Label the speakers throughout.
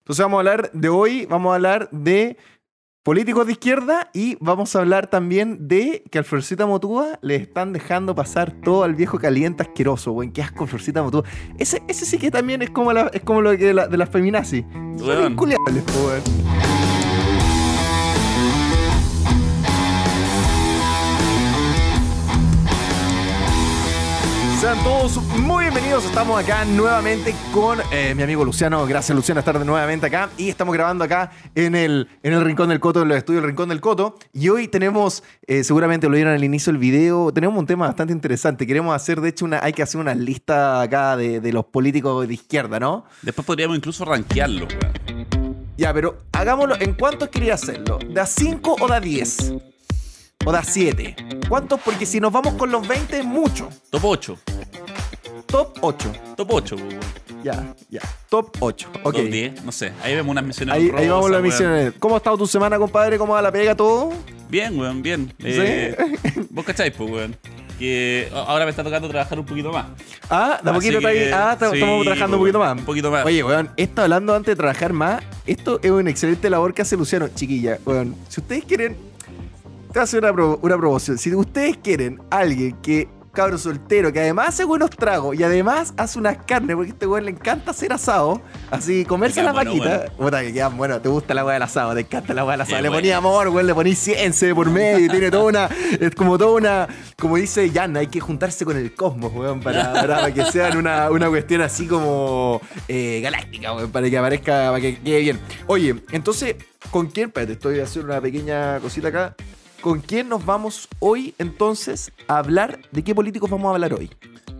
Speaker 1: Entonces vamos a hablar de hoy, vamos a hablar de políticos de izquierda y vamos a hablar también de que al Florcita Motúa le están dejando pasar todo al viejo caliente asqueroso, weón. Qué asco, Florcita Motúa. Ese, ese sí que también es como, la, es como lo que de, la, de las feminazis. Son
Speaker 2: Weón.
Speaker 1: inculiables, po, weón. Sean todos muy bienvenidos. Estamos acá nuevamente con eh, mi amigo Luciano. Gracias, Luciano, estar de nuevamente acá. Y estamos grabando acá en el, en el Rincón del Coto, en los estudios del Rincón del Coto. Y hoy tenemos, eh, seguramente lo vieron al inicio del video, tenemos un tema bastante interesante. Queremos hacer, de hecho, una, hay que hacer una lista acá de, de los políticos de izquierda, ¿no?
Speaker 2: Después podríamos incluso rankearlo, weón.
Speaker 1: Ya, pero hagámoslo. ¿En cuántos quería hacerlo? ¿Da 5 o da 10? ¿O da 7? ¿Cuántos? Porque si nos vamos con los 20, es mucho.
Speaker 2: Top 8.
Speaker 1: Top 8.
Speaker 2: Top 8, weón.
Speaker 1: Ya, ya. Top 8. Ok.
Speaker 2: Top 10, no sé. Ahí vemos unas misiones.
Speaker 1: Ahí,
Speaker 2: honrosas,
Speaker 1: ahí vamos las
Speaker 2: weón.
Speaker 1: misiones. ¿Cómo ha estado tu semana, compadre? ¿Cómo va la pega todo?
Speaker 2: Bien, weón, bien. Eh, Vos cacháis, pues, weón. Que a- ahora me está tocando trabajar un poquito más.
Speaker 1: Ah, de a
Speaker 2: Así
Speaker 1: poquito está ahí.
Speaker 2: que,
Speaker 1: Ah, está-
Speaker 2: sí,
Speaker 1: estamos trabajando un
Speaker 2: pues,
Speaker 1: poquito más.
Speaker 2: un poquito más.
Speaker 1: Oye, weón, esto hablando antes de trabajar más, esto es una excelente labor que hace Luciano, chiquilla. Weón, si ustedes quieren. Te voy a hacer una, pro- una promoción. Si ustedes quieren a alguien que. Cabro soltero, que además hace buenos tragos y además hace unas carnes, porque a este weón le encanta hacer asado. Así, comerse
Speaker 2: Queda
Speaker 1: las
Speaker 2: bueno,
Speaker 1: vaquitas. Puta, que quedan bueno, te gusta la weá del asado, te encanta la weá del asado.
Speaker 2: Qué
Speaker 1: le ponía
Speaker 2: bueno.
Speaker 1: amor, weón, le ponía ciencia de por medio, y tiene toda una. Es como toda una. Como dice Jan, hay que juntarse con el cosmos, weón, para, para que sean una, una cuestión así como eh, galáctica, weón, para que aparezca, para que quede bien. Oye, entonces, ¿con quién? Espérate, estoy haciendo una pequeña cosita acá. ¿Con quién nos vamos hoy entonces a hablar? ¿De qué políticos vamos a hablar hoy?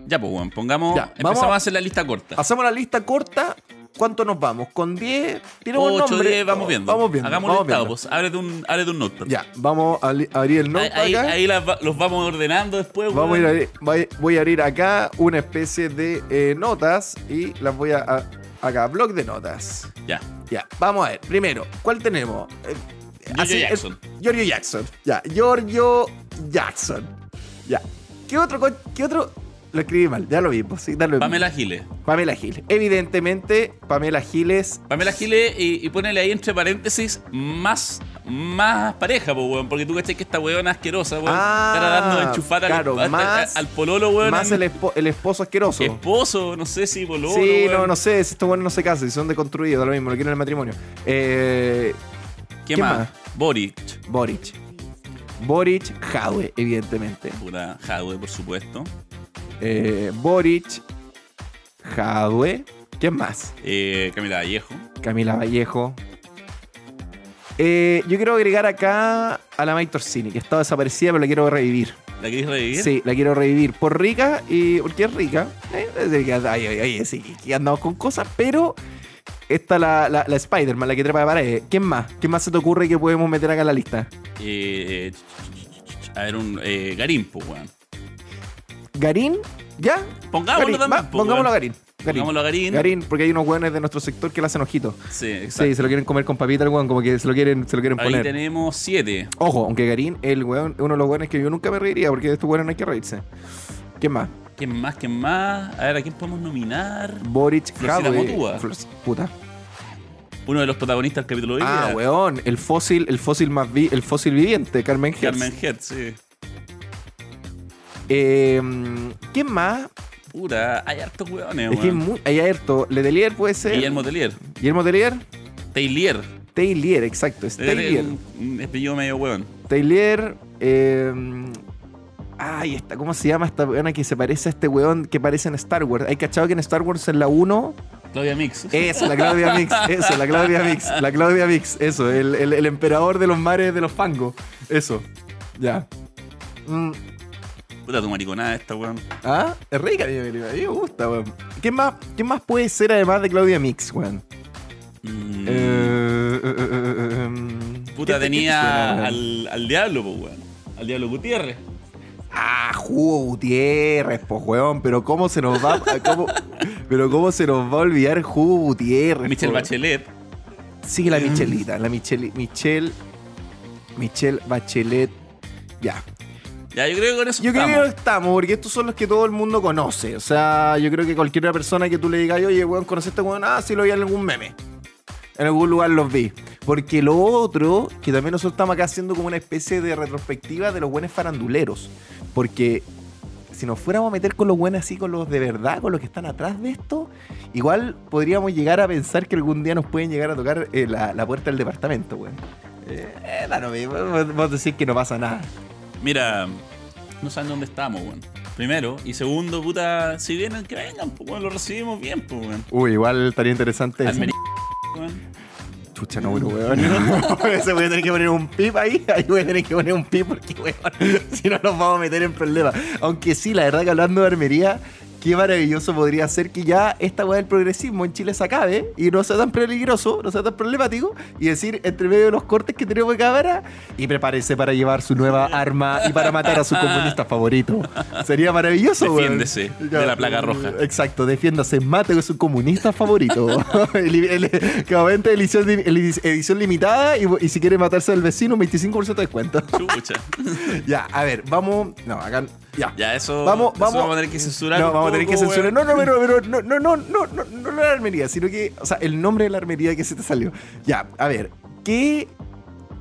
Speaker 2: Ya, pues, weón. Pongamos.
Speaker 1: Ya,
Speaker 2: empezamos
Speaker 1: vamos a-
Speaker 2: a hacer la lista corta.
Speaker 1: Hacemos la lista corta. ¿Cuánto nos vamos? ¿Con 10? ¿Tenemos un
Speaker 2: 8,
Speaker 1: nombre?
Speaker 2: 10, vamos viendo.
Speaker 1: Vamos viendo.
Speaker 2: Hagamos
Speaker 1: vamos
Speaker 2: un listado,
Speaker 1: viendo.
Speaker 2: pues. Ábrete un, ábrete un notepad.
Speaker 1: Ya, vamos a li- abrir el nombre
Speaker 2: Ahí, ahí-
Speaker 1: acá.
Speaker 2: ahí las va- los vamos ordenando después,
Speaker 1: Vamos a ir
Speaker 2: weón.
Speaker 1: abri- vai- voy a abrir acá una especie de eh, notas y las voy a, a- acá, blog de notas.
Speaker 2: Ya.
Speaker 1: Ya, vamos a ver. Primero, ¿cuál tenemos? Eh,
Speaker 2: Giorgio
Speaker 1: así,
Speaker 2: Jackson.
Speaker 1: el- Giorgio Jackson. Ya, Giorgio Jackson. Ya. ¿Qué otro? co- ¿Qué otro? Lo escribí mal, ya lo vimos, sí, da lo mismo.
Speaker 2: Pamela Giles.
Speaker 1: Pamela Giles. Evidentemente, Pamela Giles.
Speaker 2: Pamela Giles y, y ponele ahí entre paréntesis más, más pareja, po, weón, porque tú cachai que esta weona asquerosa, weón,
Speaker 1: Ah,
Speaker 2: está dando enchufar al,
Speaker 1: claro,
Speaker 2: al-
Speaker 1: más-
Speaker 2: al pololo, weón,
Speaker 1: Más
Speaker 2: en-
Speaker 1: el, espo- el esposo asqueroso.
Speaker 2: esposo, no sé si pololo,
Speaker 1: sí,
Speaker 2: weón.
Speaker 1: no, no sé, si estos buenos no se casan, si son deconstruidos, da lo mismo, lo quieren en el matrimonio. Eh,
Speaker 2: ¿Qué,
Speaker 1: ¿qué
Speaker 2: más?
Speaker 1: más?
Speaker 2: Boric,
Speaker 1: Boric. Boric, Jadwe, evidentemente.
Speaker 2: pura Jadwe, por supuesto.
Speaker 1: Eh, Boric, Jadwe. ¿Quién más?
Speaker 2: Eh, Camila Vallejo.
Speaker 1: Camila Vallejo. Eh, yo quiero agregar acá a la Mike Torsini, que está desaparecida, pero la quiero revivir.
Speaker 2: ¿La querés revivir?
Speaker 1: Sí, la quiero revivir por rica y porque es rica. Eh, eh, que- ay, ay, ay, sí, que andamos con cosas, pero esta la, la, la Spider-Man, la que trepa de paredes. ¿Quién más? ¿Quién más se te ocurre que podemos meter acá en la lista?
Speaker 2: Eh, ch- ch- ch- a ver, un eh, Garimpo, weón.
Speaker 1: ¿Garín? ¿Ya?
Speaker 2: Pongámoslo
Speaker 1: Garín,
Speaker 2: Ah, también,
Speaker 1: va,
Speaker 2: po,
Speaker 1: pongámoslo a
Speaker 2: weón.
Speaker 1: Garín. Garín.
Speaker 2: Pongámoslo a Garín.
Speaker 1: Garín, porque hay unos hueones de nuestro sector que le hacen ojitos.
Speaker 2: Sí, exacto.
Speaker 1: Sí, se lo quieren comer con papita el hueón, como que se lo quieren, se lo quieren
Speaker 2: Ahí
Speaker 1: poner.
Speaker 2: tenemos siete.
Speaker 1: Ojo, aunque Garín el hueón, uno de los hueones que yo nunca me reiría, porque de estos hueones no hay que reírse. ¿Quién más?
Speaker 2: ¿Quién más? ¿Quién más? A ver, ¿a quién podemos nominar?
Speaker 1: Boric,
Speaker 2: Florcita
Speaker 1: Jadwe,
Speaker 2: Motúa.
Speaker 1: Flor- Puta.
Speaker 2: Uno de los protagonistas del capítulo de hoy.
Speaker 1: Ah,
Speaker 2: día,
Speaker 1: weón, el fósil, el fósil más vi- el fósil viviente, Carmen Hertz.
Speaker 2: Carmen Hertz, sí.
Speaker 1: Eh, ¿Quién más?
Speaker 2: Pura, hay hartos weones,
Speaker 1: Es que hay
Speaker 2: weón.
Speaker 1: mu- hay harto. Letelier puede ser.
Speaker 2: Guillermo Telier.
Speaker 1: Guillermo Letelier.
Speaker 2: Taylor.
Speaker 1: Taylor, exacto.
Speaker 2: Eh,
Speaker 1: Es Taylor.
Speaker 2: Un apellido medio weón.
Speaker 1: Taylor. eh, ay, esta, ¿cómo se llama esta weona que se parece a este weón que parece en Star Wars? ¿Hay cachado que en Star Wars en la 1?
Speaker 2: Claudia Mix.
Speaker 1: Eso, la Claudia Mix. Eso, la Claudia Mix. La Claudia Mix. Eso, el, el- el emperador de los mares de los fangos. Eso. Ya. Mm,
Speaker 2: Puta tu mariconada esta weón.
Speaker 1: Ah, es rica mi película. A mí me gusta, weón. ¿Qué más, ¿Qué más puede ser además de Claudia Mix, weón?
Speaker 2: Mm.
Speaker 1: Eh, eh, eh, eh, eh, em, ¿qué
Speaker 2: Puta,
Speaker 1: te-
Speaker 2: tenía
Speaker 1: qué te suena, weón?
Speaker 2: al, al diablo, pues weón. Al diablo Gutiérrez.
Speaker 1: Ah, Jugo Gutiérrez, pues, weón. Pero cómo se nos va... a- cómo- pero cómo se nos va a olvidar Jugo Gutiérrez.
Speaker 2: Michelle
Speaker 1: po?
Speaker 2: Bachelet.
Speaker 1: Sí, la Michelita. La Michelle... Michelle... Michelle Bachelet. Ya.
Speaker 2: Ya, yo creo que con eso
Speaker 1: Yo creo que
Speaker 2: estamos.
Speaker 1: estamos, porque estos son los que todo el mundo conoce. O sea, yo creo que cualquier persona que tú le digas, oye, weón, ¿conoces a este weón? Ah, sí, lo vi en algún meme. En algún lugar los vi. Porque lo otro, que también nosotros estamos acá haciendo como una especie de retrospectiva de los buenos faranduleros. Porque si nos fuéramos a meter con los buenos así, con los de verdad, con los que están atrás de esto, igual podríamos llegar a pensar que algún día nos pueden llegar a tocar eh, la, la puerta del departamento, weón. Eh, da lo mismo, vos, vos decís que no pasa nada.
Speaker 2: Mira, no saben dónde estamos, weón. Primero. Y segundo, puta, si vienen, que vengan, pues, weón, lo recibimos bien, pues, weón.
Speaker 1: Uy, igual estaría interesante. eso.
Speaker 2: Almería, weón.
Speaker 1: Chucha, no, bueno, weón. Eso voy a tener que poner un pip ahí. Ahí voy a tener que poner un pip porque, weón, si no nos vamos a meter en problemas. Aunque sí, la verdad que hablando de armería, qué maravilloso podría ser que ya esta weá del progresismo en Chile se acabe y no sea tan peligroso, no sea tan problemático. Y decir, entre medio de los cortes que tenemos de cámara, y prepárese para llevar su nueva arma y para matar a su comunista favorito. Sería maravilloso, weón.
Speaker 2: Defiéndese de la plaga roja.
Speaker 1: Exacto, defiéndase, mate con su comunista favorito. El- el- Claramente edición, lim- el- edición limitada y, y si quiere matarse al vecino, 25% de descuento.
Speaker 2: Chucha.
Speaker 1: ya, a ver, vamos. No, acá. Ya.
Speaker 2: Ya, eso.
Speaker 1: Vamos,
Speaker 2: eso
Speaker 1: vamos.
Speaker 2: Vamos a tener que censurar.
Speaker 1: No,
Speaker 2: un
Speaker 1: vamos a tener que
Speaker 2: poco, weón.
Speaker 1: censurar. No, no, pero, pero no, no, no, no, no, no la armería, sino que, o sea, el nombre de la armería que se te salió. Ya, a ver, ¿qué,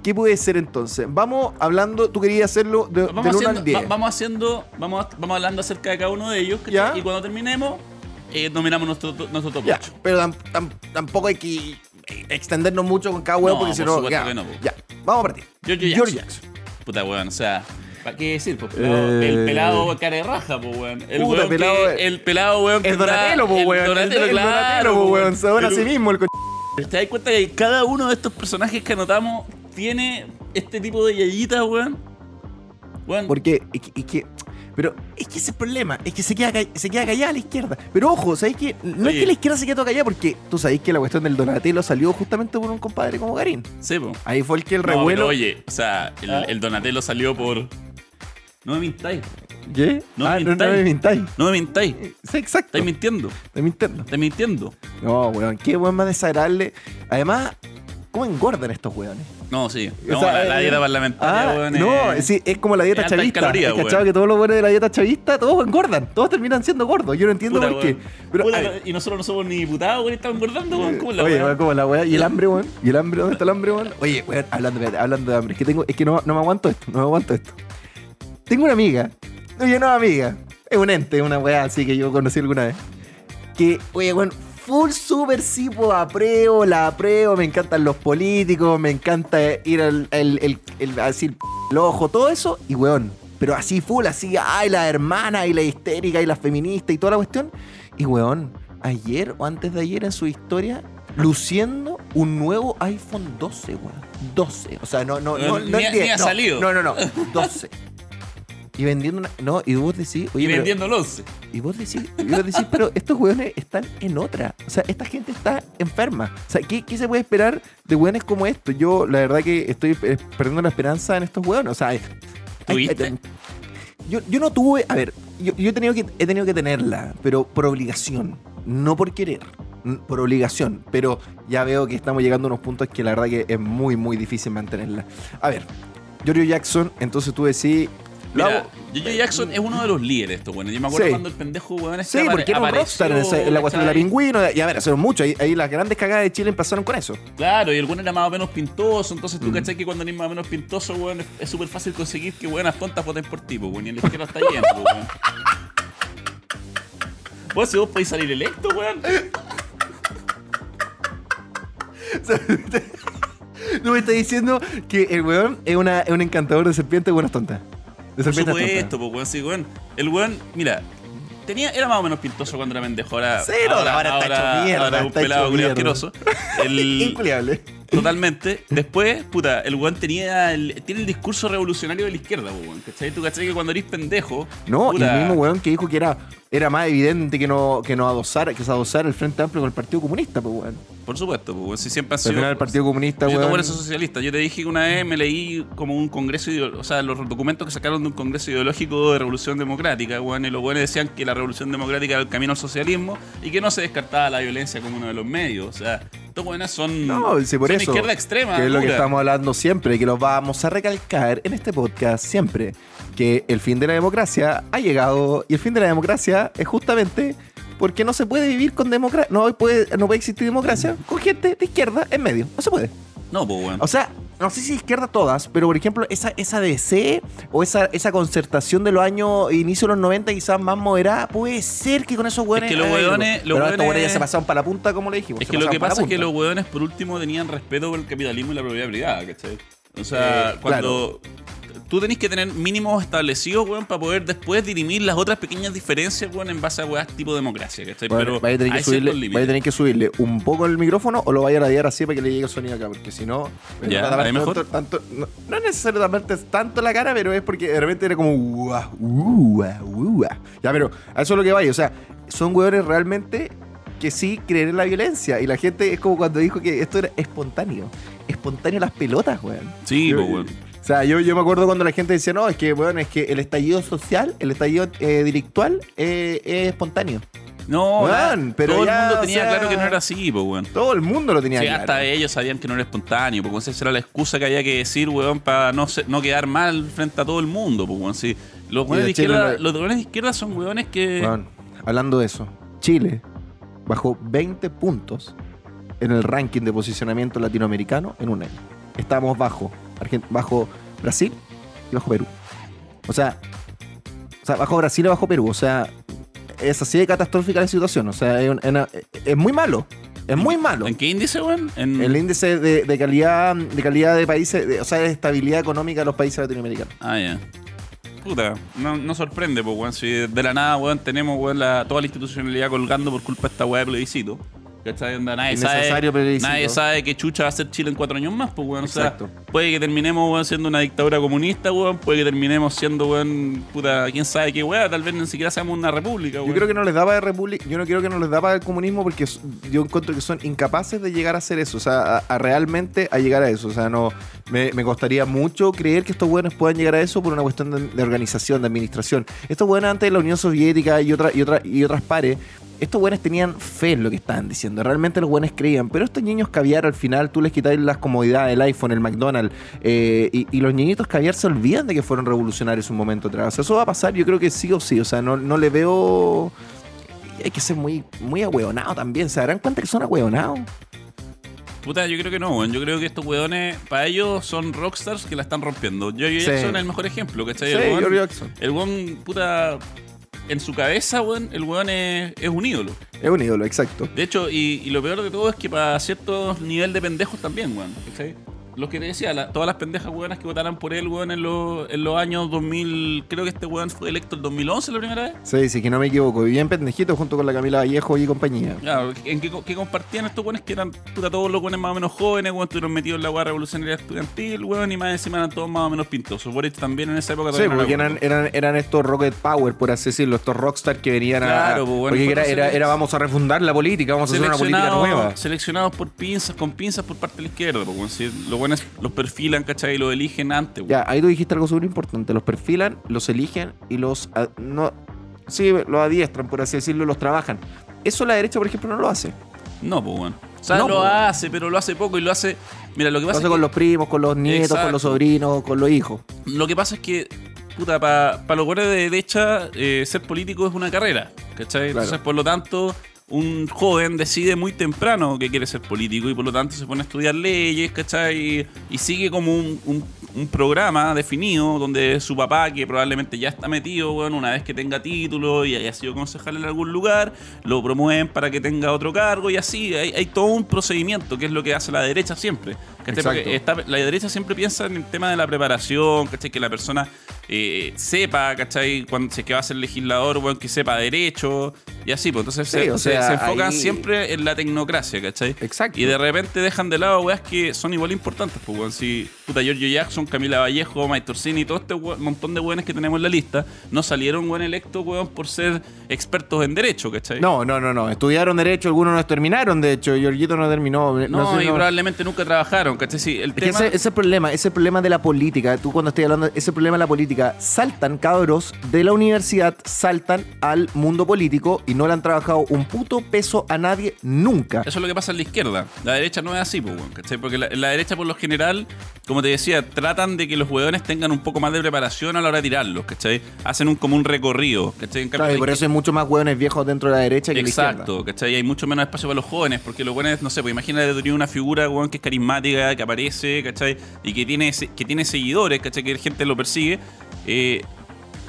Speaker 1: qué puede ser entonces? Vamos hablando, tú querías hacerlo de, del
Speaker 2: Vamos
Speaker 1: 1
Speaker 2: haciendo,
Speaker 1: al 10.
Speaker 2: va- vamos haciendo, vamos, vamos hablando acerca de cada uno de ellos, ¿cachai?
Speaker 1: Ya.
Speaker 2: y cuando terminemos, eh, nominamos nuestro, to- nuestro top
Speaker 1: Ya,
Speaker 2: 8.
Speaker 1: pero tam- tam- tampoco hay que extendernos mucho con cada huevo
Speaker 2: No,
Speaker 1: porque si
Speaker 2: por
Speaker 1: no,
Speaker 2: supuesto
Speaker 1: ya,
Speaker 2: que no, po.
Speaker 1: ya. Vamos a partir.
Speaker 2: Giorgio Jackson. Puta weón, o sea, ¿para qué decir? Pues, pelado-
Speaker 1: Eh.
Speaker 2: El pelado cara de raja, pues weón. El
Speaker 1: Puta,
Speaker 2: weón
Speaker 1: pelado,
Speaker 2: que- el pelado weón. que
Speaker 1: El
Speaker 2: está-
Speaker 1: Donatello, po,
Speaker 2: el
Speaker 1: weón.
Speaker 2: Donatello,
Speaker 1: el
Speaker 2: claro,
Speaker 1: Donatello, po,
Speaker 2: po,
Speaker 1: weón. Se adora a sí
Speaker 2: El-
Speaker 1: mismo el co-
Speaker 2: ¿Te das cuenta que cada uno de estos personajes que anotamos tiene este tipo de yayitas, weón? Weón,
Speaker 1: Porque es que, es que- pero es que ese es el problema, es que se queda, ca- se queda callada la izquierda. Pero ojo, ¿sabéis que no es
Speaker 2: Oye.
Speaker 1: que la izquierda se queda toda callada? Porque tú sabéis que la cuestión del Donatello salió justamente por un compadre como Garín.
Speaker 2: sí, po.
Speaker 1: Ahí fue el que el
Speaker 2: No,
Speaker 1: revuelo.
Speaker 2: pero oye, o sea, el,
Speaker 1: Ah.
Speaker 2: el Donatello salió por. No me mintáis.
Speaker 1: ¿Qué?
Speaker 2: No
Speaker 1: ah,
Speaker 2: me
Speaker 1: no, no
Speaker 2: mintáis.
Speaker 1: me mintáis.
Speaker 2: No me mintáis.
Speaker 1: Sí, exacto.
Speaker 2: Estáis mintiendo.
Speaker 1: Estoy mintiendo.
Speaker 2: Estáis mintiendo.
Speaker 1: No, weón, qué weón más desagradable. Además, ¿cómo engordan estos weones?
Speaker 2: No, sí.
Speaker 1: O
Speaker 2: No,
Speaker 1: sea,
Speaker 2: la, la
Speaker 1: eh,
Speaker 2: dieta parlamentaria,
Speaker 1: Ah,
Speaker 2: weón. eh.
Speaker 1: no,
Speaker 2: es-
Speaker 1: sí, es como la dieta
Speaker 2: es alta en
Speaker 1: chavista.
Speaker 2: calorías,
Speaker 1: ¿Has cachado
Speaker 2: weón.
Speaker 1: que todos los buenos de la dieta chavista, todos engordan, todos terminan siendo gordos. Yo no entiendo
Speaker 2: Puta,
Speaker 1: por qué.
Speaker 2: weón.
Speaker 1: Pero,
Speaker 2: Puta,
Speaker 1: a ver,
Speaker 2: y nosotros no somos ni diputados, weón, estamos engordando, weón. ¿Cómo es la
Speaker 1: Oye,
Speaker 2: weá?
Speaker 1: weón, ¿cómo la weá? ¿Y el hambre, weón? ¿Y el hambre? ¿Dónde está el hambre, weón? Oye, weón, hablando, espérate, hablando de hambre, es que tengo, es que no, no me aguanto esto, no me aguanto esto. Tengo una amiga, oye, no amiga, es un ente, una weá así que yo conocí alguna vez. Que, oye, weón, full super sipo, apruebo, la apruebo, me encantan los políticos, me encanta ir al, el, el, el- así, el, p- ojo, todo eso, y weón. Pero así full, así, ay, la hermana y la histérica y la feminista y toda la cuestión. Y weón, ayer o antes de ayer en su historia, luciendo un nuevo iPhone 12, weón. 12. O sea, no, no, no, no,
Speaker 2: Ni-
Speaker 1: el
Speaker 2: ni ha
Speaker 1: 10, no,
Speaker 2: salido.
Speaker 1: No, no, no. 12. Y vendiendo una. No, y vos decís. Oye,
Speaker 2: Y
Speaker 1: pero-
Speaker 2: vendiendo los.
Speaker 1: y vos decís, y vos decís, pero estos weones están en otra. O sea, esta gente está enferma. O sea, ¿qué, qué se puede esperar de weones como estos? Yo, la verdad que estoy eh, perdiendo la esperanza en estos weones. O sea, eh,
Speaker 2: ¿Tuviste?
Speaker 1: eh, yo, yo no tuve, a ver, yo, yo he, tenido que, he tenido que tenerla, pero por obligación, no por querer, n- por obligación. Pero ya veo que estamos llegando a unos puntos que la verdad que es muy, muy difícil mantenerla. A ver, Giorgio Jackson, entonces tú decís... lo
Speaker 2: Mira,
Speaker 1: hago-
Speaker 2: Jojo Jackson es uno de los líderes de esto, weón. Yo me acuerdo
Speaker 1: Sí.
Speaker 2: cuando el pendejo, weón, este
Speaker 1: Sí,
Speaker 2: apare-
Speaker 1: porque era un
Speaker 2: apareció,
Speaker 1: rockstar en, esa- en la cuestión de la
Speaker 2: ¿cachai?
Speaker 1: pingüino. Y a ver, son muchos. Ahí, ahí las grandes cagadas de Chile empezaron con eso.
Speaker 2: Claro, y el weón era más o menos pintoso, entonces tú
Speaker 1: Mm.
Speaker 2: cachai que cuando eres más o menos pintoso, weón, es- es súper fácil conseguir que buenas tontas voten por ti, po, weón, y el izquierdo está lleno, po, weón. Vos, si vos podés salir electo, weón.
Speaker 1: Tú me estás diciendo que el weón es, una, es un encantador de serpientes buenas tontas. De
Speaker 2: Por
Speaker 1: serpientes
Speaker 2: supuesto, po, weón, sí, weón. El weón, mira, tenía, era más o menos pintoso cuando era pendejo, ahora...
Speaker 1: Sí, no, ahora está hecho mierda,
Speaker 2: ahora es un
Speaker 1: está
Speaker 2: pelado
Speaker 1: hecho
Speaker 2: culiao
Speaker 1: mierda.
Speaker 2: asqueroso. El,
Speaker 1: Inculiable.
Speaker 2: Totalmente. Después, puta, el weón tenía el, tiene el discurso revolucionario de la izquierda, po, weón. ¿Cachai? Tú cachai que cuando eres pendejo.
Speaker 1: No, y
Speaker 2: puta,
Speaker 1: el mismo weón que dijo que era, era más evidente que no, que no adosara, que se adosara el Frente Amplio con el Partido Comunista, pues weón.
Speaker 2: Por supuesto, po, weón. Si siempre
Speaker 1: Al
Speaker 2: han sido. pues,
Speaker 1: final el Partido Comunista,
Speaker 2: yo
Speaker 1: weón.
Speaker 2: tampoco soy socialista. Yo te dije que una vez me leí como un congreso, ideo- o sea, los documentos que sacaron de un congreso ideológico de Revolución Democrática, weón, y los weones decían que la Revolución Democrática era el camino al socialismo y que no se descartaba la violencia como uno de los medios. O sea, estos weones son.
Speaker 1: No, sí, por
Speaker 2: son
Speaker 1: eso.
Speaker 2: izquierda extrema.
Speaker 1: Que es lo que
Speaker 2: pura.
Speaker 1: estamos hablando siempre, que lo vamos a recalcar en este podcast siempre. Que el fin de la democracia ha llegado y el fin de la democracia es justamente Porque no se puede vivir con democracia. No puede, no puede existir democracia con gente de izquierda en medio. No se puede.
Speaker 2: No, pues, weón.
Speaker 1: O sea, no sé si izquierda todas, pero por ejemplo, esa, esa DC o esa, esa concertación de los años, inicio de los 90, quizás más moderada, puede ser que con esos hueones.
Speaker 2: que los
Speaker 1: a ver,
Speaker 2: hueones- los
Speaker 1: pero estos
Speaker 2: hueones-
Speaker 1: hueones ya se pasaron para la punta, como le dijimos.
Speaker 2: Es
Speaker 1: se
Speaker 2: que lo
Speaker 1: pasaron
Speaker 2: que
Speaker 1: para la
Speaker 2: pasa es que
Speaker 1: punta.
Speaker 2: los hueones por último tenían respeto por el capitalismo y la propiedad privada, ¿cachai? O sea,
Speaker 1: Eh,
Speaker 2: cuando tú tenés que tener mínimos establecidos, weón, para poder después dirimir las otras pequeñas diferencias, weón, en base a weas tipo democracia, ¿cachai?
Speaker 1: Bueno,
Speaker 2: Pero
Speaker 1: vaya a tener que
Speaker 2: hay ciertos
Speaker 1: subirle, vaya a
Speaker 2: límites.
Speaker 1: tener que subirle un poco el micrófono o lo vaya a radiar así para que le llegue el sonido acá, porque si no,
Speaker 2: Ya,
Speaker 1: no,
Speaker 2: ahí mejor.
Speaker 1: tanto- tanto- no, no es necesario taparte tanto la cara, pero es porque de repente era como uah, uah, uah. Ya, pero a eso es lo que vaya, o sea, son hueones realmente que sí creen en la violencia y la gente es como cuando dijo que esto era espontáneo, espontáneo las pelotas, weón.
Speaker 2: Sí,
Speaker 1: Yo-
Speaker 2: pues, weón.
Speaker 1: O sea, yo, yo me acuerdo cuando la gente decía, no, es que, bueno, es que el estallido social, el estallido eh, delictual eh, es espontáneo.
Speaker 2: No,
Speaker 1: Weón,
Speaker 2: la-
Speaker 1: pero
Speaker 2: todo
Speaker 1: ya,
Speaker 2: el mundo
Speaker 1: o
Speaker 2: tenía
Speaker 1: sea,
Speaker 2: claro que no era así, pues, weón.
Speaker 1: Todo el mundo lo tenía
Speaker 2: Sí,
Speaker 1: claro.
Speaker 2: hasta ellos sabían que no era espontáneo, porque esa era la excusa que había que decir, weón, para no, se- no quedar mal frente a todo el mundo, pues, weón. Sí, los
Speaker 1: Sí,
Speaker 2: weones de
Speaker 1: Chile
Speaker 2: izquierda,
Speaker 1: no-
Speaker 2: los weones de izquierda son weones que...
Speaker 1: Weón, hablando de eso, Chile bajó 20 puntos en el ranking de posicionamiento latinoamericano en un año. Estábamos bajo, Argen- bajo Brasil y bajo Perú. O sea, o sea, bajo Brasil y bajo Perú. O sea, es así de catastrófica la situación. O sea, es, un- es una- es muy malo. Es muy malo.
Speaker 2: ¿En qué índice, weón? En-
Speaker 1: El índice de, de calidad de calidad de países, de- o sea, de estabilidad económica de los países latinoamericanos.
Speaker 2: Ah, ya. Puta, no, no sorprende, pues, weón. Si de la nada, weón, tenemos, weón, la- toda la institucionalidad colgando por culpa de esta weá de plebiscito. ¿Cachai? Onda, nadie sabe,
Speaker 1: Innecesario plebiscito.
Speaker 2: nadie sabe qué chucha va a ser Chile en cuatro años más, pues, weón. O sea,
Speaker 1: Exacto.
Speaker 2: puede que terminemos, weón, siendo una dictadura comunista, weón. Puede que terminemos siendo, weón, puta, quién sabe qué weá. Tal vez ni siquiera seamos una república, weón.
Speaker 1: Yo creo que no les daba de república, yo no creo que no les daba el comunismo porque s- yo encuentro que son incapaces de llegar a hacer eso, o sea, a, a realmente a llegar a eso, o sea, no me, me costaría mucho creer que estos buenos puedan llegar a eso por una cuestión de, de organización, de administración. Estos buenos antes de la Unión Soviética y otra, y otra, y otras pares estos buenos tenían fe en lo que estaban diciendo. Realmente los buenos creían. Pero estos niños caviar al final, tú les quitas las comodidades, el iPhone, el McDonald's. eh, y, y los niñitos caviar se olvidan de que fueron revolucionarios un momento atrás. O sea, eso va a pasar, yo creo que sí o sí. O sea, no, no le veo. Hay que ser muy, muy ahueonado también. ¿Se darán cuenta que son ahueonados?
Speaker 2: Puta, yo creo que no, weón. Yo creo que estos weones, para ellos, son rockstars que la están rompiendo. Yo, yo
Speaker 1: Sí.
Speaker 2: Jackson es el mejor ejemplo, ¿cachai?
Speaker 1: Sí,
Speaker 2: El weón-
Speaker 1: George Jackson.
Speaker 2: El weón, puta, en su cabeza, weón, el weón es, es un ídolo.
Speaker 1: Es un ídolo, exacto.
Speaker 2: De hecho, y, y lo peor de todo es que para ciertos nivel de pendejos también, weón. ¿cachai? Los que te decía, la- todas las pendejas weonas que votaran por él, weón, en, los- en los años 2000, creo que este weón fue electo en 2011 la primera vez.
Speaker 1: Sí, sí, que no me equivoco. Vivían pendejitos junto con la Camila Vallejo y compañía.
Speaker 2: Claro, en que, que compartían estos weones que eran puta, todos los weones más o menos jóvenes, weón, estuvieron metidos en la guerra revolucionaria estudiantil, weón, y más encima eran todos más o menos pintosos. Por eso también en esa época
Speaker 1: Sí,
Speaker 2: todavía no
Speaker 1: porque
Speaker 2: era
Speaker 1: eran,
Speaker 2: bueno.
Speaker 1: eran, eran estos Rocket Power, por así decirlo, estos rockstar que venían
Speaker 2: Claro,
Speaker 1: a.
Speaker 2: pues, bueno,
Speaker 1: porque
Speaker 2: fue
Speaker 1: era,
Speaker 2: una
Speaker 1: era,
Speaker 2: selec-
Speaker 1: era vamos a refundar la política, vamos a hacer una política
Speaker 2: Seleccionados-
Speaker 1: nueva.
Speaker 2: Seleccionados por pinzas, con pinzas por parte de la izquierda, po, weón. Si los buenos los perfilan, ¿cachai? Y los eligen antes, weón.
Speaker 1: Ya, ahí tú dijiste algo súper importante. Los perfilan, los eligen y los. a- no, sí, los adiestran, por así decirlo, los trabajan. Eso la derecha, por ejemplo, no lo hace.
Speaker 2: No, pues bueno. O sea,
Speaker 1: No,
Speaker 2: lo
Speaker 1: po, weón.
Speaker 2: hace, pero lo hace poco y lo hace. Mira, lo que
Speaker 1: Lo
Speaker 2: pasa
Speaker 1: hace con
Speaker 2: es
Speaker 1: los primos, con los nietos, con los
Speaker 2: Exacto.
Speaker 1: sobrinos, con los hijos.
Speaker 2: que, lo que pasa es que, puta, para los guardias de derecha, eh, ser político es una carrera. ¿Cachai?
Speaker 1: Claro.
Speaker 2: Entonces, por lo tanto, un joven decide muy temprano que quiere ser político y por lo tanto se pone a estudiar leyes, ¿cachai? Y, y sigue como un, un- un programa definido donde su papá, que probablemente ya está metido, bueno, una vez que tenga título y haya sido concejal en algún lugar, lo promueven para que tenga otro cargo y así. Hay, hay todo un procedimiento que es lo que hace la derecha siempre. ¿cachai? Porque
Speaker 1: Exacto.
Speaker 2: esta- la derecha siempre piensa en el tema de la preparación, ¿cachai? Que la persona eh, sepa, ¿cachai? Cuando se que va a ser legislador, bueno, que sepa derecho y así. Pues entonces
Speaker 1: Sí,
Speaker 2: se,
Speaker 1: o
Speaker 2: se-
Speaker 1: sea,
Speaker 2: se enfocan
Speaker 1: ahí-
Speaker 2: siempre en la tecnocracia, ¿cachai?
Speaker 1: Exacto.
Speaker 2: Y de repente dejan de lado weas que son igual importantes, pues, weón. Si puta Giorgio Jackson, Camila Vallejo, Maestorcini, todo este we- montón de weones que tenemos en la lista, no salieron weón electos, weón, por ser expertos en derecho, ¿cachai?
Speaker 1: No, no, no, no. Estudiaron derecho, algunos no terminaron, de hecho. Giorgito no terminó. No,
Speaker 2: No,
Speaker 1: sé,
Speaker 2: y
Speaker 1: no-
Speaker 2: probablemente nunca trabajaron, ¿cachai? Sí, el
Speaker 1: Es que
Speaker 2: tema.
Speaker 1: ese, ese es el problema, ese es el problema de la política. Tú cuando estoy hablando, ese problema de la política, saltan cabros de la universidad, saltan al mundo político y no le han trabajado un puto peso a nadie nunca.
Speaker 2: Eso es lo que pasa en la izquierda. La derecha no es así, pues, weón, ¿cachai? Porque la, la derecha, por lo general, como te decía, tratan de que los hueones tengan un poco más de preparación a la hora de tirarlos, ¿cachai? Hacen un, como un recorrido, ¿cachai? En cambio,
Speaker 1: Claro, y
Speaker 2: la
Speaker 1: por eso hay muchos más hueones viejos dentro de la derecha que de la izquierda.
Speaker 2: Exacto, ¿cachai? Hay mucho menos espacio para los jóvenes, porque los jóvenes, no sé, pues imagínate tener una figura, weón, que es carismática, que aparece, ¿cachai? Y que tiene, se- que tiene seguidores, ¿cachai? Que la gente lo persigue. Eh,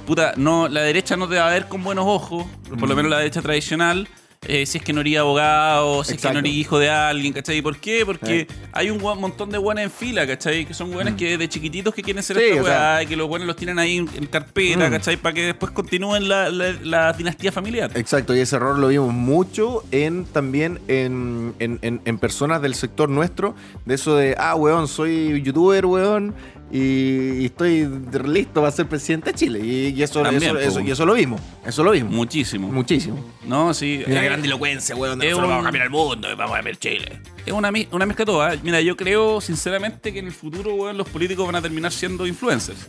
Speaker 2: puta, no, la derecha no te va a ver con buenos ojos, por
Speaker 1: Mm.
Speaker 2: lo menos la derecha tradicional. eh, si es que no eres abogado, si es que
Speaker 1: Exacto.
Speaker 2: no eres hijo de alguien, ¿cachai? ¿Y por qué? Porque
Speaker 1: Eh. Mm.
Speaker 2: hay un guan- montón de guanes en fila, ¿cachai? Que son guanes que de chiquititos que quieren ser
Speaker 1: Sí,
Speaker 2: esta
Speaker 1: o sea.
Speaker 2: weá, y que los guanes los tienen ahí en en carpeta,
Speaker 1: Mm.
Speaker 2: ¿cachai? Para que después continúen la, la- la dinastía familiar.
Speaker 1: Exacto, y ese error lo vimos mucho en también en, en- en- en personas del sector nuestro, de eso de, ah, weón, soy youtuber, weón, y, y estoy listo para ser presidente de Chile. Y, y eso,
Speaker 2: También,
Speaker 1: eso,
Speaker 2: po,
Speaker 1: eso-
Speaker 2: weón.
Speaker 1: y eso lo vimos, eso lo vimos.
Speaker 2: Muchísimo.
Speaker 1: Muchísimo.
Speaker 2: No, sí.
Speaker 1: Una
Speaker 2: eh,
Speaker 1: gran elocuencia, weón, de
Speaker 2: es
Speaker 1: nosotros
Speaker 2: un-
Speaker 1: vamos a cambiar el mundo, y vamos a ver Chile.
Speaker 2: Es una, mi- una mezcla toda. Mira, yo creo sinceramente que en el futuro, weón, los políticos van a terminar siendo influencers.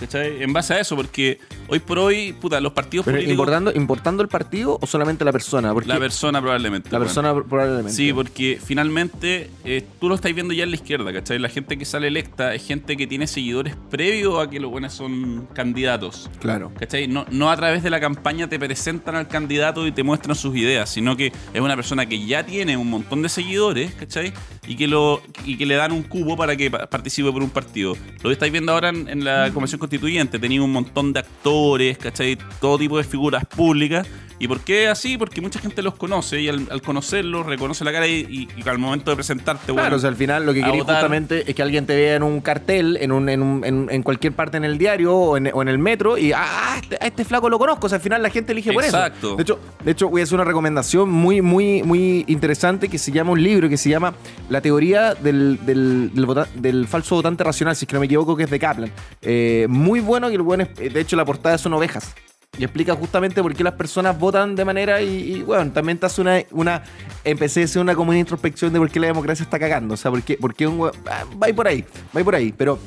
Speaker 2: ¿Cachai? En base a eso, porque hoy por hoy, puta, los partidos
Speaker 1: Pero
Speaker 2: políticos.
Speaker 1: importando, importando el partido o solamente la persona, porque
Speaker 2: La
Speaker 1: la,
Speaker 2: persona probablemente. weón.
Speaker 1: persona probablemente.
Speaker 2: Sí, porque finalmente eh, tú lo estás viendo ya en la izquierda, ¿cachai? La gente que sale electa es gente que tiene seguidores previos a que los buenos son candidatos.
Speaker 1: claro.
Speaker 2: ¿Cachai? No, no a través de la campaña te presentan al candidato y te muestran sus ideas, sino que es una persona que ya tiene un montón de seguidores, ¿cachai? Y que, lo, y que le dan un cubo para que pa- participe por un partido. Lo que estáis viendo ahora en, en
Speaker 1: Mm.
Speaker 2: la Convención Constituyente, tenéis un montón de actores, ¿cachai? Todo tipo de figuras públicas. ¿Y por qué así? Porque mucha gente los conoce y al, al conocerlos reconoce la cara y, y- y al momento de presentarte, bueno,
Speaker 1: Claro, o sea, al final lo que
Speaker 2: a
Speaker 1: queréis
Speaker 2: votar.
Speaker 1: justamente es que alguien te vea en un cartel, en, un, en, un- en- en cualquier parte en el diario o en, o en el metro y ah, este, a este flaco lo conozco. O sea, al final la gente elige por
Speaker 2: Exacto.
Speaker 1: eso. De hecho, de hecho, voy a hacer una recomendación muy, muy, muy interesante que se llama un libro que se llama La teoría del, del, del vota- del falso votante racional, si es que no me equivoco, que es de Kaplan. Eh, muy bueno y el bueno es, eh, de hecho, la portada son ovejas. Y explica justamente por qué las personas votan de manera y, y, bueno, también te hace una, una empecé a hacer una como una introspección de por qué la democracia está cagando, o sea, por qué, por qué un hue- ah, va a ir por ahí, va a ir por ahí, pero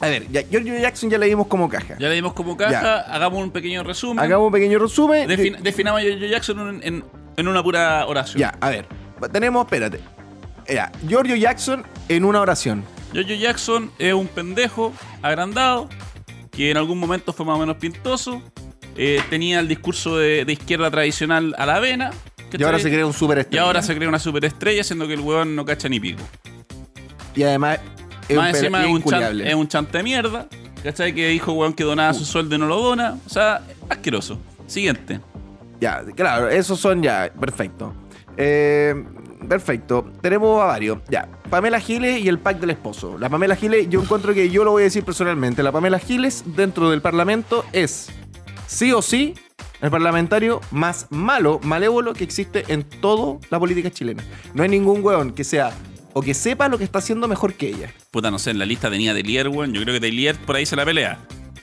Speaker 1: a ver, ya, Giorgio Jackson ya le dimos como caja.
Speaker 2: ya le dimos como caja, hagamos un pequeño resumen.
Speaker 1: Hagamos un pequeño resumen.
Speaker 2: Defin- definamos a Joe Jackson en, en- en una pura oración.
Speaker 1: Ya, a ver. Tenemos, espérate. Ya, Giorgio Jackson en una oración.
Speaker 2: Jojo Jackson es un pendejo agrandado que en algún momento fue más o menos pintoso. eh, tenía el discurso de, de izquierda tradicional a la avena.
Speaker 1: Y ahora se
Speaker 2: cree
Speaker 1: crea un
Speaker 2: y
Speaker 1: superestrella.
Speaker 2: ahora se cree una superestrella, siendo que el huevón no cacha ni pico.
Speaker 1: Y además es
Speaker 2: Más
Speaker 1: un
Speaker 2: encima
Speaker 1: pe-
Speaker 2: es un, chan,
Speaker 1: inculiable.
Speaker 2: es un chanta de mierda. ¿Cachai? Que dijo huevón que donaba
Speaker 1: Uh.
Speaker 2: su sueldo y no lo dona. O sea, asqueroso. Siguiente.
Speaker 1: Ya, claro, esos son ya. Perfecto. Eh, perfecto. Tenemos a varios. Ya. Pamela Giles y el pack del esposo. La Pamela Giles, yo encuentro que yo lo voy a decir personalmente. La Pamela Giles dentro del Parlamento es sí o sí el parlamentario más malo, malévolo que existe en toda la política chilena. No hay ningún hueón que sea o que sepa lo que está haciendo mejor que ella.
Speaker 2: Puta, no sé, en la lista tenía Delier, weón. Yo creo que Delier por ahí se la pelea.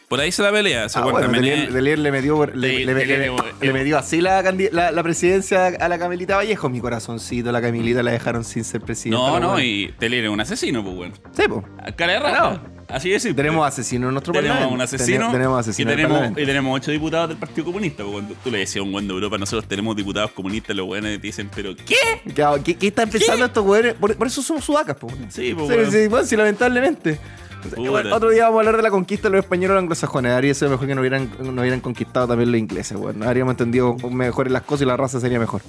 Speaker 2: Por ahí se la pelea. ese
Speaker 1: Ah,
Speaker 2: weón
Speaker 1: bueno,
Speaker 2: también
Speaker 1: Delier,
Speaker 2: es-
Speaker 1: Delier le metió, le, le-
Speaker 2: Delier-
Speaker 1: le-
Speaker 2: Delier-
Speaker 1: le metió así la, candi- la- la presidencia a la Camilita Vallejo, mi corazoncito. La Camilita la dejaron sin ser presidenta.
Speaker 2: Mm. No,
Speaker 1: la
Speaker 2: no,
Speaker 1: weá.
Speaker 2: y Delier es un asesino, pues, weón.
Speaker 1: Sí, po.
Speaker 2: Cara de rata. Así es.
Speaker 1: Tenemos asesino en nuestro
Speaker 2: tenemos a
Speaker 1: parlamento.
Speaker 2: un asesino.
Speaker 1: Tene- Tenemos asesino en
Speaker 2: y
Speaker 1: el
Speaker 2: tenemos,
Speaker 1: parlamento.
Speaker 2: y tenemos ocho diputados del Partido Comunista. pues, Cuando tú le decías a un buen de Europa, nosotros tenemos diputados comunistas, los buenos te dicen, ¿pero qué?
Speaker 1: Claro, ¿Qué, qué están pensando estos hueones? Por, por eso somos sudacas, po.
Speaker 2: Sí, po,
Speaker 1: Sí,
Speaker 2: weón.
Speaker 1: sí, bueno, sí, lamentablemente.
Speaker 2: Puta.
Speaker 1: Bueno, otro día vamos a hablar de la conquista de los españoles anglosajones. Habría sido mejor que no hubieran, no hubieran conquistado también los ingleses. Bueno, habríamos entendido mejor las cosas y la raza sería mejor.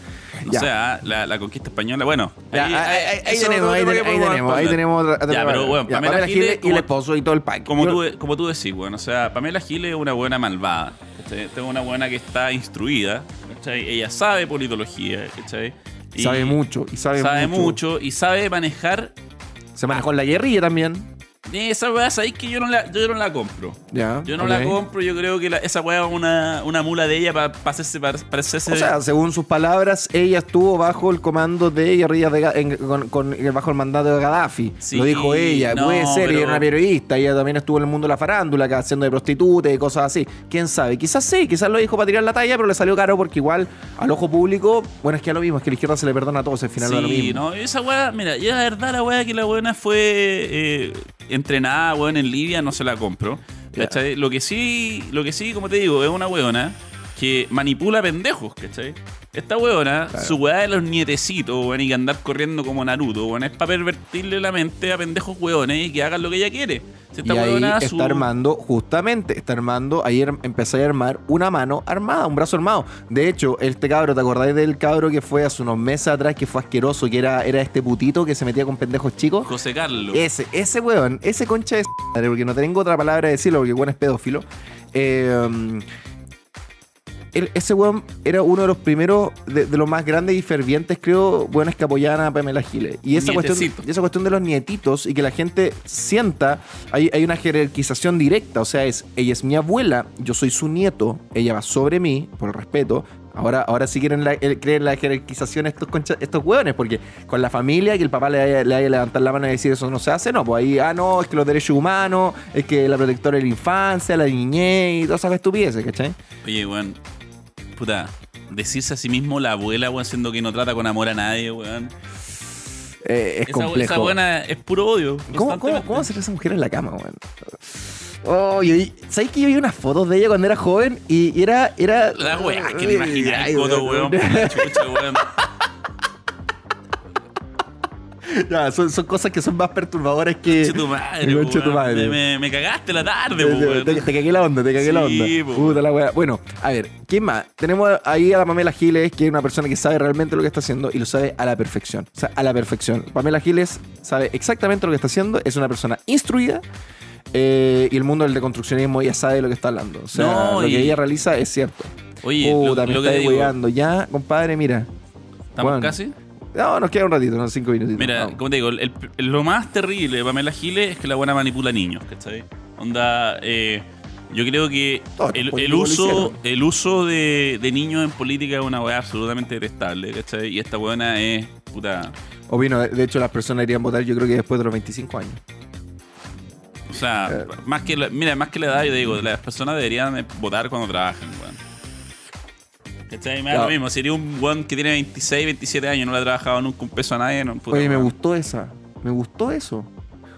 Speaker 2: O
Speaker 1: Ya.
Speaker 2: sea, ah, la, la conquista española, bueno.
Speaker 1: Ya, ahí, ahí- ahí
Speaker 2: eso es
Speaker 1: tenemos,
Speaker 2: otro
Speaker 1: ahí,
Speaker 2: tema que
Speaker 1: ten- ahí
Speaker 2: podemos
Speaker 1: tenemos, ahí
Speaker 2: hablar.
Speaker 1: tenemos otra, otra
Speaker 2: Ya,
Speaker 1: palabra.
Speaker 2: pero bueno,
Speaker 1: Ya,
Speaker 2: Pamela Giles,
Speaker 1: Giles y el
Speaker 2: como-
Speaker 1: esposo y todo el pack.
Speaker 2: Como
Speaker 1: Yo-
Speaker 2: tú, como tú decís, bueno, o sea, Pamela Giles es una buena malvada. ¿cachai? Esta Es una buena que está instruida. ¿cachai? Ella sabe politología. ¿cachai? Y
Speaker 1: sabe mucho, y sabe,
Speaker 2: Sabe mucho y sabe manejar.
Speaker 1: Se manejó en la guerrilla también.
Speaker 2: Eh, Esa weá, sabéis que yo no la, yo no la compro.
Speaker 1: Ya,
Speaker 2: Yo no
Speaker 1: ok.
Speaker 2: la compro, yo creo que la- esa weá es una, una mula de ella para hacerse. pa- pa hacerse-
Speaker 1: O sea, según sus palabras, ella estuvo bajo el comando de guerrillas de Ga- en- con, con- bajo el mandato de Gaddafi.
Speaker 2: Sí,
Speaker 1: Lo dijo ella,
Speaker 2: no,
Speaker 1: puede ser, ella
Speaker 2: pero-
Speaker 1: era una periodista, ella también estuvo en el mundo de la farándula, acá haciendo de prostituta y cosas así. ¿Quién sabe? Quizás sí, quizás lo dijo para tirar la talla, pero le salió caro porque igual al ojo público, bueno, es que a lo mismo, es que a la izquierda se le perdona a todos, al final da lo
Speaker 2: sí,
Speaker 1: mismo.
Speaker 2: no, esa weá, mira, ya la verdad la weá que la weona fue eh, entrenada, weón, en Libia, no se la compro.
Speaker 1: Ya.
Speaker 2: ¿Cachai? Lo que sí, lo que sí, como te digo, es una weona que manipula pendejos, ¿cachai? Esta weona,
Speaker 1: Claro.
Speaker 2: su weá de los nietecitos, weón, y que andar corriendo como Naruto, weón, es para pervertirle la mente a pendejos weones y que hagan lo que ella quiere. Si
Speaker 1: y ahí
Speaker 2: weona,
Speaker 1: está
Speaker 2: su-
Speaker 1: armando, justamente, está armando, ayer empecé a armar una mano armada, un brazo armado. De hecho, este cabro, ¿te acordáis del cabro que fue hace unos meses atrás, que fue asqueroso, que era, era este putito que se metía con pendejos chicos?
Speaker 2: José Carlos.
Speaker 1: Ese, ese weón, ese concha de su madre, porque no tengo otra palabra de decirlo, porque el weón es pedófilo. Eh, um, el- ese weón era uno de los primeros, de, de los más grandes y fervientes, creo, weones que apoyaban a Pamela Giles. Y esa cuestión,
Speaker 2: Nietecito.
Speaker 1: esa cuestión de los nietitos y que la gente sienta, hay, hay una jerarquización directa, o sea, es, ella es mi abuela, yo soy su nieto, ella va sobre mí, por el respeto. Ahora, ahora sí quieren la, el- creen la jerarquización estos, concha- estos hueones, porque con la familia, que el papá le haya, le haya levantado la mano y decir eso no se hace, no, pues ahí, ah, no, es que los derechos humanos, es que la protectora de la infancia, la niñez y todas esas estupideces, ¿cachai?
Speaker 2: Oye, weón. Puta, decirse a sí mismo la abuela, weón, siendo que no trata con amor a nadie, weón.
Speaker 1: Eh, es
Speaker 2: Esa-
Speaker 1: complejo.
Speaker 2: Esa buena es puro odio.
Speaker 1: ¿Cómo, cómo,
Speaker 2: constantemente.
Speaker 1: ¿Cómo será esa mujer en la cama, weón? Oh, yo vi- ¿Sabes que yo vi unas fotos de ella cuando era joven y y era. era
Speaker 2: La weá que te imaginas,
Speaker 1: Ay,
Speaker 2: el coto, weón. por la chucha, weón.
Speaker 1: Ya, son, son cosas que son más perturbadoras que.
Speaker 2: Concha tu madre,
Speaker 1: Concha tu
Speaker 2: weón.
Speaker 1: madre.
Speaker 2: Me- Me, me cagaste la tarde,
Speaker 1: Te,
Speaker 2: weón.
Speaker 1: te- te cagué la onda, te cagué la onda.
Speaker 2: Sí, po.
Speaker 1: Puta la weá. Bueno, a ver, ¿quién más? Tenemos ahí a la Pamela Giles, que es una persona que sabe realmente lo que está haciendo y lo sabe a la perfección. O sea, a la perfección. Pamela Giles sabe exactamente lo que está haciendo, es una persona instruida. eh, y el mundo del deconstruccionismo ya sabe lo que está hablando. O sea,
Speaker 2: No,
Speaker 1: lo que
Speaker 2: y-
Speaker 1: ella realiza es cierto.
Speaker 2: Oye, lo-
Speaker 1: Puta, me
Speaker 2: lo, que te
Speaker 1: estáis
Speaker 2: digo,
Speaker 1: weando. Ya, compadre, mira.
Speaker 2: ¿estamos
Speaker 1: Weón.
Speaker 2: casi?
Speaker 1: No, nos queda un ratito, unos cinco minutitos.
Speaker 2: Mira,
Speaker 1: Vamos.
Speaker 2: como te digo, el- el- lo más terrible de Pamela Giles es que la buena manipula niños, ¿cachai? Onda, eh, yo creo que
Speaker 1: Todos los
Speaker 2: el, el
Speaker 1: políticos lo
Speaker 2: uso,
Speaker 1: hicieron.
Speaker 2: el uso de, de niños en política es una weá absolutamente detestable, ¿cachai? Y esta buena es puta.
Speaker 1: Opino, de- de hecho, las personas irían a votar yo creo que después de los 25 años.
Speaker 2: O sea,
Speaker 1: Eh.
Speaker 2: más que la, mira, más que la edad, yo digo, las personas deberían votar cuando trabajan, weón. ¿Cachai? Me da
Speaker 1: Claro.
Speaker 2: lo mismo. Sería un weón que tiene 26, 27 años, no le ha trabajado nunca un peso a nadie, no puta
Speaker 1: Oye, me
Speaker 2: weón.
Speaker 1: gustó esa. Me gustó eso.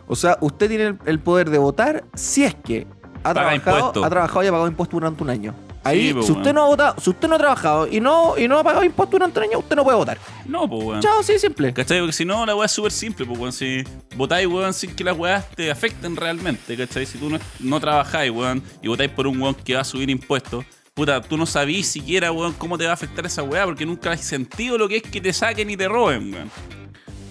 Speaker 1: O sea, usted tiene el, el poder de votar si es que ha
Speaker 2: Paga
Speaker 1: trabajado,
Speaker 2: impuestos.
Speaker 1: ha trabajado y ha pagado impuestos durante un año. Ahí,
Speaker 2: Sí, po,
Speaker 1: si usted
Speaker 2: weón.
Speaker 1: no ha votado, si usted no ha trabajado y no, y no ha pagado impuestos durante un año, usted no puede votar.
Speaker 2: No, pues weón.
Speaker 1: Chao, sí, simple.
Speaker 2: ¿Cachai? Porque si no, la weá es súper simple, pues, weón. Si votáis, weón, sin que las weas te afecten realmente, ¿cachai? Si tú no, no trabajáis, weón, y votáis por un weón que va a subir impuestos, puta, tú no sabís siquiera, weón, cómo te va a afectar esa weá, porque nunca has sentido lo que es que te saquen y te roben, weón.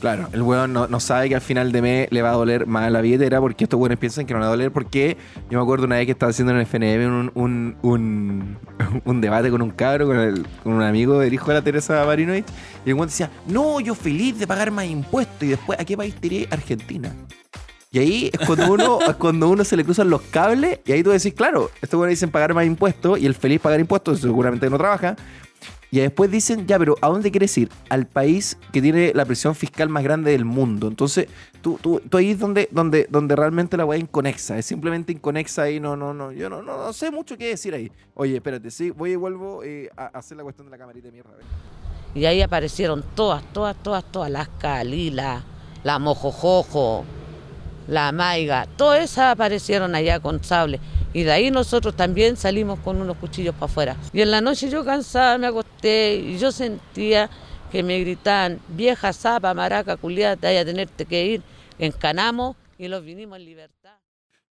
Speaker 1: Claro, el weón no, no sabe que al final de mes le va a doler más la billetera porque estos weones piensan que no le va a doler porque yo me acuerdo una vez que estaba haciendo en el FNM un, un, un, un debate con un cabro, con, el- con un amigo del hijo de la Teresa Marinovich y el weón decía, no, yo feliz de pagar más impuestos y después, ¿a qué país tiré? Argentina. Y ahí es cuando uno, es cuando uno se le cruzan los cables y ahí tú decís, claro, estos weones dicen pagar más impuestos y el feliz pagar impuestos seguramente no trabaja. Y después dicen, ya, pero ¿a dónde quieres ir? Al país que tiene la presión fiscal más grande del mundo. Entonces, tú, tú, tú ahí es donde, donde, donde realmente la weá es inconexa. Es simplemente inconexa y no, no, no. Yo no, no, no sé mucho qué decir ahí. Oye, espérate, sí, voy y vuelvo eh, a a hacer la cuestión de la camarita de mierda. a ver.
Speaker 3: Y de ahí aparecieron todas, todas, todas, todas, las Calila, la Mojojojo, la Maiga, todas esas aparecieron allá con sable. Y de ahí nosotros también salimos con unos cuchillos para afuera. Y en la noche yo cansada me acosté y yo sentía que me gritaban, vieja zapa, maraca, culiada, te vaya a tenerte que ir. Encanamos y los vinimos en libertad.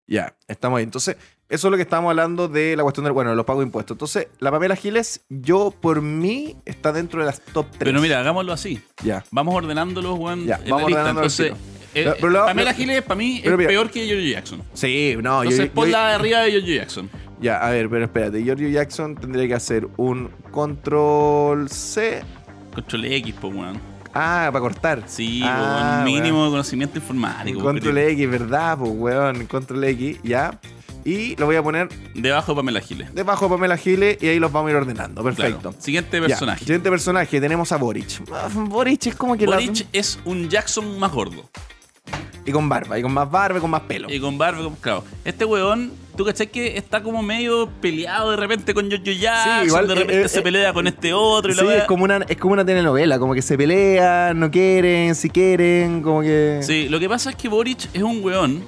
Speaker 1: Ya, estamos ahí. Entonces, eso es lo que estábamos hablando de la cuestión del, bueno, de los pagos de impuestos. Entonces, la Pamela Giles, yo por mí, está dentro de las top 3.
Speaker 2: Pero mira, hagámoslo así.
Speaker 1: Ya.
Speaker 2: Vamos ordenándolos, weón.
Speaker 1: Ya,
Speaker 2: en
Speaker 1: vamos
Speaker 2: la lista.
Speaker 1: ordenándolos
Speaker 2: Entonces,
Speaker 1: al
Speaker 2: eh,
Speaker 1: Pero- pero lo-
Speaker 2: Pamela
Speaker 1: lo-
Speaker 2: Giles, para mí,
Speaker 1: pero
Speaker 2: es
Speaker 1: mira.
Speaker 2: peor que George Jackson.
Speaker 1: Sí, no, yo-
Speaker 2: Entonces,
Speaker 1: yo,
Speaker 2: ponla de arriba de George Jackson.
Speaker 1: Ya, a ver, pero espérate. Giorgio Jackson tendría que hacer un control C.
Speaker 2: Control X, pues, weón.
Speaker 1: Ah, para cortar.
Speaker 2: Sí,
Speaker 1: Ah,
Speaker 2: weón. Mínimo
Speaker 1: weón.
Speaker 2: de conocimiento informático.
Speaker 1: Un
Speaker 2: weón.
Speaker 1: control X, ¿verdad? Pues, weón. Control X, ya. Y lo voy a poner
Speaker 2: Debajo de Pamela Giles.
Speaker 1: debajo de Pamela Giles y ahí los vamos a ir ordenando. Perfecto.
Speaker 2: Claro. Siguiente
Speaker 1: Ya,
Speaker 2: personaje.
Speaker 1: Siguiente personaje, tenemos a Boric. Ah, Boric es como que la-
Speaker 2: Boric es un Jackson más gordo.
Speaker 1: Y con barba, y con más barba, y con más pelo.
Speaker 2: Y con barba, con- claro. Este weón, tú cachai que está como medio peleado de repente con Jojo Jackson.
Speaker 1: igual,
Speaker 2: de repente
Speaker 1: eh, eh,
Speaker 2: se
Speaker 1: eh,
Speaker 2: pelea con este otro y la
Speaker 1: Sí, es
Speaker 2: weá.
Speaker 1: como, una, es como una telenovela, como que se pelean, no quieren, si quieren, como que...
Speaker 2: Sí, lo que pasa es que Boric es un weón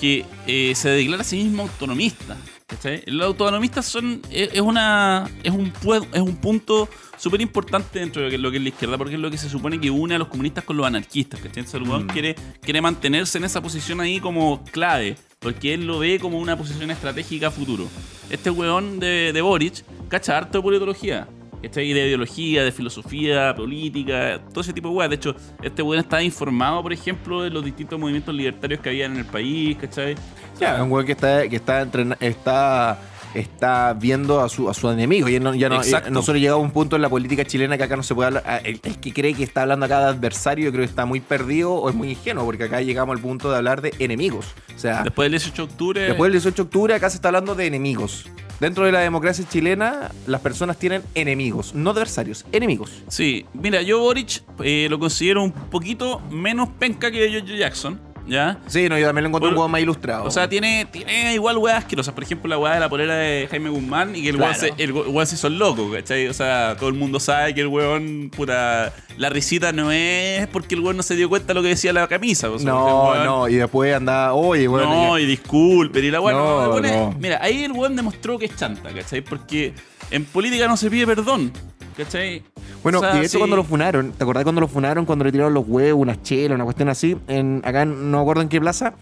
Speaker 2: que eh, se declara a sí mismo autonomista. ¿cachai? Los autonomistas son, eh, es, es una, es, un, pue- es un punto súper importante dentro de lo que- lo que es la izquierda, porque es lo que se supone que une a los comunistas con los anarquistas. ¿cachai? Entonces, el weón
Speaker 1: Mm.
Speaker 2: quiere, quiere mantenerse en esa posición ahí como clave, porque él lo ve como una posición estratégica a futuro. Este weón de, de Boric cacha harto de politología. ¿cachai? Y de ideología, de filosofía, política, todo ese tipo de weas. De hecho, este weón está informado, por ejemplo, de los distintos movimientos libertarios que había en el país, ¿cachai? O sea,
Speaker 1: Ya, es un weón que está, que está, entrena- está, está viendo a su, a su enemigo. Y no, ya no,
Speaker 2: Exacto.
Speaker 1: ya- nosotros llegamos a un punto en la política chilena que acá no se puede hablar. ah, El, el que cree que está hablando acá de adversario, yo creo que está muy perdido o es muy ingenuo, porque acá llegamos al punto de hablar de enemigos. O sea,
Speaker 2: Después del 18 de octubre.
Speaker 1: después del 18 Ah. de octubre acá se está hablando de enemigos. Dentro de la democracia chilena, las personas tienen enemigos, no adversarios, enemigos.
Speaker 2: Sí, mira, yo Boric eh, lo considero un poquito menos penca que George Jackson, ¿ya?
Speaker 1: Sí, no, yo también lo encuentro
Speaker 2: Bueno,
Speaker 1: un hueón más ilustrado.
Speaker 2: O sea, tiene, tiene igual weas asquerosas. Por ejemplo, la wea de la polera de Jaime Guzmán y que el weón
Speaker 1: Claro.
Speaker 2: se, el go- weón se hizo el loco, ¿cachai? O sea, todo el mundo sabe que el weón, puta, la risita no es porque el weón no se dio cuenta de lo que decía la camisa. o sea,
Speaker 1: no,
Speaker 2: el weón-
Speaker 1: no, y después anda, oye, bueno.
Speaker 2: no, y disculpen, y la weá.
Speaker 1: No,
Speaker 2: no, el weón es-
Speaker 1: no.
Speaker 2: Mira, ahí el weón demostró que es chanta, ¿cachai? Porque en política no se pide perdón, ¿cachai?
Speaker 1: Bueno,
Speaker 2: O sea,
Speaker 1: y de hecho
Speaker 2: sí.
Speaker 1: cuando lo funaron, ¿te acordás cuando lo funaron? Cuando le tiraron los huevos, unas chelas, una cuestión así, en, acá en- no me acuerdo en qué plaza.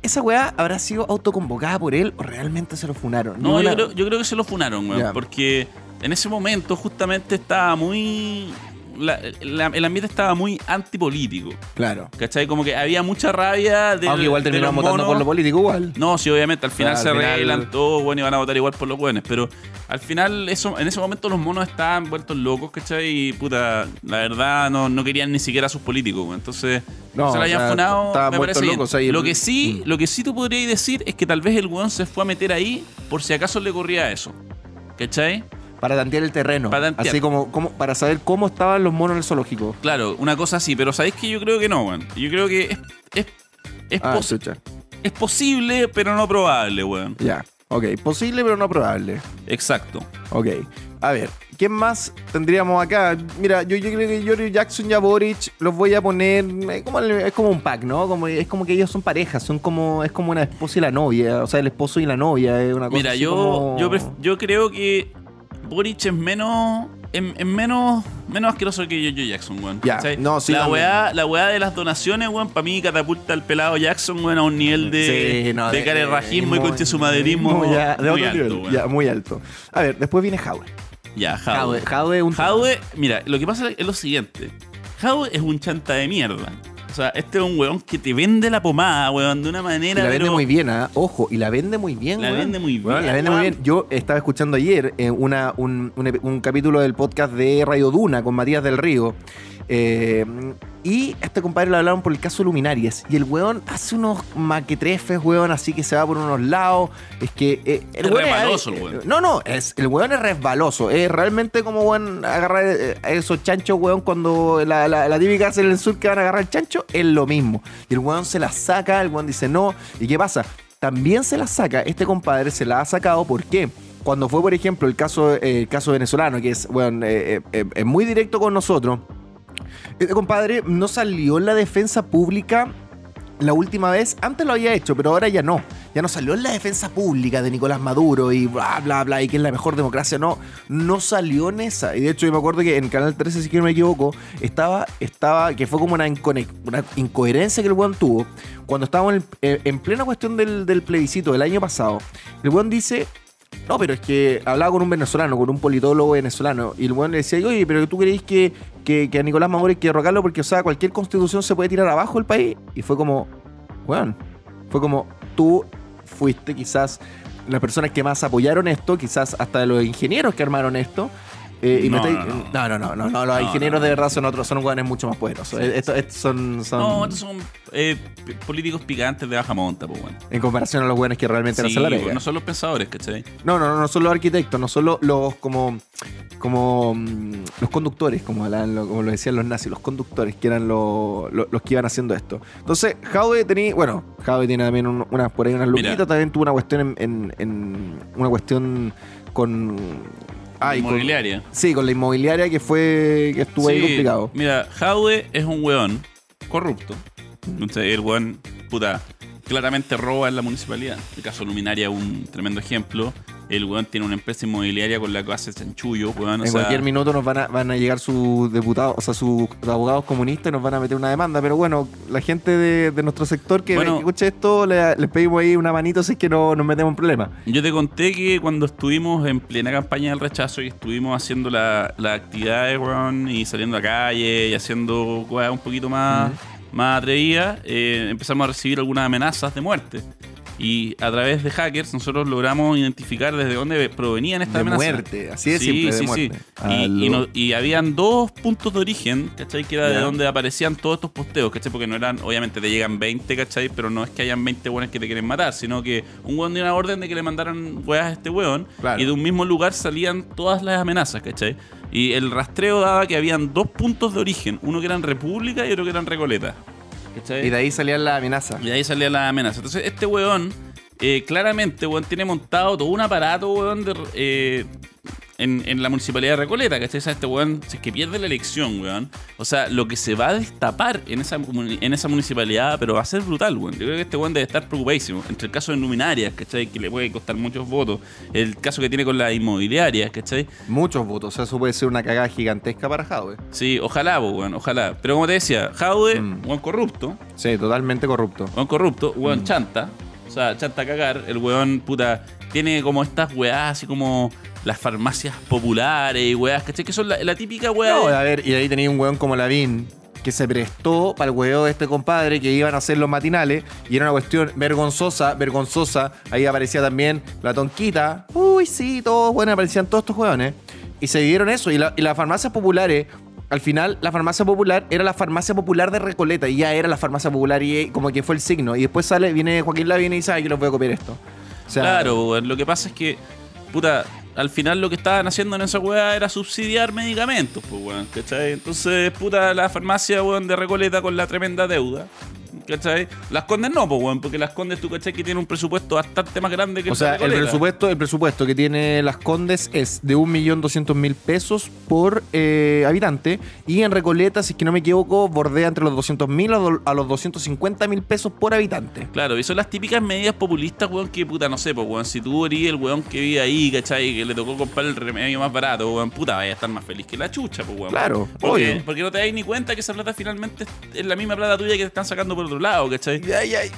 Speaker 1: ¿Esa weá habrá sido autoconvocada por él o realmente se lo funaron?
Speaker 2: No, yo,
Speaker 1: la-
Speaker 2: creo, yo creo que se lo funaron, weón.
Speaker 1: Ya.
Speaker 2: Porque en ese momento justamente estaba muy. la- la- el ambiente estaba muy antipolítico.
Speaker 1: Claro.
Speaker 2: ¿Cachai? Como que había mucha rabia de.
Speaker 1: Aunque igual
Speaker 2: de
Speaker 1: terminaron
Speaker 2: los
Speaker 1: votando por
Speaker 2: monos.
Speaker 1: lo político igual.
Speaker 2: No, sí, obviamente, al final
Speaker 1: Claro,
Speaker 2: se
Speaker 1: al final-
Speaker 2: arreglan todo, bueno, y van a votar igual por los buenos. Pero al final, eso, en ese momento los monos estaban vueltos locos, ¿cachai? Y puta, la verdad, no, no querían ni siquiera a sus políticos, weón. Entonces,
Speaker 1: No,
Speaker 2: se lo
Speaker 1: o
Speaker 2: hayan
Speaker 1: sea,
Speaker 2: funado,
Speaker 1: estaban
Speaker 2: me
Speaker 1: vueltos
Speaker 2: parece bien.
Speaker 1: locos, o sea, y el- Mm.
Speaker 2: lo, que sí, lo que sí tú podrías decir es que tal vez el weón se fue a meter ahí por si acaso le corría eso. ¿Cachai?
Speaker 1: Para tantear el terreno.
Speaker 2: Para tantear.
Speaker 1: Así como, como para saber cómo estaban los monos en el zoológico.
Speaker 2: Claro, una cosa así, pero sabéis que yo creo que no, weón. Yo creo que es, es, es
Speaker 1: Ah,
Speaker 2: pos-
Speaker 1: chucha.
Speaker 2: es posible, pero no probable, weón.
Speaker 1: Ya. Ok. Posible pero no probable.
Speaker 2: Exacto.
Speaker 1: Ok. A ver, ¿quién más tendríamos acá? Mira, yo, yo creo que Giorgio Jackson y a Boric los voy a poner. eh, como el- es como un pack, ¿no? Como, es como que ellos son parejas, son como. Es como una esposa y la novia. O sea, el esposo y la novia. Es una cosa
Speaker 2: Mira,
Speaker 1: así
Speaker 2: yo,
Speaker 1: como-
Speaker 2: yo, pref- yo creo que Boric es menos. Es, es menos, menos asqueroso que Jojo Jackson, weón.
Speaker 1: Ya,
Speaker 2: ¿cachai?
Speaker 1: no, sí,
Speaker 2: la,
Speaker 1: también.
Speaker 2: weá, la weá de las donaciones, weón, para mí catapulta al pelado Jackson, weón, a un nivel de,
Speaker 1: Sí, no,
Speaker 2: de, carerrajismo y conchesumaderismo
Speaker 1: ya, de
Speaker 2: muy
Speaker 1: otro
Speaker 2: alto,
Speaker 1: nivel,
Speaker 2: weón.
Speaker 1: ya, muy alto. A ver, después viene Howe.
Speaker 2: Ya, Jadwe.
Speaker 1: Howe es un.
Speaker 2: Jadwe, mira, lo que pasa es lo siguiente. Jadwe es un chanta de mierda. O sea, este es un weón que te vende la pomada, weón, de una
Speaker 1: Y
Speaker 2: manera...
Speaker 1: la vende
Speaker 2: pero-
Speaker 1: muy bien, ¿ah? Ojo, y la vende muy bien,
Speaker 2: La
Speaker 1: weón.
Speaker 2: vende muy bien,
Speaker 1: Weón, la vende muy
Speaker 2: weón.
Speaker 1: bien. Yo estaba escuchando ayer eh, una, un, un ep- un capítulo del podcast de Radio Duna con Matías del Río. Eh, y a este compadre lo hablaron por el caso Luminarias. Y el weón hace unos maquetrefes, weón, así que se va por unos lados. Es que. eh, el
Speaker 2: Es
Speaker 1: weón
Speaker 2: resbaloso, el weón.
Speaker 1: No, no, es, el weón es resbaloso. Es realmente como weón agarrar eh, a esos chanchos, weón, cuando la, la, la típica hace en el sur que van a agarrar el chancho, es lo mismo. Y el weón se la saca, el weón dice no. ¿Y qué pasa? También se la saca, este compadre se la ha sacado, ¿por qué? Cuando fue, por ejemplo, el caso, eh, el caso venezolano, que es, weón, eh, eh, eh, es muy directo con nosotros. Este compadre no salió en la defensa pública la última vez. Antes lo había hecho, pero ahora ya no. Ya no salió en la defensa pública de Nicolás Maduro y bla, bla, bla, y que es la mejor democracia. No, no salió en esa. Y de hecho, yo me acuerdo que en Canal 13, si que no me equivoco, estaba, estaba que fue como una, incone- una incoherencia que el weón tuvo. Cuando estábamos en, el- eh, en plena cuestión del, del plebiscito del año pasado, el weón dice no, pero es que hablaba con un venezolano, con un politólogo venezolano, y el weón le decía, oye, pero tú creéis que, que, que a Nicolás Maduro hay que derrocarlo porque, o sea, cualquier constitución se puede tirar abajo el país. Y fue como, weón, fue como, tú fuiste quizás las personas que más apoyaron esto, quizás hasta los ingenieros que armaron esto. eh, y me
Speaker 2: No,
Speaker 1: estáis-
Speaker 2: no,
Speaker 1: no, no, no, no, no, los
Speaker 2: No,
Speaker 1: ingenieros
Speaker 2: no,
Speaker 1: de verdad son otros, son weones mucho más poderosos. Eh, Estos, estos son, son-
Speaker 2: No, estos son eh, p- políticos picantes de baja monta, pues, weón.
Speaker 1: en comparación a los weones que realmente
Speaker 2: Sí,
Speaker 1: hacen la
Speaker 2: pues,
Speaker 1: pega.
Speaker 2: no son los pensadores, ¿cachai?
Speaker 1: No, no, no, no son los arquitectos, no son los, los como, como mm, los conductores, como, hablaban lo- como lo decían los nazis, los conductores que eran lo- lo- los que iban haciendo esto. Entonces, Jaude tenía, bueno, Jaude tiene también un- unas por ahí unas
Speaker 2: Mira.
Speaker 1: luquitas, también tuvo una cuestión en, en- en- una cuestión con ay, Ah, con-
Speaker 2: Inmobiliaria.
Speaker 1: sí, con la inmobiliaria que fue que estuvo ahí
Speaker 2: Sí,
Speaker 1: complicado. Mm.
Speaker 2: Mira, Jaude es un weón corrupto. Entonces, el weón, puta, claramente roba en la municipalidad. El caso Luminaria es un tremendo ejemplo. El weón tiene una empresa inmobiliaria con la que hace chanchullo, weón.
Speaker 1: en
Speaker 2: o sea,
Speaker 1: cualquier minuto nos van a, van a llegar sus diputados, o sea, sus abogados comunistas y nos van a meter una demanda. Pero bueno, la gente de, de nuestro sector que,
Speaker 2: Bueno.
Speaker 1: que escuche esto, le- les pedimos ahí una manito si es que no nos metemos en problemas.
Speaker 2: Yo te conté que cuando estuvimos en plena campaña del rechazo y estuvimos haciendo la- las actividades, weón, y saliendo a calle y haciendo weas un poquito más, más atrevidas, eh, empezamos a recibir algunas amenazas de muerte. Y a través de hackers nosotros logramos identificar desde dónde provenían estas
Speaker 1: De
Speaker 2: amenazas.
Speaker 1: muerte, así de simple, de muerte.
Speaker 2: Y- Y,
Speaker 1: Aló.
Speaker 2: no- y habían dos puntos de origen, ¿cachai? Que era de
Speaker 1: Ya.
Speaker 2: donde aparecían todos estos posteos, ¿cachai? Porque no eran, obviamente te llegan 20, ¿cachai? Pero no es que hayan 20 buenas que te quieren matar, sino que un weón dio una orden de que le mandaran weas a este weón.
Speaker 1: Claro.
Speaker 2: Y de un mismo lugar salían todas las amenazas, ¿cachai? Y el rastreo daba que habían dos puntos de origen, uno que eran República y otro que eran Recoleta. ¿Cachai?
Speaker 1: Y de ahí salía la amenaza.
Speaker 2: Y de ahí salía la amenaza. Entonces, este weón, eh, claramente, weón, tiene montado todo un aparato, weón, de, eh, en, en la municipalidad de Recoleta, ¿cachai? O sea, este weón, si es que pierde la elección, weón. O sea, lo que se va a destapar en esa, comuni- en esa municipalidad, pero va a ser brutal, weón. Yo creo que este weón debe estar preocupadísimo. Entre el caso de luminarias, ¿cachai? Que le puede costar muchos votos. El caso que tiene con las inmobiliarias, ¿cachai?
Speaker 1: Muchos votos, o sea, eso puede ser una cagada gigantesca para Jadwe.
Speaker 2: Sí, ojalá, po, weón, ojalá. Pero como te decía, Jaude,
Speaker 1: Mm.
Speaker 2: weón corrupto.
Speaker 1: Sí, totalmente corrupto.
Speaker 2: Weón corrupto, weón
Speaker 1: Mm.
Speaker 2: chanta. O sea, chanta a cagar. El weón, puta, tiene como estas weás, así como las farmacias populares y weás, ¿cachai? Que son la, la típica weá.
Speaker 1: No,
Speaker 2: de-
Speaker 1: a ver, y ahí tenía un weón como Lavín que se prestó para el huevo de este compadre que iban a hacer los matinales y era una cuestión vergonzosa, vergonzosa. Ahí aparecía también la tonquita. Uy, sí, todos, bueno, aparecían todos estos hueones. Y se dieron eso. Y, la- y las farmacias populares, al final, la farmacia popular era la farmacia popular de Recoleta y ya era la farmacia popular y eh, como que fue el signo. Y después sale, viene Joaquín Lavín y dice, ay, yo les voy a copiar esto. O sea,
Speaker 2: Claro, weón. Lo que pasa es que, puta, al final lo que estaban haciendo en esa weá era subsidiar medicamentos, pues weón, ¿cachai? Entonces, puta, la farmacia, weón, de Recoleta con la tremenda deuda. ¿Cachai? Las condes no, pues, weón, porque las condes tú, ¿cachai? Que tiene un presupuesto bastante más grande que
Speaker 1: O
Speaker 2: el de
Speaker 1: sea, el
Speaker 2: Recoleta.
Speaker 1: presupuesto, el presupuesto que tiene Las Condes es de 1.200.000 pesos por eh, habitante. Y en Recoleta, si es que no me equivoco, bordea entre los 200.000 a do- a los 250.000 pesos por habitante.
Speaker 2: Claro, y son las típicas medidas populistas, weón, que puta, no sé, pues, weón, si tú eres el weón que vive ahí, ¿cachai? Que le tocó comprar el remedio más barato, weón, puta, vaya a estar más feliz que la chucha, pues, weón.
Speaker 1: Claro,
Speaker 2: porque,
Speaker 1: obvio.
Speaker 2: porque no te das ni cuenta que esa plata finalmente es la misma plata tuya que te están sacando por otro lado, ¿cachai?
Speaker 1: Ay, ay,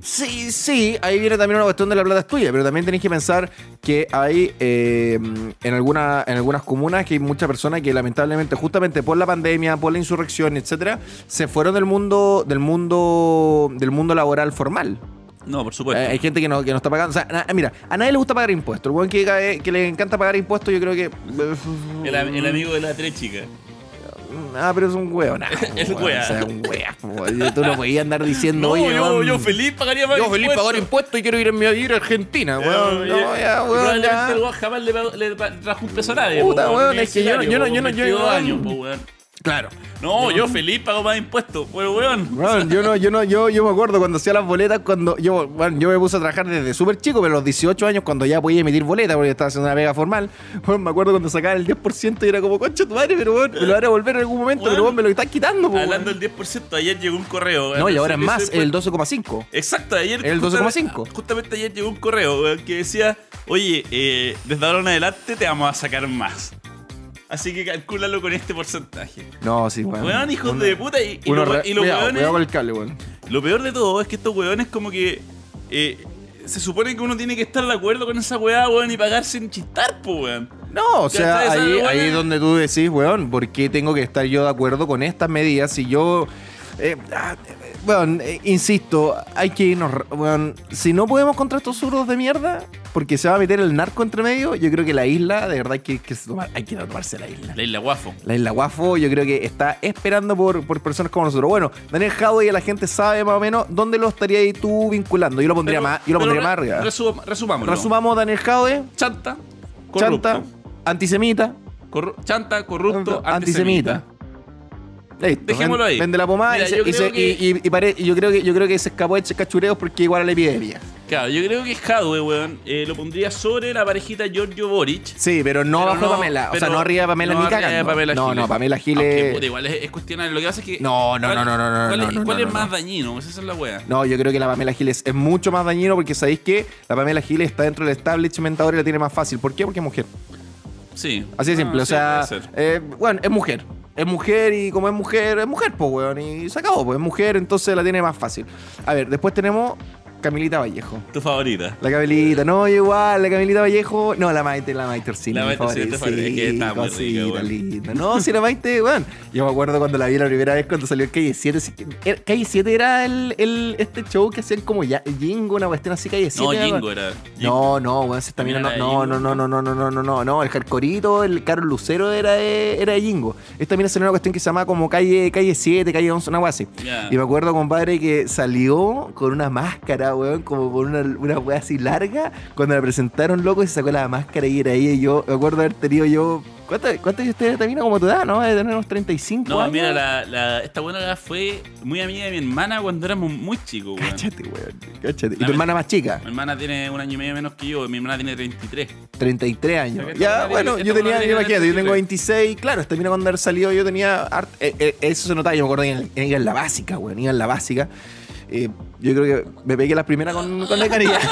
Speaker 1: Sí, sí, ahí viene también una cuestión de la plata es tuya, pero también tenéis que pensar que hay eh, en, alguna, en algunas comunas que hay muchas personas que lamentablemente, justamente por la pandemia, por la insurrección, etcétera, se fueron del mundo, del mundo, del mundo laboral formal.
Speaker 2: No, por supuesto.
Speaker 1: Eh, hay gente que no, que no está pagando. O sea, na- mira, a nadie le gusta pagar impuestos. El weón que, cae- que le encanta pagar impuestos, yo creo que.
Speaker 2: el, am- el amigo de la tres chicas.
Speaker 1: Ah, pero es un weón. Ah,
Speaker 2: Es
Speaker 1: weón,
Speaker 2: wea.
Speaker 1: o sea, un wea, po. Tú no podías andar diciendo, oye,
Speaker 2: yo,
Speaker 1: weón,
Speaker 2: yo feliz pagaría más
Speaker 1: yo feliz
Speaker 2: impuestos.
Speaker 1: pagar impuestos y quiero ir a mi a vivir a Argentina, weón.
Speaker 2: Eh,
Speaker 1: No, ya, weón.
Speaker 2: y probablemente
Speaker 1: ya.
Speaker 2: el weón jamás le, pagó- le pa- trajo un peso a nadie.
Speaker 1: Puta,
Speaker 2: po,
Speaker 1: weón, es que yo no- yo no- yo no- yo-
Speaker 2: 22
Speaker 1: yo-
Speaker 2: años, po, weón.
Speaker 1: Claro.
Speaker 2: No, yo feliz pago más impuestos. Bueno, weón.
Speaker 1: Weón, yo no, yo no, yo, yo me acuerdo cuando hacía las boletas, cuando yo, bueno, yo me puse a trabajar desde súper chico, pero a los 18 años, cuando ya podía emitir boletas, porque estaba haciendo una pega formal, weón, me acuerdo cuando sacaba el 10% y era como, concha tu madre, pero weón, me lo van a volver en algún momento,
Speaker 2: Weón.
Speaker 1: pero weón, me lo están quitando, po, weón.
Speaker 2: Hablando del 10%, ayer llegó un correo. weón.
Speaker 1: No, y ahora es
Speaker 2: Ese-
Speaker 1: más,
Speaker 2: ese-
Speaker 1: el 12,5.
Speaker 2: Exacto, ayer.
Speaker 1: el
Speaker 2: justamente-
Speaker 1: 12,5.
Speaker 2: Justamente ayer llegó un correo weón, que decía: Oye, eh, desde ahora en adelante te vamos a sacar más. Así que calcúlalo con este porcentaje.
Speaker 1: No, sí, weón.
Speaker 2: Weón, hijos
Speaker 1: Uno-
Speaker 2: de puta. Y, y
Speaker 1: uno
Speaker 2: lo-
Speaker 1: re-
Speaker 2: y los
Speaker 1: cuidado,
Speaker 2: weones-
Speaker 1: cuidado con el cable, weón.
Speaker 2: Lo peor de todo es que estos weones como que... eh, se supone que uno tiene que estar de acuerdo con esa weá, weón, y pagar sin chistar, po, weón.
Speaker 1: No, o
Speaker 2: Ya
Speaker 1: sea,
Speaker 2: está, esa
Speaker 1: ahí,
Speaker 2: buena.
Speaker 1: ahí es donde tú decís, weón, ¿por qué tengo que estar yo de acuerdo con estas medidas si yo... eh, ah, eh, weón, eh, insisto, hay que irnos... ra- Weón, si no podemos contra estos zurdos de mierda, porque se va a meter el narco entre medio, yo creo que la isla, de verdad, hay que, que se tomar, hay que tomarse la isla.
Speaker 2: La isla guafo.
Speaker 1: La isla Guafo yo creo que está esperando por, por personas como nosotros. Bueno, Daniel Jadwe y la gente sabe más o menos dónde lo estaría ahí tú vinculando. Yo lo pondría
Speaker 2: Pero-
Speaker 1: más, yo lo
Speaker 2: pero
Speaker 1: pondría más
Speaker 2: re-
Speaker 1: arriba.
Speaker 2: resum- resumámoslo.
Speaker 1: Resumamos Daniel Jadwe,
Speaker 2: Chanta, corrupto.
Speaker 1: chanta, antisemita,
Speaker 2: Corru- chanta, corrupto, antisemita.
Speaker 1: antisemita. Listo,
Speaker 2: Dejémoslo
Speaker 1: ven-
Speaker 2: ahí.
Speaker 1: Vende la pomada
Speaker 2: Mira,
Speaker 1: y, se-
Speaker 2: yo
Speaker 1: y se-
Speaker 2: creo que-
Speaker 1: y- y- y pare- y yo creo que yo creo que se escapó de cachureos porque igual a la epidemia.
Speaker 2: Claro, yo creo que Hadwe, weón, eh, lo pondría sobre la parejita Giorgio Boric.
Speaker 1: Sí, pero no
Speaker 2: Pero
Speaker 1: bajo
Speaker 2: no-
Speaker 1: Pamela. O sea,
Speaker 2: pero
Speaker 1: no arriba de Pamela
Speaker 2: no
Speaker 1: ni
Speaker 2: arriba de
Speaker 1: cagando.
Speaker 2: Pamela
Speaker 1: no,
Speaker 2: Giles.
Speaker 1: no, Pamela
Speaker 2: Aunque,
Speaker 1: Giles.
Speaker 2: puta, igual es, es cuestionable. Lo que pasa es que.
Speaker 1: No, no,
Speaker 2: ¿cuál-
Speaker 1: no, no, no, no,
Speaker 2: ¿Cuál,
Speaker 1: no,
Speaker 2: es,
Speaker 1: no,
Speaker 2: cuál
Speaker 1: no,
Speaker 2: es
Speaker 1: no.
Speaker 2: más dañino? Pues Esa es la weá.
Speaker 1: No, yo creo que la Pamela Giles es mucho más dañino porque sabéis que la Pamela Giles está dentro del establishment ahora y la tiene más fácil. ¿Por qué? Porque es mujer.
Speaker 2: Sí.
Speaker 1: Así de
Speaker 2: Ah,
Speaker 1: simple. o
Speaker 2: sí,
Speaker 1: sea,
Speaker 2: puede ser.
Speaker 1: eh, bueno, es mujer. Es mujer y como es mujer, es mujer, pues, weón. Y se acabó, pues, es mujer, entonces la tiene más fácil. A ver, después tenemos Camilita Vallejo.
Speaker 2: Tu favorita.
Speaker 1: La Camilita, no, yo igual, la Camilita Vallejo. No, la Maite, la Maite Orsini.
Speaker 2: La
Speaker 1: mi
Speaker 2: Maite Orsini,
Speaker 1: favorita,
Speaker 2: tu favorita, que está muy
Speaker 1: cosita
Speaker 2: rica, weón.
Speaker 1: linda. No, si la Maite, weón. Yo me acuerdo cuando la vi la primera vez cuando salió en Calle 7. sí que- era- Calle 7 era el, el- este show que hacían como ya, Jingo, una cuestión así, Calle 7.
Speaker 2: No,
Speaker 1: era-
Speaker 2: Jingo era.
Speaker 1: no,
Speaker 2: Jingo.
Speaker 1: no, weón, se está
Speaker 2: También
Speaker 1: mirando.
Speaker 2: era
Speaker 1: No,
Speaker 2: de
Speaker 1: no, no,
Speaker 2: Jingo.
Speaker 1: no, no, no, no, no, no, no. El hardcoreito, el Carlos Lucero era de, era de Jingo. Esta mina salió en una cuestión que se llama como calle, calle 7, calle 11, una wea así.
Speaker 2: Ya.
Speaker 1: Y me acuerdo, compadre, que salió con una máscara, weón, como con una, una wea así larga. Cuando la presentaron, loco, y se sacó la máscara y era ella. Y yo, me acuerdo haber tenido yo. ¿Cuántos cuántos años tiene esta mina como tu edad, no? De tener unos 35
Speaker 2: No,
Speaker 1: años.
Speaker 2: mira, la, la- esta buena fue muy amiga de mi hermana cuando éramos muy chicos, weón.
Speaker 1: Cáchate, weón, cáchate. Y tu
Speaker 2: La men-
Speaker 1: hermana más chica,
Speaker 2: Mi hermana tiene un año y medio menos que yo, mi hermana tiene 33.
Speaker 1: 33 años.
Speaker 2: Pero que
Speaker 1: Ya,
Speaker 2: esta
Speaker 1: bueno,
Speaker 2: madre-
Speaker 1: yo
Speaker 2: esta
Speaker 1: tenía,
Speaker 2: madre
Speaker 1: yo imagínate, yo
Speaker 2: tiene
Speaker 1: tengo
Speaker 2: 33.
Speaker 1: 26, claro, esta mina cuando haber salido yo tenía, hart- eh, eh, eso se notaba, yo me acuerdo que en, en- iba en la básica, weón, iba en la básica. Eh, yo creo que me pegué las primeras con, con la carilla.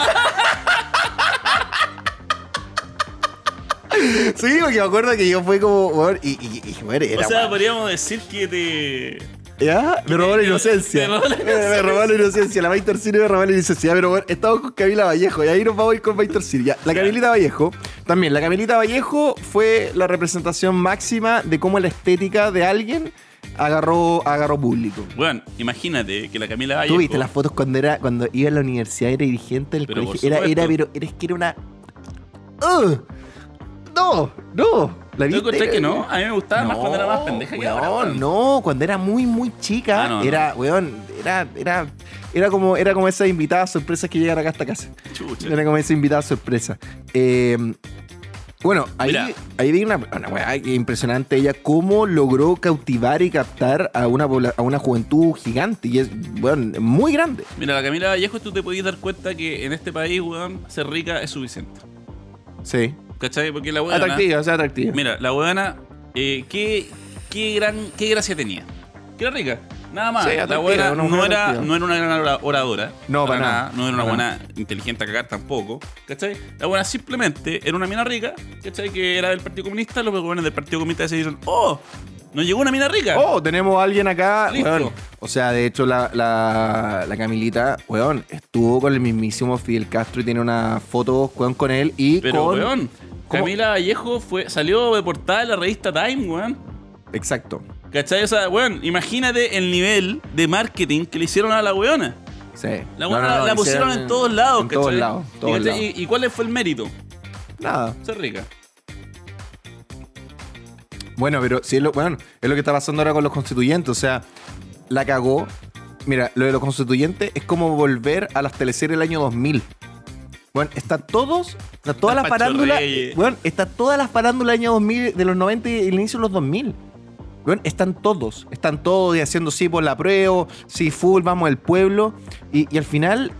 Speaker 1: sí, porque me acuerdo que yo fue como, weón, y, y, y, weón,
Speaker 2: O
Speaker 1: era,
Speaker 2: sea, podríamos decir que te.
Speaker 1: ¿Ya? Me robó la inocencia.
Speaker 2: Me robó la
Speaker 1: Me- Me robó la inocencia. La Maite Orsini me robó la inocencia. Ya, Pero bueno, estamos con Camila Vallejo. Y ahí nos vamos a ir con Maite Orsini. Ya, La Camilita Vallejo. También, la Camilita Vallejo fue la representación máxima de cómo la estética de alguien agarró, agarró público.
Speaker 2: Bueno, imagínate que la Camila Valle.
Speaker 1: Tú viste las fotos cuando era cuando iba a la universidad, era dirigente del
Speaker 2: Pero por
Speaker 1: colegio. Era, era,
Speaker 2: supuesto.
Speaker 1: pero era, es que era una. ¡Ugh! ¡No! ¡No! ¿La
Speaker 2: Yo
Speaker 1: viste?
Speaker 2: encontré que no, a mí me gustaba más cuando era más pendeja que
Speaker 1: weón,
Speaker 2: ahora. weón.
Speaker 1: No, cuando era muy, muy chica,
Speaker 2: Ah, no, no.
Speaker 1: era, weón, era, era, era como, era como esas invitadas sorpresas que llegan acá hasta casa.
Speaker 2: Chucha.
Speaker 1: Era como esa invitada sorpresa. Eh, bueno, ahí,
Speaker 2: Mira.
Speaker 1: ahí vi una, una weá que impresionante ella, cómo logró cautivar y captar a una, pobla- a una juventud gigante. Y es, weón, muy grande.
Speaker 2: Mira, la Camila Vallejo, tú te podías dar cuenta que en este país, weón, ser rica es suficiente.
Speaker 1: Sí.
Speaker 2: ¿Cachai? Porque la weona.
Speaker 1: atractiva, o sea, atractiva.
Speaker 2: Mira, la weona, eh, ¿qué, qué, gran, qué gracia tenía. Que era rica. Nada más.
Speaker 1: Sí,
Speaker 2: la
Speaker 1: atractiva,
Speaker 2: weona
Speaker 1: una
Speaker 2: no
Speaker 1: mujer
Speaker 2: era,
Speaker 1: atractiva.
Speaker 2: no era una gran ora- oradora.
Speaker 1: No, para nada.
Speaker 2: No era una
Speaker 1: Para
Speaker 2: buena inteligente a cagar tampoco. ¿Cachai? La buena simplemente era una mina rica, ¿cachai? Que era del Partido Comunista. Los weones del Partido Comunista decidieron, ¡oh! Nos llegó una mina rica.
Speaker 1: Oh, tenemos a alguien acá.
Speaker 2: Listo.
Speaker 1: weón. O sea, de hecho, la, la, la Camilita, weón, estuvo con el mismísimo Fidel Castro y tiene una foto, weón, con él y
Speaker 2: Pero,
Speaker 1: con.
Speaker 2: weón,
Speaker 1: ¿Cómo?
Speaker 2: Camila Vallejo fue, salió de portada de la revista Time, weón.
Speaker 1: Exacto.
Speaker 2: ¿Cachai? O sea, weón, imagínate el nivel de marketing que le hicieron a la weona.
Speaker 1: Sí.
Speaker 2: La
Speaker 1: No, no, no,
Speaker 2: weona la
Speaker 1: hicieron
Speaker 2: pusieron en todos lados,
Speaker 1: En
Speaker 2: ¿cachai?
Speaker 1: todos lados.
Speaker 2: ¿Y este,
Speaker 1: todos
Speaker 2: cachai?
Speaker 1: lados.
Speaker 2: ¿Y, y cuál fue el mérito?
Speaker 1: Nada.
Speaker 2: Ser rica.
Speaker 1: Bueno, pero sí es lo, bueno, es lo que está pasando ahora con los constituyentes. O sea, la cagó. Mira, lo de los constituyentes es como volver a las teleseries del año 2000. Bueno, está todos, está toda la
Speaker 2: Está Pancho
Speaker 1: farándula.
Speaker 2: Reyes.
Speaker 1: Bueno, está toda la farándula del año 2000, de los 90 y el inicio de los 2000. Bueno, están todos, están todos y haciendo sí por la prueba, sí full, vamos el pueblo. Y, y al final,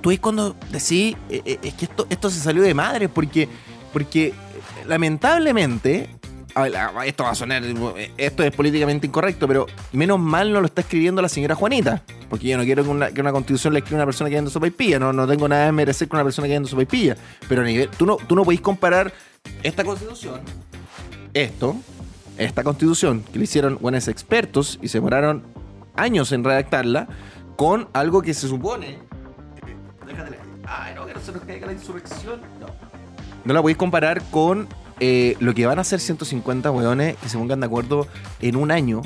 Speaker 1: tú ves cuando decís, eh, eh, es que esto, esto se salió de madre, porque, porque eh, lamentablemente, a ver, a- esto va a sonar, eh, esto es políticamente incorrecto, pero menos mal no lo está escribiendo la señora Juanita, porque yo no quiero que una, que una constitución la escriba una persona que vende sopa y pilla, no, no tengo nada de merecer con una persona que vende sopa y pilla, pero a nivel, tú no, tú no podís comparar esta constitución, esto, esta constitución, que le hicieron buenos expertos y se demoraron años en redactarla, con algo que se supone eh, Déjatela. Ay, no, que no se nos caiga la insurrección. No. No la podéis comparar con eh, lo que van a hacer 150 weones que se pongan de acuerdo en un año.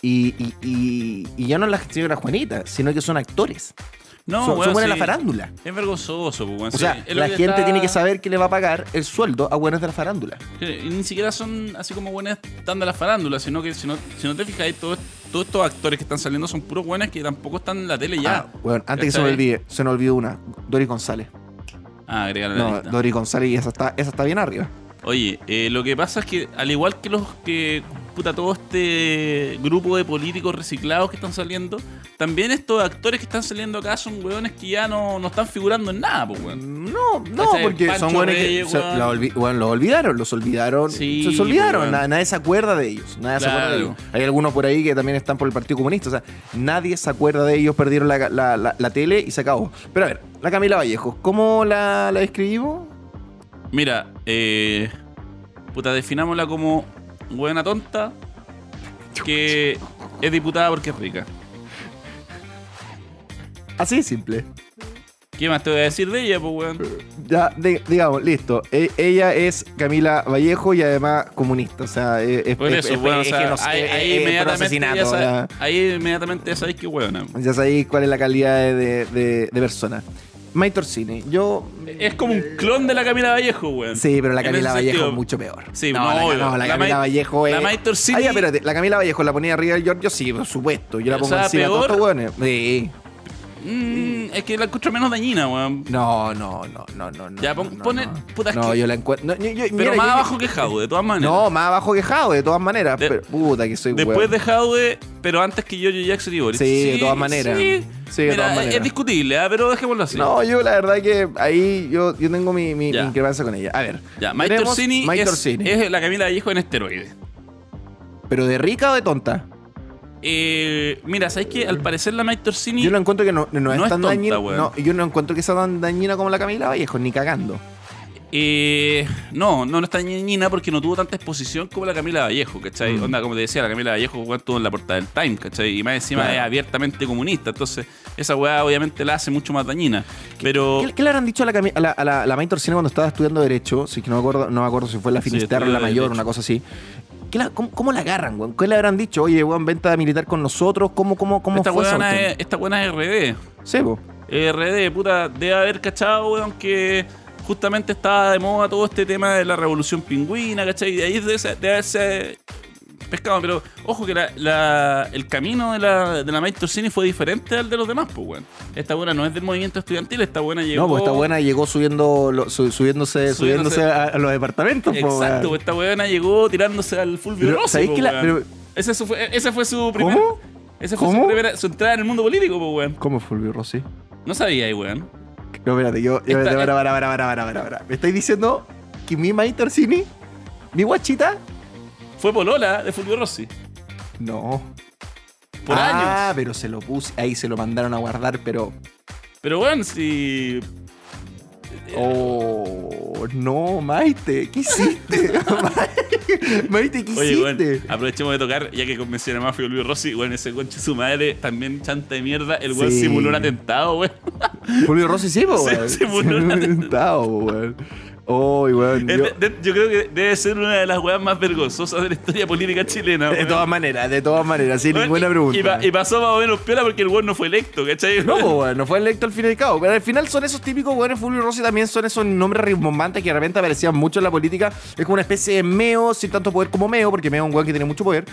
Speaker 1: Y, y, y- y ya no es la señora Juanita, sino que son actores.
Speaker 2: No,
Speaker 1: son
Speaker 2: weón,
Speaker 1: son buenas
Speaker 2: sí.
Speaker 1: de la farándula.
Speaker 2: Es vergonzoso, pues, weón.
Speaker 1: O
Speaker 2: Sí,
Speaker 1: sea,
Speaker 2: es lo
Speaker 1: la
Speaker 2: que
Speaker 1: gente
Speaker 2: está-
Speaker 1: tiene que saber que le va a pagar el sueldo a buenas de la farándula.
Speaker 2: que Ni siquiera son así como buenas tan de la farándula, sino que si no, si no te fijáis, todos, todos estos actores que están saliendo son puros buenas que tampoco están en la tele ya.
Speaker 1: Ah, bueno, antes que se me
Speaker 2: ¿Cachai?
Speaker 1: olvide, se me olvidó una. Doris González.
Speaker 2: Ah, agregar la
Speaker 1: No,
Speaker 2: lista.
Speaker 1: Doris González, y esa está, esa está bien arriba.
Speaker 2: Oye, eh, lo que pasa es que al igual que los que puta todo este grupo de políticos reciclados que están saliendo, también estos actores que están saliendo acá son weones que ya no, no están figurando en nada, pues, weón.
Speaker 1: No, no,
Speaker 2: Ese
Speaker 1: porque
Speaker 2: Este Pancho
Speaker 1: son buenos que.
Speaker 2: Reyes,
Speaker 1: se-
Speaker 2: weón.
Speaker 1: la olvi- weón, los olvidaron, los olvidaron.
Speaker 2: Sí,
Speaker 1: se los olvidaron.
Speaker 2: weón.
Speaker 1: na- Nadie, se acuerda de ellos. Nadie se acuerda de
Speaker 2: Claro.
Speaker 1: ellos. Hay algunos por ahí que también están por el Partido Comunista. O sea, nadie se acuerda de ellos, perdieron la, la- la- la tele y se acabó. Pero a ver, la Camila Vallejo, ¿cómo la, la describimos?
Speaker 2: Mira, eh, puta, definámosla como buena tonta que es diputada porque es rica.
Speaker 1: Así de simple.
Speaker 2: ¿Qué más te voy a decir de ella, pues, weón?
Speaker 1: Ya, de- digamos, listo. E- ella es Camila Vallejo y además comunista. O sea, e, es, es-
Speaker 2: Por
Speaker 1: es-
Speaker 2: eso,
Speaker 1: es-
Speaker 2: weón, o
Speaker 1: es
Speaker 2: sea,
Speaker 1: genocidio-
Speaker 2: ahí,
Speaker 1: es-
Speaker 2: ahí
Speaker 1: es por
Speaker 2: inmediatamente
Speaker 1: asesinato,
Speaker 2: ya sabes-
Speaker 1: ya.
Speaker 2: ahí inmediatamente ya sabéis que weona.
Speaker 1: Ya sabéis cuál es la calidad de, de, de- de persona. May Torsini, yo. Eh,
Speaker 2: Es como un clon de la Camila Vallejo, weón.
Speaker 1: Sí, pero la
Speaker 2: En
Speaker 1: Camila
Speaker 2: ese
Speaker 1: Vallejo
Speaker 2: sentido.
Speaker 1: es mucho peor.
Speaker 2: Sí,
Speaker 1: no,
Speaker 2: no,
Speaker 1: la,
Speaker 2: obvio.
Speaker 1: no, la
Speaker 2: La
Speaker 1: Camila
Speaker 2: Mai-
Speaker 1: Vallejo es.
Speaker 2: la Mai Torsini-
Speaker 1: Ah, ya, espérate, la Camila Vallejo la ponía arriba del Giorgio, sí, por supuesto. Yo la
Speaker 2: O
Speaker 1: pongo
Speaker 2: sea,
Speaker 1: encima de todos
Speaker 2: peor.
Speaker 1: estos hueones. Sí.
Speaker 2: Mm, es que la encuentro menos dañina, weón.
Speaker 1: No, no, no, no, no.
Speaker 2: Ya,
Speaker 1: no,
Speaker 2: pon-
Speaker 1: no,
Speaker 2: pone-
Speaker 1: No,
Speaker 2: puta, es
Speaker 1: no
Speaker 2: que-
Speaker 1: yo la encuentro. no, yo- yo-
Speaker 2: Pero
Speaker 1: mira,
Speaker 2: más
Speaker 1: yo-
Speaker 2: abajo que Jadwe, de todas maneras.
Speaker 1: No, más abajo que Jao, de todas maneras.
Speaker 2: De-
Speaker 1: pero, puta, que soy
Speaker 2: Después
Speaker 1: hueón.
Speaker 2: de Jadwe, pero antes que Giorgio Jackson y Boris.
Speaker 1: Sí, de todas maneras.
Speaker 2: Sí,
Speaker 1: Sí, de
Speaker 2: Mira,
Speaker 1: todas maneras.
Speaker 2: Es discutible, ah, pero dejémoslo así.
Speaker 1: No, yo la verdad que ahí yo, yo tengo mi, mi,
Speaker 2: Ya.
Speaker 1: mi increpancia con ella. A ver.
Speaker 2: Ya, Mike
Speaker 1: tenemos
Speaker 2: Torsini,
Speaker 1: Mai
Speaker 2: es,
Speaker 1: Torsini.
Speaker 2: es la Camila Vallejo en esteroides.
Speaker 1: ¿Pero de rica o de tonta?
Speaker 2: Eh, mira, ¿sabes qué? Al parecer la Mike Torsini.
Speaker 1: Yo no encuentro que no, no es
Speaker 2: No es
Speaker 1: tan
Speaker 2: tonta,
Speaker 1: dañina.
Speaker 2: weón.
Speaker 1: No, yo no encuentro que sea tan dañina como la Camila Vallejo, ni cagando.
Speaker 2: Eh, no, no, no está ñeñina porque no tuvo tanta exposición como la Camila Vallejo, ¿cachai?
Speaker 1: Mm.
Speaker 2: Onda, como te decía, la Camila Vallejo weón, estuvo en la portada del Time, ¿cachai? Y más encima
Speaker 1: Claro.
Speaker 2: es abiertamente comunista, entonces esa weá obviamente la hace mucho más dañina. Pero.
Speaker 1: ¿Qué, qué le habrán dicho a la, Cami- a la, a la, a la May Torsina cuando estaba estudiando Derecho? Si es que no me acuerdo, no me acuerdo si fue en la
Speaker 2: Sí,
Speaker 1: Finisterra o la
Speaker 2: estudió
Speaker 1: Mayor,
Speaker 2: Derecho.
Speaker 1: una cosa así. ¿Qué la- cómo, cómo la agarran, weón? ¿Qué le habrán dicho? Oye, weón, venta militar con nosotros. ¿Cómo, cómo, cómo
Speaker 2: Esta
Speaker 1: fue esa
Speaker 2: weona
Speaker 1: cuestión?
Speaker 2: es, esta weona es RD.
Speaker 1: Sí, po.
Speaker 2: RD, Eh, puta, debe haber cachado, weón, que justamente estaba de moda todo este tema de la revolución pingüina, ¿cachai? De ahí debe, ser- debe haberse pescado, pero ojo que la- la- el camino de la, de la Maestro Cine fue diferente al de los demás, pues, weón. Esta buena no es del movimiento estudiantil, esta buena llegó.
Speaker 1: No, pues esta buena llegó subiendo, lo- su- subiéndose,
Speaker 2: Subiéndose.
Speaker 1: subiéndose a, a los departamentos, po, pues, weón.
Speaker 2: Exacto, pues, esta buena llegó tirándose al Fulvio
Speaker 1: Pero,
Speaker 2: Rossi,
Speaker 1: ¿sabéis
Speaker 2: po,
Speaker 1: que la-
Speaker 2: weón.
Speaker 1: pero-
Speaker 2: Ese su- fue, ese fue su primer.
Speaker 1: ¿Cómo?
Speaker 2: Ese fue su
Speaker 1: ¿Cómo?
Speaker 2: primera su entrada en el mundo político, pues, weón.
Speaker 1: ¿Cómo fue el Rossi?
Speaker 2: No sabía ahí, weón.
Speaker 1: No, espérate, yo. yo-
Speaker 2: Esta-
Speaker 1: para, para, para, para, para, para, para. ¿Me estáis diciendo que mi May Torsini, mi guachita?
Speaker 2: Fue Polola de Fulvio Rossi.
Speaker 1: No.
Speaker 2: Por años.
Speaker 1: Ah, pero se lo puse, ahí se lo mandaron a guardar, pero.
Speaker 2: Pero bueno, si. Eh.
Speaker 1: Oh, no, Maite, ¿qué hiciste? Maite, ¿qué
Speaker 2: Oye, Ah. bueno,
Speaker 1: hiciste?
Speaker 2: aprovechemos de tocar, ya que convenció a Mafio Luis Rossi, bueno, ese conche su madre también chanta de mierda. El weón
Speaker 1: Sí.
Speaker 2: simuló un atentado, weón.
Speaker 1: Julio Rossi sí, po,
Speaker 2: Sí,
Speaker 1: weón.
Speaker 2: sí, bueno,
Speaker 1: Se
Speaker 2: un
Speaker 1: lo
Speaker 2: atentado.
Speaker 1: inventado, po, weón. Oh, weón.
Speaker 2: Es
Speaker 1: yo-
Speaker 2: de- de- Yo, creo que debe ser una de las weas más vergonzosas de la historia política chilena,
Speaker 1: De
Speaker 2: weón.
Speaker 1: todas maneras, de todas maneras, sin
Speaker 2: Weón,
Speaker 1: ninguna
Speaker 2: y-
Speaker 1: pregunta.
Speaker 2: Y, pa- y pasó más o menos piola porque el weón no fue electo, ¿cachai?
Speaker 1: No, pues, weón, no fue electo al fin y al cabo. Pero al final son esos típicos weones, Fulvio Rossi también son esos nombres rimbombantes que de repente aparecían mucho en la política. Es como una especie de meo, sin tanto poder como meo, porque meo es un weón que tiene mucho poder.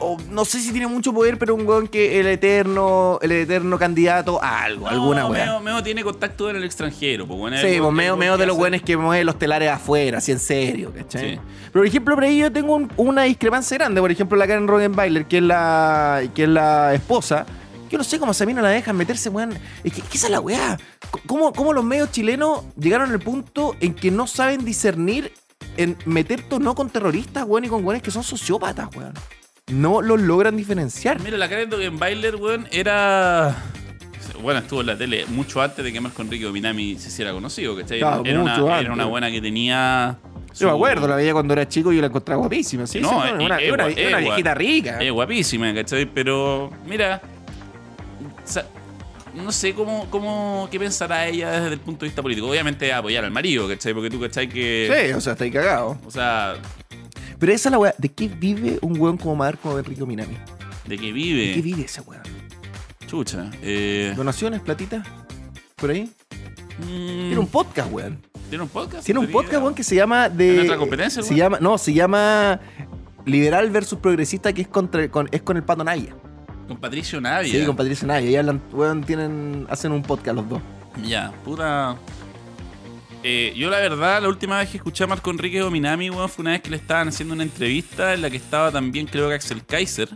Speaker 1: O no sé si tiene mucho poder, pero un weón que el eterno, el eterno candidato a algo, alguna
Speaker 2: no,
Speaker 1: weón.
Speaker 2: Meo, Meo tiene contacto en el extranjero, pues bueno.
Speaker 1: Sí, pues meo, meo de los
Speaker 2: buenos
Speaker 1: weones que mueven los telares afuera, así en serio, ¿cachai?
Speaker 2: Sí.
Speaker 1: Pero por ejemplo, por ahí yo tengo un- una discrepancia grande. Por ejemplo, la Karen Rogenbailer, que es la, que es la esposa. Yo no sé cómo a esa mina la dejan meterse, weón. Es que, es que esa es la weá. C- ¿Cómo, cómo los medios chilenos llegaron al punto en que no saben discernir en meterte o no con terroristas, weón, y con weones que son sociópatas, weón? No los logran diferenciar.
Speaker 2: Mira, la Karen Dogenbailer, weón, era. Bueno, estuvo en la tele mucho antes de que Marco Enrique Minami se hiciera conocido, ¿cachai?
Speaker 1: Claro,
Speaker 2: era,
Speaker 1: mucho
Speaker 2: una,
Speaker 1: antes.
Speaker 2: era una buena que tenía. su-
Speaker 1: Yo me acuerdo, la veía cuando era chico y yo la encontraba guapísima. Sí,
Speaker 2: No, eh,
Speaker 1: sí,
Speaker 2: es-
Speaker 1: una,
Speaker 2: es
Speaker 1: una-
Speaker 2: gua- es
Speaker 1: una
Speaker 2: gua-
Speaker 1: viejita rica.
Speaker 2: Es guapísima, ¿cachai? Pero, mira. sa- no sé cómo, cómo. ¿Qué pensará ella desde el punto de vista político? Obviamente apoyar al marido, ¿cachai? Porque tú, ¿cachai? Que.
Speaker 1: Sí, o sea, está ahí cagado.
Speaker 2: O sea,
Speaker 1: Pero esa es la weá. ¿De qué vive un weón como Marco Enrique Minami?
Speaker 2: ¿de qué
Speaker 1: ¿De qué
Speaker 2: vive?
Speaker 1: vive ese weón?
Speaker 2: Eh. Chucha. Eh,
Speaker 1: ¿Donaciones, platita? ¿Por ahí?
Speaker 2: mm,
Speaker 1: Tiene un podcast, weón.
Speaker 2: ¿tiene un podcast?
Speaker 1: Tiene un
Speaker 2: Debería-
Speaker 1: podcast, weón, que se llama de.
Speaker 2: ¿Es nuestra competencia,
Speaker 1: se
Speaker 2: weón?
Speaker 1: llama, No, se llama Liberal versus Progresista, que es, contra, con, es con el Pato Navia.
Speaker 2: Ah, Con Patricio Navia.
Speaker 1: Sí, con Patricio Navia. Y hablan, weón, tienen, hacen un podcast los dos.
Speaker 2: Ya, puta. Eh, yo la verdad, la última vez que escuché a Marco Enrique Dominami, weón, fue una vez que le estaban haciendo una entrevista en la que estaba también creo que Axel Kaiser.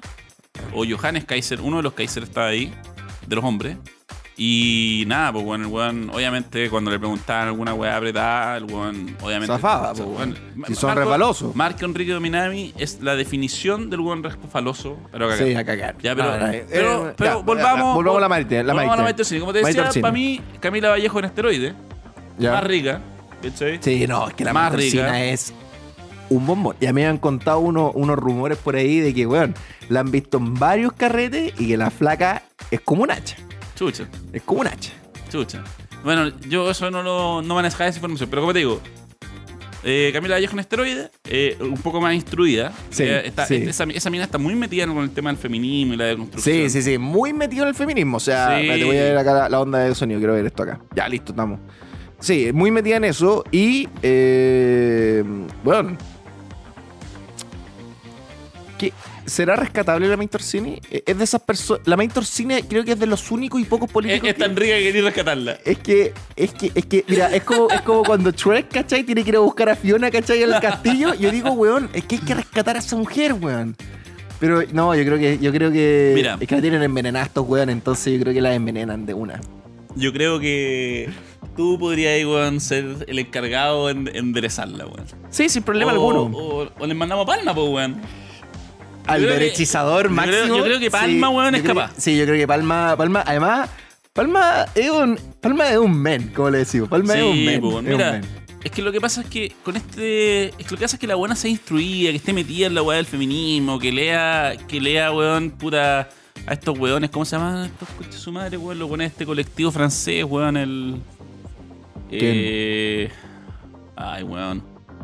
Speaker 2: o Johannes Kaiser, uno de los Kaiser estaba ahí, de los hombres. Y nada, pues bueno, el weón, obviamente, cuando le preguntaban alguna weá apretada, el weón, obviamente.
Speaker 1: Zafaba,
Speaker 2: o sea,
Speaker 1: pues,
Speaker 2: weón,
Speaker 1: weón. Si son resbalosos.
Speaker 2: Marco Enrique Minami es la definición del weón resbaloso, pero cagado.
Speaker 1: Sí, a cagar.
Speaker 2: Ya, pero,
Speaker 1: No, no, eh,
Speaker 2: pero,
Speaker 1: eh,
Speaker 2: pero
Speaker 1: ya,
Speaker 2: volvamos.
Speaker 1: ya, volvamos a la Maite, la
Speaker 2: volvamos a
Speaker 1: Maite.
Speaker 2: Orsini. Como te
Speaker 1: Maite
Speaker 2: decía,
Speaker 1: Orsini.
Speaker 2: para mí, Camila Vallejo en esteroide.
Speaker 1: Ya.
Speaker 2: Más rica. ¿cachai?
Speaker 1: Sí, no, es que la
Speaker 2: Más
Speaker 1: más
Speaker 2: rica.
Speaker 1: es un bombón. Ya me han contado uno- unos rumores por ahí de que, weón, la han visto en varios carretes y que la flaca es como un hacha.
Speaker 2: Chucha,
Speaker 1: Es como un hacha.
Speaker 2: chucha. Bueno, yo eso no lo no manejaba esa información, pero como te digo. eh, Camila Vallejo en esteroide, eh, un poco más instruida.
Speaker 1: Sí,
Speaker 2: Eh, está-
Speaker 1: sí.
Speaker 2: Esa, esa mina está muy metida con el tema del feminismo y la deconstrucción.
Speaker 1: Sí, sí, sí. Muy metido en el feminismo. O sea,
Speaker 2: Sí.
Speaker 1: te voy a ver acá la, la onda de sonido. Quiero ver esto acá. Ya, listo, estamos. Sí, muy metida en eso. Y, eh, bueno. ¿qué- ¿Será rescatable la Main Cine? Eh, Es de esas personas. La Main Cine creo que es de los únicos y pocos
Speaker 2: Es,
Speaker 1: políticos.
Speaker 2: es
Speaker 1: que-
Speaker 2: tan rica que quería rescatarla.
Speaker 1: Es que, es que, es que, mira, es como, es como cuando Shrek, ¿cachai? Tiene que ir a buscar a Fiona, ¿cachai? Al castillo. Yo digo, weón, es que hay que rescatar a esa mujer, weón. Pero no, yo creo que, yo creo que.
Speaker 2: Mira.
Speaker 1: Es que la tienen envenenada estos weón, entonces yo creo que la envenenan de una.
Speaker 2: Yo creo que tú podrías, weón, ser el encargado en en enderezarla, weón.
Speaker 1: Sí, sin problema
Speaker 2: o,
Speaker 1: alguno.
Speaker 2: O, o les mandamos a Palma, pues, weón.
Speaker 1: Al
Speaker 2: yo creo que-
Speaker 1: derechizador
Speaker 2: yo creo-
Speaker 1: máximo.
Speaker 2: yo creo que Palma, weón,
Speaker 1: yo
Speaker 2: es
Speaker 1: creo
Speaker 2: capaz.
Speaker 1: que- sí, yo creo que Palma, Palma, además, Palma es un. Palma es un men, como le decimos. Palma es un men.
Speaker 2: pues,
Speaker 1: es un
Speaker 2: mira,
Speaker 1: men.
Speaker 2: es que lo que pasa es que con este. Es que lo que pasa es que la buena se instruía, que esté metida en la weá del feminismo, que lea, que lea, weón, puta. A estos weones, ¿cómo se llaman estos coches su madre, weón? Lo pone este colectivo francés, weón, el. Eh, ay, weón.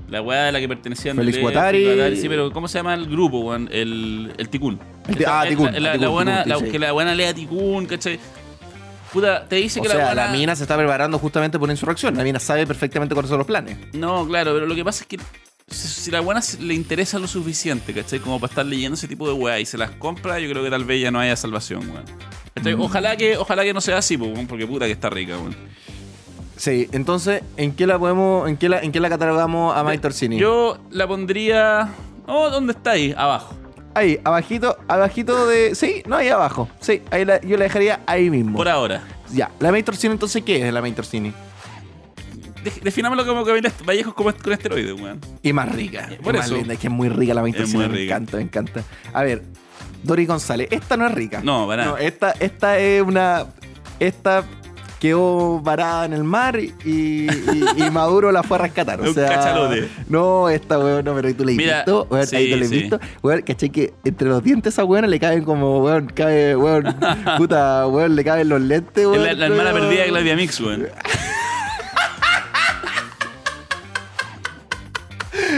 Speaker 2: La weá de la que pertenecían.
Speaker 1: Félix
Speaker 2: Deleuze,
Speaker 1: Guattari.
Speaker 2: Sí, pero ¿cómo se llama el grupo, weón? El, el Ticún.
Speaker 1: El ti- ah,
Speaker 2: La-
Speaker 1: Ticún,
Speaker 2: La, la,
Speaker 1: Ticún,
Speaker 2: buena,
Speaker 1: Ticún,
Speaker 2: la-
Speaker 1: sí.
Speaker 2: que la buena lea Ticún, ¿cachai? Puta, te dice
Speaker 1: O
Speaker 2: que
Speaker 1: sea,
Speaker 2: buena-
Speaker 1: la mina se está preparando justamente por una insurrección. La mina sabe perfectamente cuáles son los planes.
Speaker 2: No, claro, pero lo que pasa es que si, si la buena se- le interesa lo suficiente, ¿cachai? Como para estar leyendo ese tipo de weá y se las compra, yo creo que tal vez ya no haya salvación, weón. ¿Cachai?
Speaker 1: Mm.
Speaker 2: Ojalá, que, ojalá que no sea así, po, weón, porque puta que está rica, weón.
Speaker 1: Sí, entonces, ¿en qué la podemos, en qué la, en qué la catalogamos a Mike Torsini?
Speaker 2: Yo la pondría. Oh, ¿dónde está ahí? Abajo.
Speaker 1: Ahí, abajito, abajito de. Sí, no, ahí abajo. Sí, ahí la- yo la dejaría ahí mismo.
Speaker 2: Por ahora.
Speaker 1: Ya, la Mike Torsini, entonces, ¿qué es la Mike Torsini?
Speaker 2: De- Definámoslo como que Vallejos como con esteroides, weón.
Speaker 1: Y más rica.
Speaker 2: Por
Speaker 1: y más
Speaker 2: eso.
Speaker 1: linda, Eh, es que es muy rica la Mike
Speaker 2: Es
Speaker 1: Torsini,
Speaker 2: muy
Speaker 1: me
Speaker 2: rica.
Speaker 1: encanta, me encanta. A ver, Dori González, esta no es rica.
Speaker 2: No, para nada.
Speaker 1: No, esta, esta es una. Esta quedó varada en el mar y, y- y Maduro la fue a rescatar. O
Speaker 2: Un
Speaker 1: sea,
Speaker 2: cachalote.
Speaker 1: No, esta weón, no, pero ahí tú le
Speaker 2: Mira,
Speaker 1: visto, weón, ahí
Speaker 2: sí,
Speaker 1: tú le
Speaker 2: sí.
Speaker 1: visto. Weón, caché que entre los dientes a esa weón le caben como, weón, cae, weón, puta, weón, le caben los lentes,
Speaker 2: Es
Speaker 1: weón.
Speaker 2: la, la hermana
Speaker 1: weón.
Speaker 2: perdida de Claudia Mix, weón.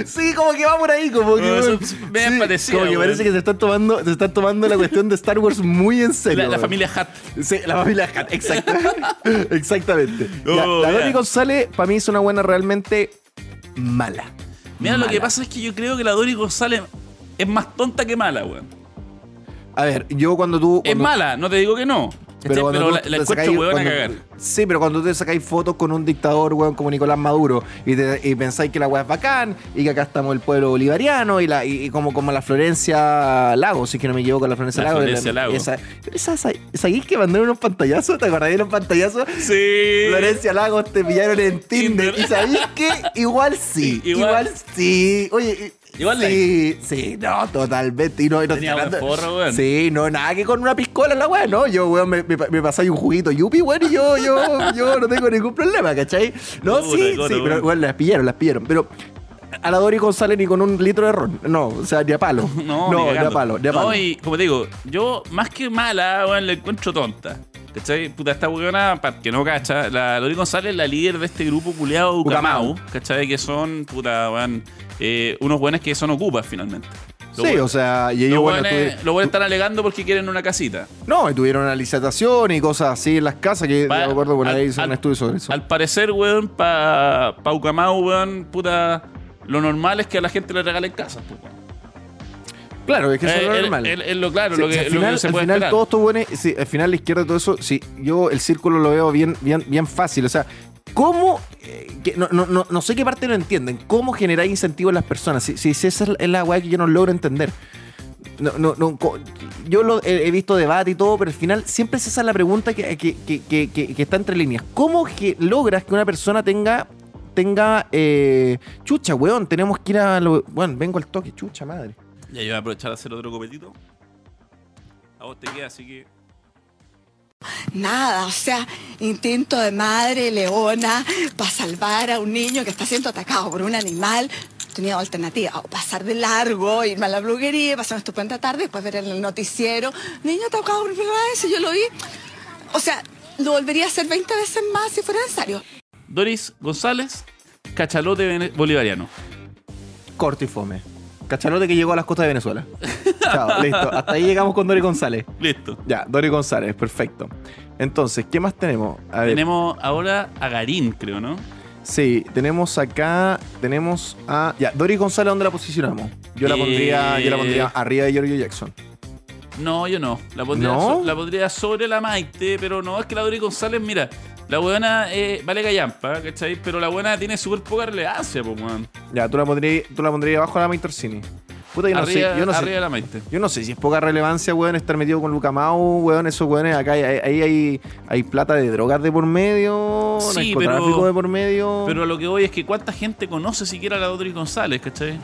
Speaker 1: Sí, como que va por ahí, como que.
Speaker 2: Bueno,
Speaker 1: weón,
Speaker 2: Oh, eso es medio parecido,
Speaker 1: como que
Speaker 2: weón.
Speaker 1: parece que se están tomando, se están tomando la cuestión de Star Wars muy en serio.
Speaker 2: La, la
Speaker 1: weón.
Speaker 2: familia Hat.
Speaker 1: Sí, la familia Hat, exacto. Exactamente.
Speaker 2: Oh,
Speaker 1: Ya, la
Speaker 2: mira.
Speaker 1: Dori González, para mí, es una buena realmente mala.
Speaker 2: Mira, lo que
Speaker 1: Mala.
Speaker 2: pasa es que yo creo que la Dori González es más tonta que mala, weón.
Speaker 1: A ver, yo cuando tú.
Speaker 2: Es
Speaker 1: cuando-
Speaker 2: mala, no te digo que no. ¿cachai? Pero,
Speaker 1: tú
Speaker 2: la,
Speaker 1: te
Speaker 2: la
Speaker 1: sacáis-
Speaker 2: encuentro weón a
Speaker 1: cuando-
Speaker 2: cagar.
Speaker 1: Sí, pero cuando te sacáis fotos con un dictador, weón, como Nicolás Maduro, y, te- y pensáis que la weá es bacán, y que acá estamos el pueblo bolivariano, y, la, y, y como, como la Florencia Lago, si es que no me equivoco, la Florencia
Speaker 2: La
Speaker 1: Lago.
Speaker 2: Florencia Lago.
Speaker 1: Esa, esa, esa, esa geek que mandaron unos pantallazos, ¿te acordás de los pantallazos?
Speaker 2: Sí.
Speaker 1: Florencia Lagos te pillaron en Tinder.
Speaker 2: Tinder.
Speaker 1: ¿Y sabías qué? Igual sí.
Speaker 2: Igual.
Speaker 1: Igual, sí. Oye, y-
Speaker 2: Igual
Speaker 1: sí. Sí, no, totalmente. Y no, y no
Speaker 2: Tenía
Speaker 1: estoy
Speaker 2: buen forro, weón.
Speaker 1: Sí, no, nada que con una piscola la weá. No, yo, weón, me, me, me pasáis un juguito yupi, weón, y yo, yo, yo no tengo ningún problema, ¿cachai? No,
Speaker 2: Puta,
Speaker 1: sí,
Speaker 2: coro,
Speaker 1: sí,
Speaker 2: weón.
Speaker 1: pero weón, las pillaron, las pillaron. Pero. A la Dori González ni con un litro de ron. No, o sea, ni a palo.
Speaker 2: No, ni
Speaker 1: no ni a
Speaker 2: cagando.
Speaker 1: palo, ni a palo.
Speaker 2: No, y como te digo, yo más que mala, weón, la encuentro tonta. ¿Cachai? Puta, esta weona, para que no cacha, la Lori González es la líder de este grupo culiado Ucamau, ¿cachai? Que son, puta, weón, eh, unos weones que son ocupas finalmente. Los
Speaker 1: sí,
Speaker 2: weones-
Speaker 1: o sea, y ellos,
Speaker 2: los
Speaker 1: bueno,
Speaker 2: weones
Speaker 1: estuvi-
Speaker 2: los weones están alegando porque quieren una casita.
Speaker 1: No, y tuvieron una licitación y cosas así en las casas que
Speaker 2: Pa-
Speaker 1: yo me acuerdo por
Speaker 2: al-
Speaker 1: ahí hizo
Speaker 2: al-
Speaker 1: un estudio sobre eso.
Speaker 2: Al parecer, weón, pa, pa Ucamau, weón, puta, lo normal es que a la gente le regalen casas, pues, weón.
Speaker 1: claro, es que eso es lo
Speaker 2: Eh,
Speaker 1: normal.
Speaker 2: el- el- el- lo claro,
Speaker 1: Sí,
Speaker 2: lo
Speaker 1: sí,
Speaker 2: que,
Speaker 1: al
Speaker 2: lo que
Speaker 1: final,
Speaker 2: se
Speaker 1: al
Speaker 2: puede
Speaker 1: final
Speaker 2: esperar.
Speaker 1: todos estos buenos, sí, al final la izquierda todo eso, sí, yo el círculo lo veo bien, bien, bien fácil. O sea, ¿cómo? eh, que no, no, no, no sé qué parte no entienden. ¿Cómo generar incentivos a las personas? Si, si- si esa es la- es la weá que yo no logro entender. no, no, no, co- yo lo he, he visto debate y todo, pero al final siempre es esa la pregunta que, que- que- que- que- que está entre líneas. ¿Cómo que logras que una persona tenga tenga eh, chucha, weón, tenemos que ir a lo, bueno, vengo al toque, chucha madre.
Speaker 2: Ya yo voy a aprovechar a hacer otro copetito. A vos te queda, así que.
Speaker 4: Nada, o sea, instinto de madre leona para salvar a un niño que está siendo atacado por un animal. Tenía alternativa, o pasar de largo, irme a la bruguería, pasar una estupenda tarde, después ver el noticiero. Niño atacado por vez, yo lo vi. O sea, lo volvería a hacer 20 veces más si fuera necesario.
Speaker 2: Doris González, cachalote vene- bolivariano.
Speaker 1: Corto y fome. Cachalote que llegó a las costas de Venezuela. Chao, listo. Hasta ahí llegamos con Dori González.
Speaker 2: Listo.
Speaker 1: Ya, Dori González, perfecto. Entonces, ¿qué más tenemos? A ver,
Speaker 2: Tenemos ahora a Garín, creo, ¿no?
Speaker 1: sí, tenemos acá, tenemos a... Ya, Dori González, ¿dónde la posicionamos? Yo la
Speaker 2: Eh.
Speaker 1: pondría, yo la pondría arriba de Giorgio Jackson.
Speaker 2: No, yo no. La pondría,
Speaker 1: ¿No?
Speaker 2: so- la pondría sobre la Maite, pero no, es que la Dori González, mira, la buena vale gallampa, ¿cachai? Pero la buena tiene súper poca relevancia, pues, weón.
Speaker 1: Ya, tú la pondrías, tú la pondrías abajo de la Maitorsini. Puta, yo no
Speaker 2: Arriba,
Speaker 1: sé, yo no
Speaker 2: arriba de
Speaker 1: sé.
Speaker 2: la Maite.
Speaker 1: Yo no sé si es poca relevancia, weón, estar metido con Luca Mau, weón, esos weones acá, hay- ahí hay, hay, plata de drogas de por medio,
Speaker 2: Sí,
Speaker 1: narcotráfico
Speaker 2: pero-
Speaker 1: de por medio.
Speaker 2: Pero a lo que voy es que cuánta gente conoce siquiera a la Dori González, ¿cachai?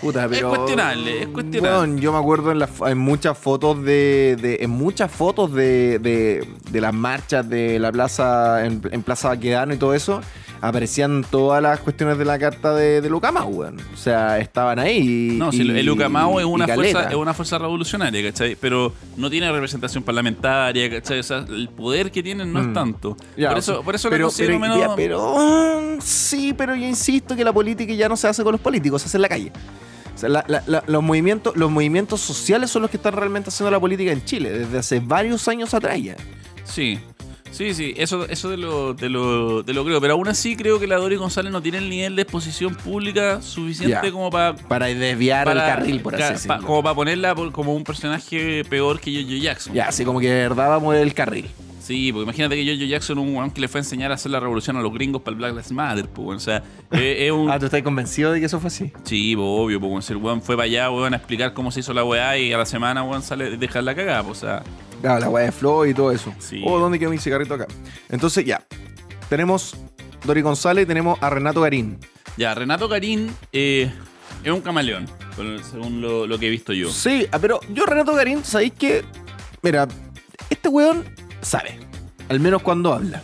Speaker 1: Puta, pero-
Speaker 2: cuestionable, es cuestionable.
Speaker 1: Weón, yo me acuerdo en, las fo- en muchas fotos de, de- en muchas fotos de, de- de las marchas de la plaza en, en Plaza Baquedano y todo eso aparecían todas las cuestiones de la carta de, de Luca Mau, weón. O sea, estaban ahí. y-
Speaker 2: No, si el Luca Mao es
Speaker 1: y
Speaker 2: una,
Speaker 1: caleta.
Speaker 2: fuerza, es una fuerza revolucionaria, ¿cachai? Pero no tiene representación parlamentaria, ¿cachai? O sea, el poder que tienen no
Speaker 1: Mm.
Speaker 2: es tanto.
Speaker 1: Ya,
Speaker 2: por eso, por eso
Speaker 1: pero,
Speaker 2: lo considero
Speaker 1: pero-
Speaker 2: menos.
Speaker 1: ya, pero, mm, sí, pero yo insisto que la política ya no se hace con los políticos, se hace en la calle. O sea, la- la- la- los, movimientos, los movimientos sociales son los que están realmente haciendo la política en Chile, desde hace varios años atrás ya.
Speaker 2: Sí, sí, sí, eso, eso te, lo, te, lo, te lo creo. Pero aún así creo que la Dori González no tiene el nivel de exposición pública suficiente
Speaker 1: Ya.
Speaker 2: como para...
Speaker 1: Para desviar
Speaker 2: para-
Speaker 1: el carril, por
Speaker 2: ca-
Speaker 1: así
Speaker 2: pa-
Speaker 1: decirlo.
Speaker 2: como para ponerla por- como un personaje peor que Jojo Jackson.
Speaker 1: Ya, así como que de verdad vamos el carril.
Speaker 2: Sí, porque imagínate que Jojo Jackson un weón que le fue a enseñar a hacer la revolución a los gringos para el Black Lives Matter, pues, weón. o sea, es, es un...
Speaker 1: Ah, ¿tú estás convencido de que eso fue así?
Speaker 2: Sí, pues, obvio, pues, weón. si el weón fue para allá, weón, a explicar cómo se hizo la weá y a la semana, weón, sale dejar la cagada, pues, o sea...
Speaker 1: Claro, Ah, la weá de Floyd y todo eso.
Speaker 2: Sí.
Speaker 1: Oh, ¿dónde quedó mi cigarrito acá? Entonces, ya. Tenemos Dori González y tenemos a Renato Garín.
Speaker 2: Ya, Renato Garín eh, es un camaleón, con- según lo, lo que he visto yo.
Speaker 1: Sí, ah, pero yo, Renato Garín, sabéis que. Mira, este weón sabe. Al menos cuando habla.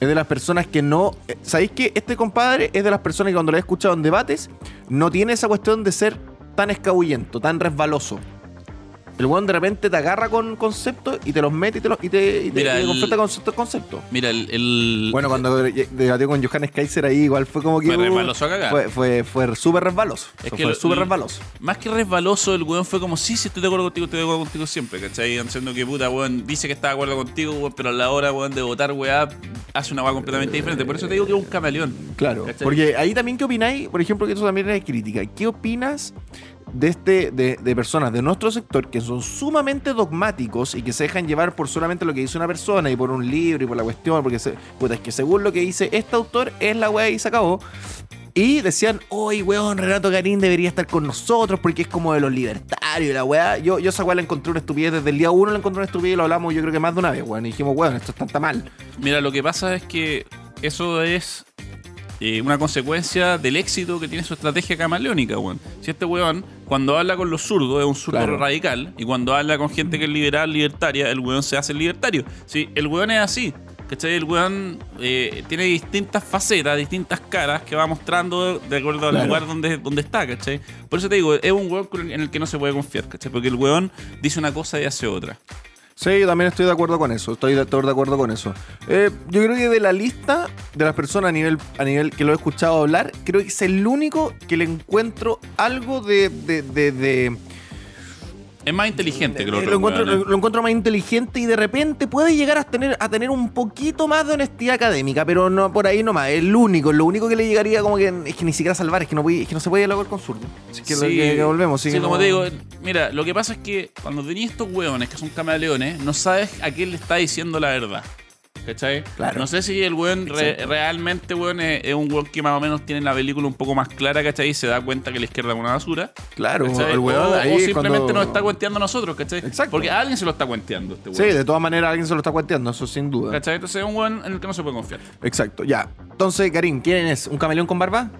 Speaker 1: Es de las personas que no. eh, ¿Sabéis que este compadre es de las personas que cuando lo he escuchado en debates, no tiene esa cuestión de ser tan escabullento, tan resbaloso? El weón de repente te agarra con conceptos y te los mete y te, los, y te, y te-
Speaker 2: Mira,
Speaker 1: y te
Speaker 2: el-
Speaker 1: confronta concepto a concepto.
Speaker 2: Mira, el. el-
Speaker 1: Bueno, cuando de- debatió con Johannes Kaiser ahí, igual fue como que.
Speaker 2: Fue
Speaker 1: hubo-
Speaker 2: resbaloso a cagar.
Speaker 1: Fue, fue, fue súper resbaloso.
Speaker 2: Es que
Speaker 1: fue
Speaker 2: lo-
Speaker 1: súper resbaloso.
Speaker 2: Más que resbaloso, el weón fue como: Sí, sí, estoy de acuerdo contigo, estoy de acuerdo contigo siempre, ¿cachai? Haciendo que puta, weón, dice que está de acuerdo contigo, weón, pero a la hora, weón, de votar, weá, hace una weá completamente diferente. Por eso te digo que es un camaleón.
Speaker 1: Claro,
Speaker 2: ¿Cachai?
Speaker 1: porque ahí también qué opináis, por ejemplo, que esto también es crítica. ¿Qué opinas de este de, de personas de nuestro sector que son sumamente dogmáticos y que se dejan llevar por solamente lo que dice una persona y por un libro y por la cuestión, porque se, puta, es que según lo que dice este autor es la weá y se acabó. Y decían, hoy weón, Renato Garín debería estar con nosotros porque es como de los libertarios y la weá. Yo, yo esa weá la encontré una estupidez desde el día uno, la encontré una estupidez y lo hablamos yo creo que más de una vez, weón. Y dijimos, weón, esto está, está mal.
Speaker 2: Mira, lo que pasa es que eso es. eh, una consecuencia del éxito que tiene su estrategia camaleónica, weón. Si este weón, cuando habla con los zurdos, es un zurdo
Speaker 1: Claro.
Speaker 2: radical, y cuando habla con gente que es liberal, libertaria, el weón se hace libertario. Sí, el weón es así. ¿Cachai? El weón eh, tiene distintas facetas, distintas caras que va mostrando de acuerdo al
Speaker 1: Claro.
Speaker 2: lugar donde, donde está, ¿cachai? Por eso te digo, es un weón con- en el que no se puede confiar, ¿cachai? Porque el weón dice una cosa y hace otra.
Speaker 1: Sí, yo también estoy de acuerdo con eso. Estoy de, estoy de acuerdo con eso. Eh, yo creo que de la lista de las personas a nivel, a nivel que lo he escuchado hablar, creo que es el único que le encuentro algo de. de, de- de-
Speaker 2: Es más inteligente que los
Speaker 1: de- Mm,
Speaker 2: otros
Speaker 1: eh, lo, encuentro,
Speaker 2: weones.
Speaker 1: lo- lo encuentro más inteligente y de repente puede llegar a tener, a tener un poquito más de honestidad académica, pero no por ahí nomás. Es lo único, lo único que le llegaría como que es que ni siquiera salvar, es que no, puede- es que no se puede dialogar con zurdo. Así que, lo- que- que volvemos. así
Speaker 2: sí,
Speaker 1: que
Speaker 2: como
Speaker 1: no-
Speaker 2: te digo, mira, lo que pasa es que cuando tenés estos hueones que son camaleones, no sabes a quién le está diciendo la verdad. ¿Cachai?
Speaker 1: Claro.
Speaker 2: No sé si el weón re- realmente, weón, es, es un weón que más o menos tiene la película un poco más clara, ¿cachai? Y se da cuenta que la izquierda es una basura.
Speaker 1: Claro,
Speaker 2: ¿cachai?
Speaker 1: el weón
Speaker 2: o,
Speaker 1: ahí
Speaker 2: o
Speaker 1: es
Speaker 2: simplemente
Speaker 1: cuando-
Speaker 2: nos está cuenteando a nosotros, ¿cachai?
Speaker 1: Exacto.
Speaker 2: Porque a alguien se lo está cuenteando este weón.
Speaker 1: Sí, de todas maneras alguien se lo está cuenteando, eso sin duda.
Speaker 2: ¿Cachai? Entonces es un weón en el que no se puede confiar.
Speaker 1: Exacto, ya. Entonces, Garín, ¿quién es? ¿Un camaleón con barba?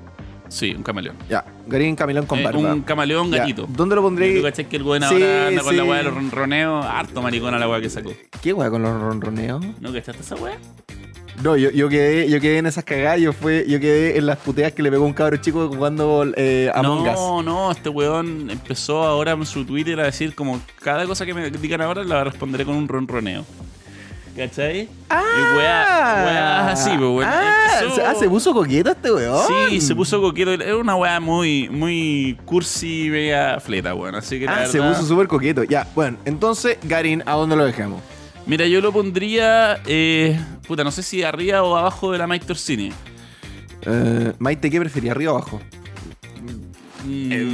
Speaker 2: Sí, un camaleón.
Speaker 1: Ya, Garín, camaleón con
Speaker 2: Eh,
Speaker 1: barba.
Speaker 2: un camaleón
Speaker 1: Ya,
Speaker 2: gatito.
Speaker 1: ¿Dónde lo pondría?
Speaker 2: ¿Tú cachai que el weón
Speaker 1: Sí,
Speaker 2: ahora anda con la
Speaker 1: sí.
Speaker 2: weá de los ronroneos? Harto maricón a la weá que sacó.
Speaker 1: ¿Qué weá con los ronroneos?
Speaker 2: ¿No cachaste esa weá?
Speaker 1: No, yo, yo quedé, yo quedé en esas cagadas, yo, fue, yo quedé en las puteadas que le pegó un cabro chico jugando eh, Among Us.
Speaker 2: no, no, este weón empezó ahora en su Twitter a decir como cada cosa que me digan ahora la responderé con un ronroneo. ¿Cachai? y weá, weá así, pues weón.
Speaker 1: Ah,
Speaker 2: Empezó-
Speaker 1: se- ah, se puso coqueto este weón.
Speaker 2: Sí, se puso coqueto. Era una weá muy, muy cursi, vea fleta, weón. Así que la
Speaker 1: Ah, se
Speaker 2: verdad-
Speaker 1: puso súper coqueto. Ya, bueno, entonces, Garín, ¿a dónde lo dejamos?
Speaker 2: Mira, yo lo pondría. eh, puta, no sé si arriba o abajo de la Mike Torsini.
Speaker 1: Eh, Maite, ¿qué prefería, arriba o abajo?
Speaker 2: Mm,
Speaker 1: Eh,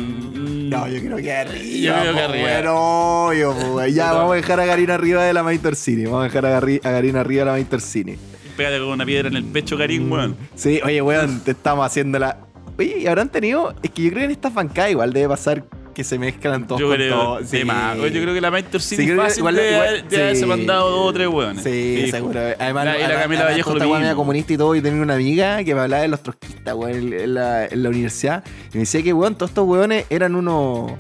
Speaker 1: No, yo creo que arriba.
Speaker 2: Yo creo que
Speaker 1: po,
Speaker 2: arriba.
Speaker 1: weón. No, yo, po, weón. Ya,
Speaker 2: Puta.
Speaker 1: vamos a dejar a Garín arriba de la Maite Cine. Vamos a dejar a, Garri- a Garín arriba de la Maite Cine.
Speaker 2: Pégate con una piedra en el pecho, Karim, weón.
Speaker 1: Sí, oye, weón, te estamos haciendo la. Oye, y habrán tenido. Es que yo creo que en esta bancadas igual debe pasar que se mezclan todos
Speaker 2: Yo
Speaker 1: con
Speaker 2: creo,
Speaker 1: todos.
Speaker 2: de más. Yo creo que la Mentor City
Speaker 1: Sí, creo que
Speaker 2: fácil
Speaker 1: igual-
Speaker 2: de,
Speaker 1: igual-
Speaker 2: haber- de haberse
Speaker 1: sí.
Speaker 2: mandado dos o tres hueones.
Speaker 1: Sí,
Speaker 2: Fijo.
Speaker 1: seguro. Además,
Speaker 2: La- y la
Speaker 1: además-
Speaker 2: Camila
Speaker 1: además,
Speaker 2: Vallejo
Speaker 1: esta
Speaker 2: lo
Speaker 1: weá media
Speaker 2: mismo.
Speaker 1: comunista y todo, y tenía una amiga que me hablaba de los trotskistas, weón, en, en la, en la universidad. Y me decía que, weón, todos estos weones eran unos.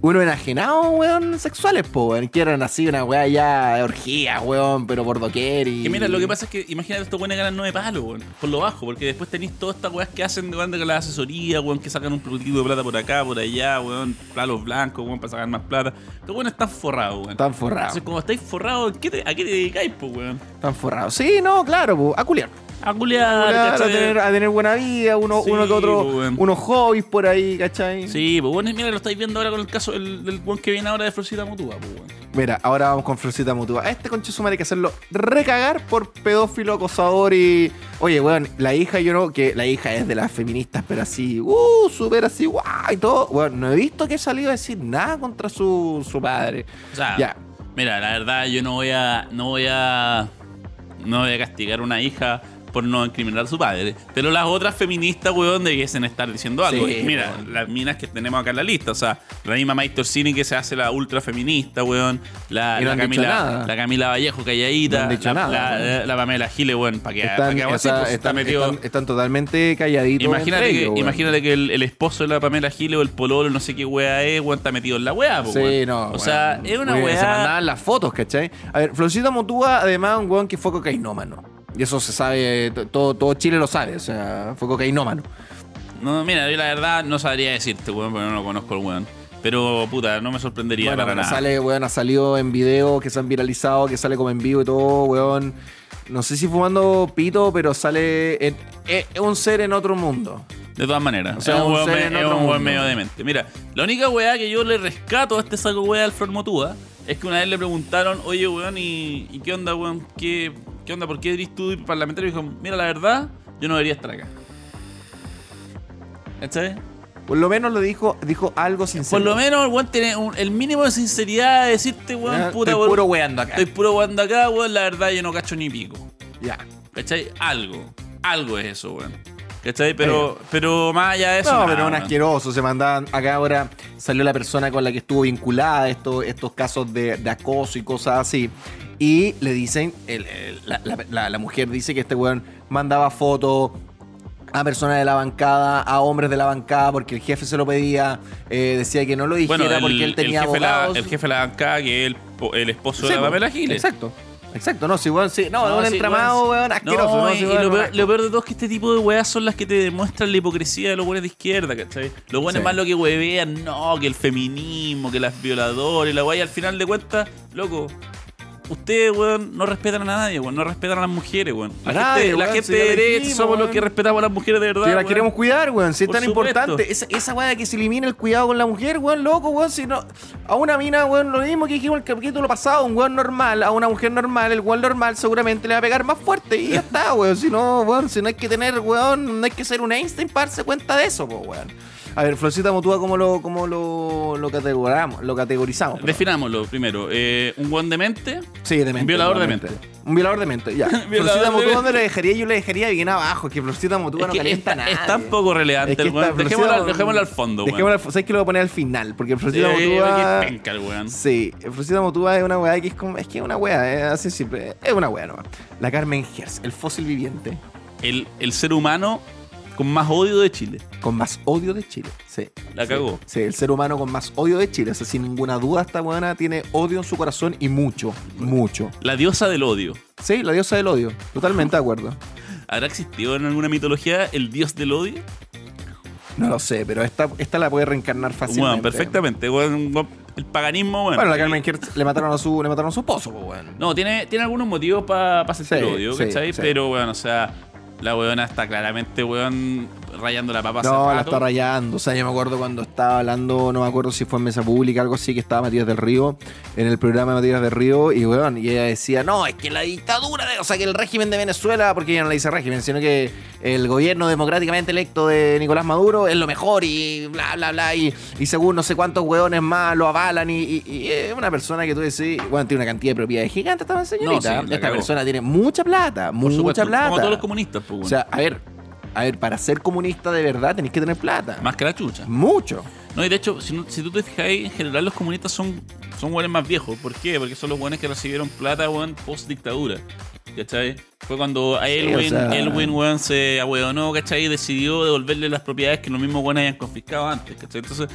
Speaker 1: Unos enajenados, weón, sexuales, po, weón. Que eran así, una weá ya de orgías, weón, pero por doquer y.
Speaker 2: Que mira, lo que pasa es que imagínate estos buenos ganan nueve palos, weón. Por lo bajo, porque después tenéis todas estas weas que hacen weón, de la asesoría, weón, que sacan un poquito de plata por acá, por allá, weón, palos blancos, weón, para sacar más plata. Estos weones están forrados, weón.
Speaker 1: Están forrados,
Speaker 2: Entonces, como estáis forrados, ¿qué te- ¿a qué te dedicáis, po, weón?
Speaker 1: están forrados. Sí, no, claro, po, a culiar.
Speaker 2: A culiar,
Speaker 1: Claro, a
Speaker 2: ¿cachai?
Speaker 1: tener, a tener buena vida, uno,
Speaker 2: Sí,
Speaker 1: uno que otro,
Speaker 2: pues, weón.
Speaker 1: unos hobbies por ahí, ¿cachai?
Speaker 2: Sí, pues bueno, mira, lo estáis viendo ahora con el caso del, del weón que viene ahora de Florcita Mutua, pues weón.
Speaker 1: Mira, ahora vamos con Florcita Mutua. A este conche su madre hay que hacerlo recagar por pedófilo, acosador y. Oye, weón, la hija, yo no, que la hija es de las feministas, pero así, uh, súper así, guau, y todo. Weón, no he visto que haya salido a decir nada contra su, su padre.
Speaker 2: O sea,
Speaker 1: Ya.
Speaker 2: mira, la verdad yo no voy a no voy a no voy a castigar a una hija por no incriminar a su padre. Pero las otras feministas, weón, debiesen estar diciendo algo.
Speaker 1: Sí,
Speaker 2: Y mira,
Speaker 1: weón.
Speaker 2: las minas que tenemos acá en la lista. O sea, la misma Mike Torsini que se hace la ultra feminista, weón. La,
Speaker 1: Y no
Speaker 2: la
Speaker 1: han dicho
Speaker 2: Camila,
Speaker 1: nada.
Speaker 2: la Camila Vallejo calladita.
Speaker 1: No han dicho
Speaker 2: la,
Speaker 1: nada,
Speaker 2: la-
Speaker 1: weón.
Speaker 2: la- la Pamela Giles, weón. Para que, pa'
Speaker 1: Están,
Speaker 2: que haga así,
Speaker 1: está-
Speaker 2: pues, está
Speaker 1: están-
Speaker 2: metido-
Speaker 1: están- están totalmente calladitos.
Speaker 2: Imagínate,
Speaker 1: entre
Speaker 2: que,
Speaker 1: ellos, weón.
Speaker 2: imagínate que el, el esposo de la Pamela Gile o el pololo, no sé qué weá es, weón, está metido en la weá, po,
Speaker 1: Sí,
Speaker 2: weón.
Speaker 1: no.
Speaker 2: O
Speaker 1: weón.
Speaker 2: sea, es una
Speaker 1: Weón,
Speaker 2: weá.
Speaker 1: Se mandaban las fotos, ¿cachai? A ver, Florcita Motúa, además, un weón que fue cocainómano. Y eso se sabe, t- todo, todo Chile lo sabe, o sea, fue cocainómano.
Speaker 2: No, mira, yo la verdad no sabría decirte, weón, porque no lo conozco el weón. Pero, puta, no me sorprendería
Speaker 1: Bueno,
Speaker 2: para
Speaker 1: pero
Speaker 2: nada.
Speaker 1: sale, weón, ha salido en videos que se han viralizado, que sale como en vivo y todo, weón. No sé si fumando pito, pero sale en- eh, es un ser en otro mundo.
Speaker 2: De todas maneras,
Speaker 1: O sea,
Speaker 2: es un
Speaker 1: un
Speaker 2: weón,
Speaker 1: ser
Speaker 2: me-
Speaker 1: en
Speaker 2: es
Speaker 1: otro
Speaker 2: un weón
Speaker 1: mundo.
Speaker 2: medio demente. Mira, la única weá que yo le rescato a este saco weá del Flor Motúa es que una vez le preguntaron, oye, weón, ¿y, y qué onda, weón? ¿Qué, ¿Qué onda? ¿Por qué eres tú parlamentario? Y dijo, mira, la verdad, yo no debería estar acá. ¿Cachai?
Speaker 1: Por lo menos lo dijo, dijo algo sincero.
Speaker 2: Por lo menos el weón tiene un- el mínimo de sinceridad de decirte, weón,
Speaker 1: Ya,
Speaker 2: puta,
Speaker 1: estoy
Speaker 2: weón.
Speaker 1: puro weando acá.
Speaker 2: estoy puro weón acá, weón, la verdad yo no cacho ni pico.
Speaker 1: Ya.
Speaker 2: ¿Cachai? Algo. Algo es eso, weón. ¿Cachai? Pero, pero más allá de eso.
Speaker 1: No,
Speaker 2: nada,
Speaker 1: pero un
Speaker 2: weón.
Speaker 1: asqueroso. Se mandaban. Acá ahora salió la persona con la que estuvo vinculada esto- estos casos de, de acoso y cosas así. Y le dicen, el- el- la, la- la- la mujer dice que este weón mandaba fotos a personas de la bancada, a hombres de la bancada, porque el jefe se lo pedía, eh, decía que no lo dijera
Speaker 2: Bueno, el,
Speaker 1: porque él
Speaker 2: el
Speaker 1: tenía
Speaker 2: jefe la-
Speaker 1: abogados.
Speaker 2: el jefe de la bancada, que es el, po- el esposo
Speaker 1: Sí,
Speaker 2: de la
Speaker 1: pues,
Speaker 2: Pamela Giles.
Speaker 1: Exacto. Exacto, no, si weón, sí, no,
Speaker 2: No,
Speaker 1: es un
Speaker 2: sí,
Speaker 1: entramado,
Speaker 2: weón,
Speaker 1: weón, asqueroso.
Speaker 2: No,
Speaker 1: no,
Speaker 2: y,
Speaker 1: sí,
Speaker 2: y
Speaker 1: weón,
Speaker 2: lo,
Speaker 1: no,
Speaker 2: peor, lo peor de todo es que este tipo de weas son las que te demuestran la hipocresía de los weones de izquierda, ¿cachai? Los weones
Speaker 1: Sí.
Speaker 2: más lo que huevean, no, que el feminismo, que las violadoras, la wea, y al final de cuentas, loco. Ustedes, weón, no respetan a nadie, weón. No respetan a las mujeres, weón. La
Speaker 1: A
Speaker 2: gente,
Speaker 1: nadie,
Speaker 2: la
Speaker 1: weón,
Speaker 2: gente
Speaker 1: si ya
Speaker 2: de
Speaker 1: lo
Speaker 2: derecha
Speaker 1: dijimos,
Speaker 2: somos los
Speaker 1: weón.
Speaker 2: que respetamos a las mujeres de verdad.
Speaker 1: Si la
Speaker 2: weón.
Speaker 1: queremos cuidar, weón. Si es
Speaker 2: Por
Speaker 1: tan
Speaker 2: supuesto.
Speaker 1: importante. Esa, esa weá de que se elimina el cuidado con la mujer, weón, loco, weón. Si no, a una mina, weón, lo mismo que dijimos en el capítulo pasado, un weón normal, a una mujer normal, el weón normal seguramente le va a pegar más fuerte y ya está, weón. Si no, weón, si no hay que tener, weón, no hay que ser un Einstein para darse cuenta de eso, po, weón. A ver, Florcita Motúa, ¿cómo lo, cómo lo, lo categorizamos? Lo categorizamos. perdón.
Speaker 2: Definámoslo primero. Eh, un buen demente,
Speaker 1: Sí, demente.
Speaker 2: Violador
Speaker 1: obviamente.
Speaker 2: demente.
Speaker 1: Un violador demente, ya.
Speaker 2: Violador
Speaker 1: Florcita Motúa,
Speaker 2: demente.
Speaker 1: ¿dónde la dejaría? Yo la dejaría bien abajo, que Florcita Motúa no
Speaker 2: es, que
Speaker 1: calienta
Speaker 2: esta-
Speaker 1: nada.
Speaker 2: es tan poco relevante, el weón. Dejémosla, dejémosla al fondo, weón.
Speaker 1: Dejémosla al fondo. ¿Sabes que lo voy a poner al final? Porque Florcita
Speaker 2: Sí,
Speaker 1: Motúa.
Speaker 2: oye, penca el weón.
Speaker 1: Sí, Florcita Motúa es una weá que es como. Es que es una weá, eh, así simple. Es una weá nomás. La Carmen Gers, el fósil viviente
Speaker 2: El, el ser humano con más odio de Chile.
Speaker 1: con más odio de Chile. Sí.
Speaker 2: La
Speaker 1: Sí.
Speaker 2: cagó.
Speaker 1: Sí, el ser humano con más odio de Chile. O sea, sin ninguna duda, esta weona tiene odio en su corazón y mucho, mucho.
Speaker 2: La diosa del odio.
Speaker 1: Sí, la diosa del odio. Totalmente de acuerdo.
Speaker 2: ¿Habrá existido en alguna mitología el dios del odio?
Speaker 1: No lo sé, pero esta, esta la puede reencarnar fácilmente.
Speaker 2: Bueno, perfectamente. weón, weón. el paganismo, bueno.
Speaker 1: Bueno, la Carmen Hertz le mataron a su, le mataron a su esposo, pues bueno.
Speaker 2: No, tiene, tiene algunos motivos para sentir
Speaker 1: Sí,
Speaker 2: odio,
Speaker 1: sí,
Speaker 2: ¿cachai?
Speaker 1: sí.
Speaker 2: Pero, weón, o sea, la weona está claramente, weón, rayando la papa hace
Speaker 1: No, la
Speaker 2: rato.
Speaker 1: está rayando. O sea, yo me acuerdo cuando estaba hablando, no me acuerdo si fue en mesa pública, algo así, que estaba Matías del Río, en el programa de Matías del Río, y weón, y ella decía, no, es que la dictadura, de, o sea, que el régimen de Venezuela, porque ella no le dice régimen, sino que el gobierno democráticamente electo de Nicolás Maduro es lo mejor, y bla, bla, bla, y, y según no sé cuántos weones más lo avalan, y, y- y es una persona que tú decís, bueno, tiene una cantidad de propiedades gigantes, esta señorita.
Speaker 2: sí, la
Speaker 1: Esta
Speaker 2: cagó.
Speaker 1: persona tiene mucha plata,
Speaker 2: Por
Speaker 1: mucha
Speaker 2: supuesto,
Speaker 1: plata.
Speaker 2: Como todos los comunistas, pues, weón.
Speaker 1: O sea, a ver, a ver, para ser comunista de verdad tenés que tener plata.
Speaker 2: Más que la chucha.
Speaker 1: Mucho.
Speaker 2: No, y de hecho, si, no- si tú te fijáis, en general los comunistas son, son hueones más viejos. ¿Por qué? Porque son los hueones que recibieron plata, hueón, post dictadura. ¿Cachai? Fue cuando a Elwin,
Speaker 1: sea- eh.
Speaker 2: Elwin, hueón, se ahueonó, ¿cachai? Y decidió devolverle las propiedades que los mismos hueones habían confiscado antes, ¿cachai? Entonces,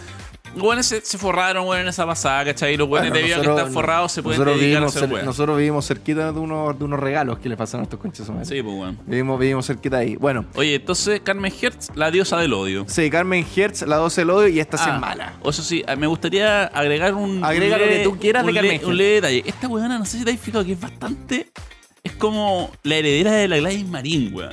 Speaker 2: los hueones se, se forraron, hueón, en esa pasada, ¿cachai? Y los hueones
Speaker 1: Bueno,
Speaker 2: debido a que
Speaker 1: nosotros-
Speaker 2: están forrados se pueden
Speaker 1: nosotros
Speaker 2: dedicar a
Speaker 1: vivimos,
Speaker 2: hacer
Speaker 1: cer-
Speaker 2: hueón.
Speaker 1: nosotros vivimos cerquita de unos, de unos regalos que le pasaron a estos conches. humanos.
Speaker 2: Sí, pues, hueón.
Speaker 1: Vivimos, vivimos cerquita de ahí. Bueno,
Speaker 2: Oye, entonces, Carmen Hertz, la diosa del odio.
Speaker 1: sí, Carmen Hertz, la 12 del odio y esta sí
Speaker 2: Ah,
Speaker 1: es mala.
Speaker 2: O eso sí, a- me gustaría agregar un.
Speaker 1: Agrega
Speaker 2: un
Speaker 1: lo que
Speaker 2: leve-
Speaker 1: tú quieras
Speaker 2: un
Speaker 1: de Carmen
Speaker 2: leve-
Speaker 1: Gil.
Speaker 2: Un leve detalle. Esta weona, no sé si te has fijado que es bastante. Es como la heredera de la Gladys Marín, weón.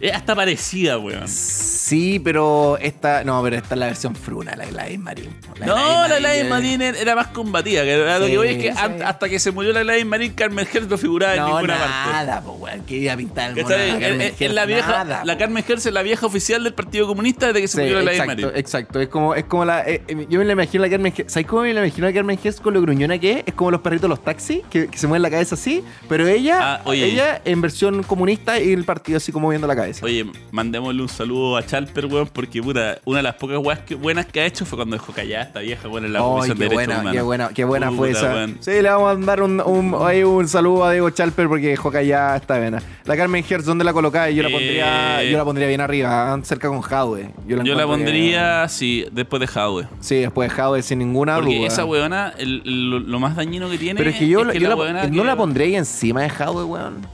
Speaker 2: Es hasta parecida, weón.
Speaker 1: Sí, pero esta. No, pero esta es la versión fruna, la Gladys Marín.
Speaker 2: no, la Gladys Marín era- era más combatida. que era lo
Speaker 1: Sí,
Speaker 2: que voy es que
Speaker 1: sí.
Speaker 2: an- hasta que se murió la Gladys Marín, Carmen Hertz no figuraba en
Speaker 1: No,
Speaker 2: ninguna parte.
Speaker 1: nada, po, weón. Quería pintar el mono.
Speaker 2: ¿Cachai?
Speaker 1: de la Carmen
Speaker 2: Es- es- es
Speaker 1: Hertz,
Speaker 2: la vieja,
Speaker 1: nada,
Speaker 2: la
Speaker 1: po.
Speaker 2: Carmen Hertz es la vieja oficial del Partido Comunista desde que se
Speaker 1: Sí,
Speaker 2: murió la Gladys
Speaker 1: exacto,
Speaker 2: Marín.
Speaker 1: exacto. Es como, es como la. eh, eh, yo me la imagino la Carmen Hess- ¿Sabes cómo me la imagino a Carmen Hess con lo gruñona que es? Es como los perritos de los taxis que, que se mueven la cabeza así, pero ella,
Speaker 2: Ah, oye.
Speaker 1: ella en versión comunista y el partido así como moviendo la cabeza.
Speaker 2: Oye, mandémosle un saludo a Chalper, weón, porque puta, una de las pocas weas que- buenas que ha hecho fue cuando dejó callada a esta vieja, weón, en la
Speaker 1: Ay,
Speaker 2: Comisión
Speaker 1: qué
Speaker 2: de Derechos
Speaker 1: buena,
Speaker 2: Humanos.
Speaker 1: qué buena, qué buena fue
Speaker 2: Puta,
Speaker 1: esa.
Speaker 2: weón.
Speaker 1: Sí, le vamos a mandar un, un, ahí un saludo a Diego Chalper porque dejó callada esta vena. La Carmen Hertz, ¿dónde la colocaba? Yo la
Speaker 2: Eh.
Speaker 1: pondría, yo la pondría bien arriba, ah, cerca con Jadwe.
Speaker 2: Yo la
Speaker 1: encuentro que-
Speaker 2: pondría, sí, después de Jadwe.
Speaker 1: Sí, después de Jadwe sin ninguna
Speaker 2: Porque
Speaker 1: duda.
Speaker 2: esa weona, el- el- lo, lo más dañino que tiene.
Speaker 1: Ah, Pero es que yo, yo la- eh,
Speaker 2: weona
Speaker 1: no
Speaker 2: que-
Speaker 1: la pondría ahí encima de Jadwe, weón.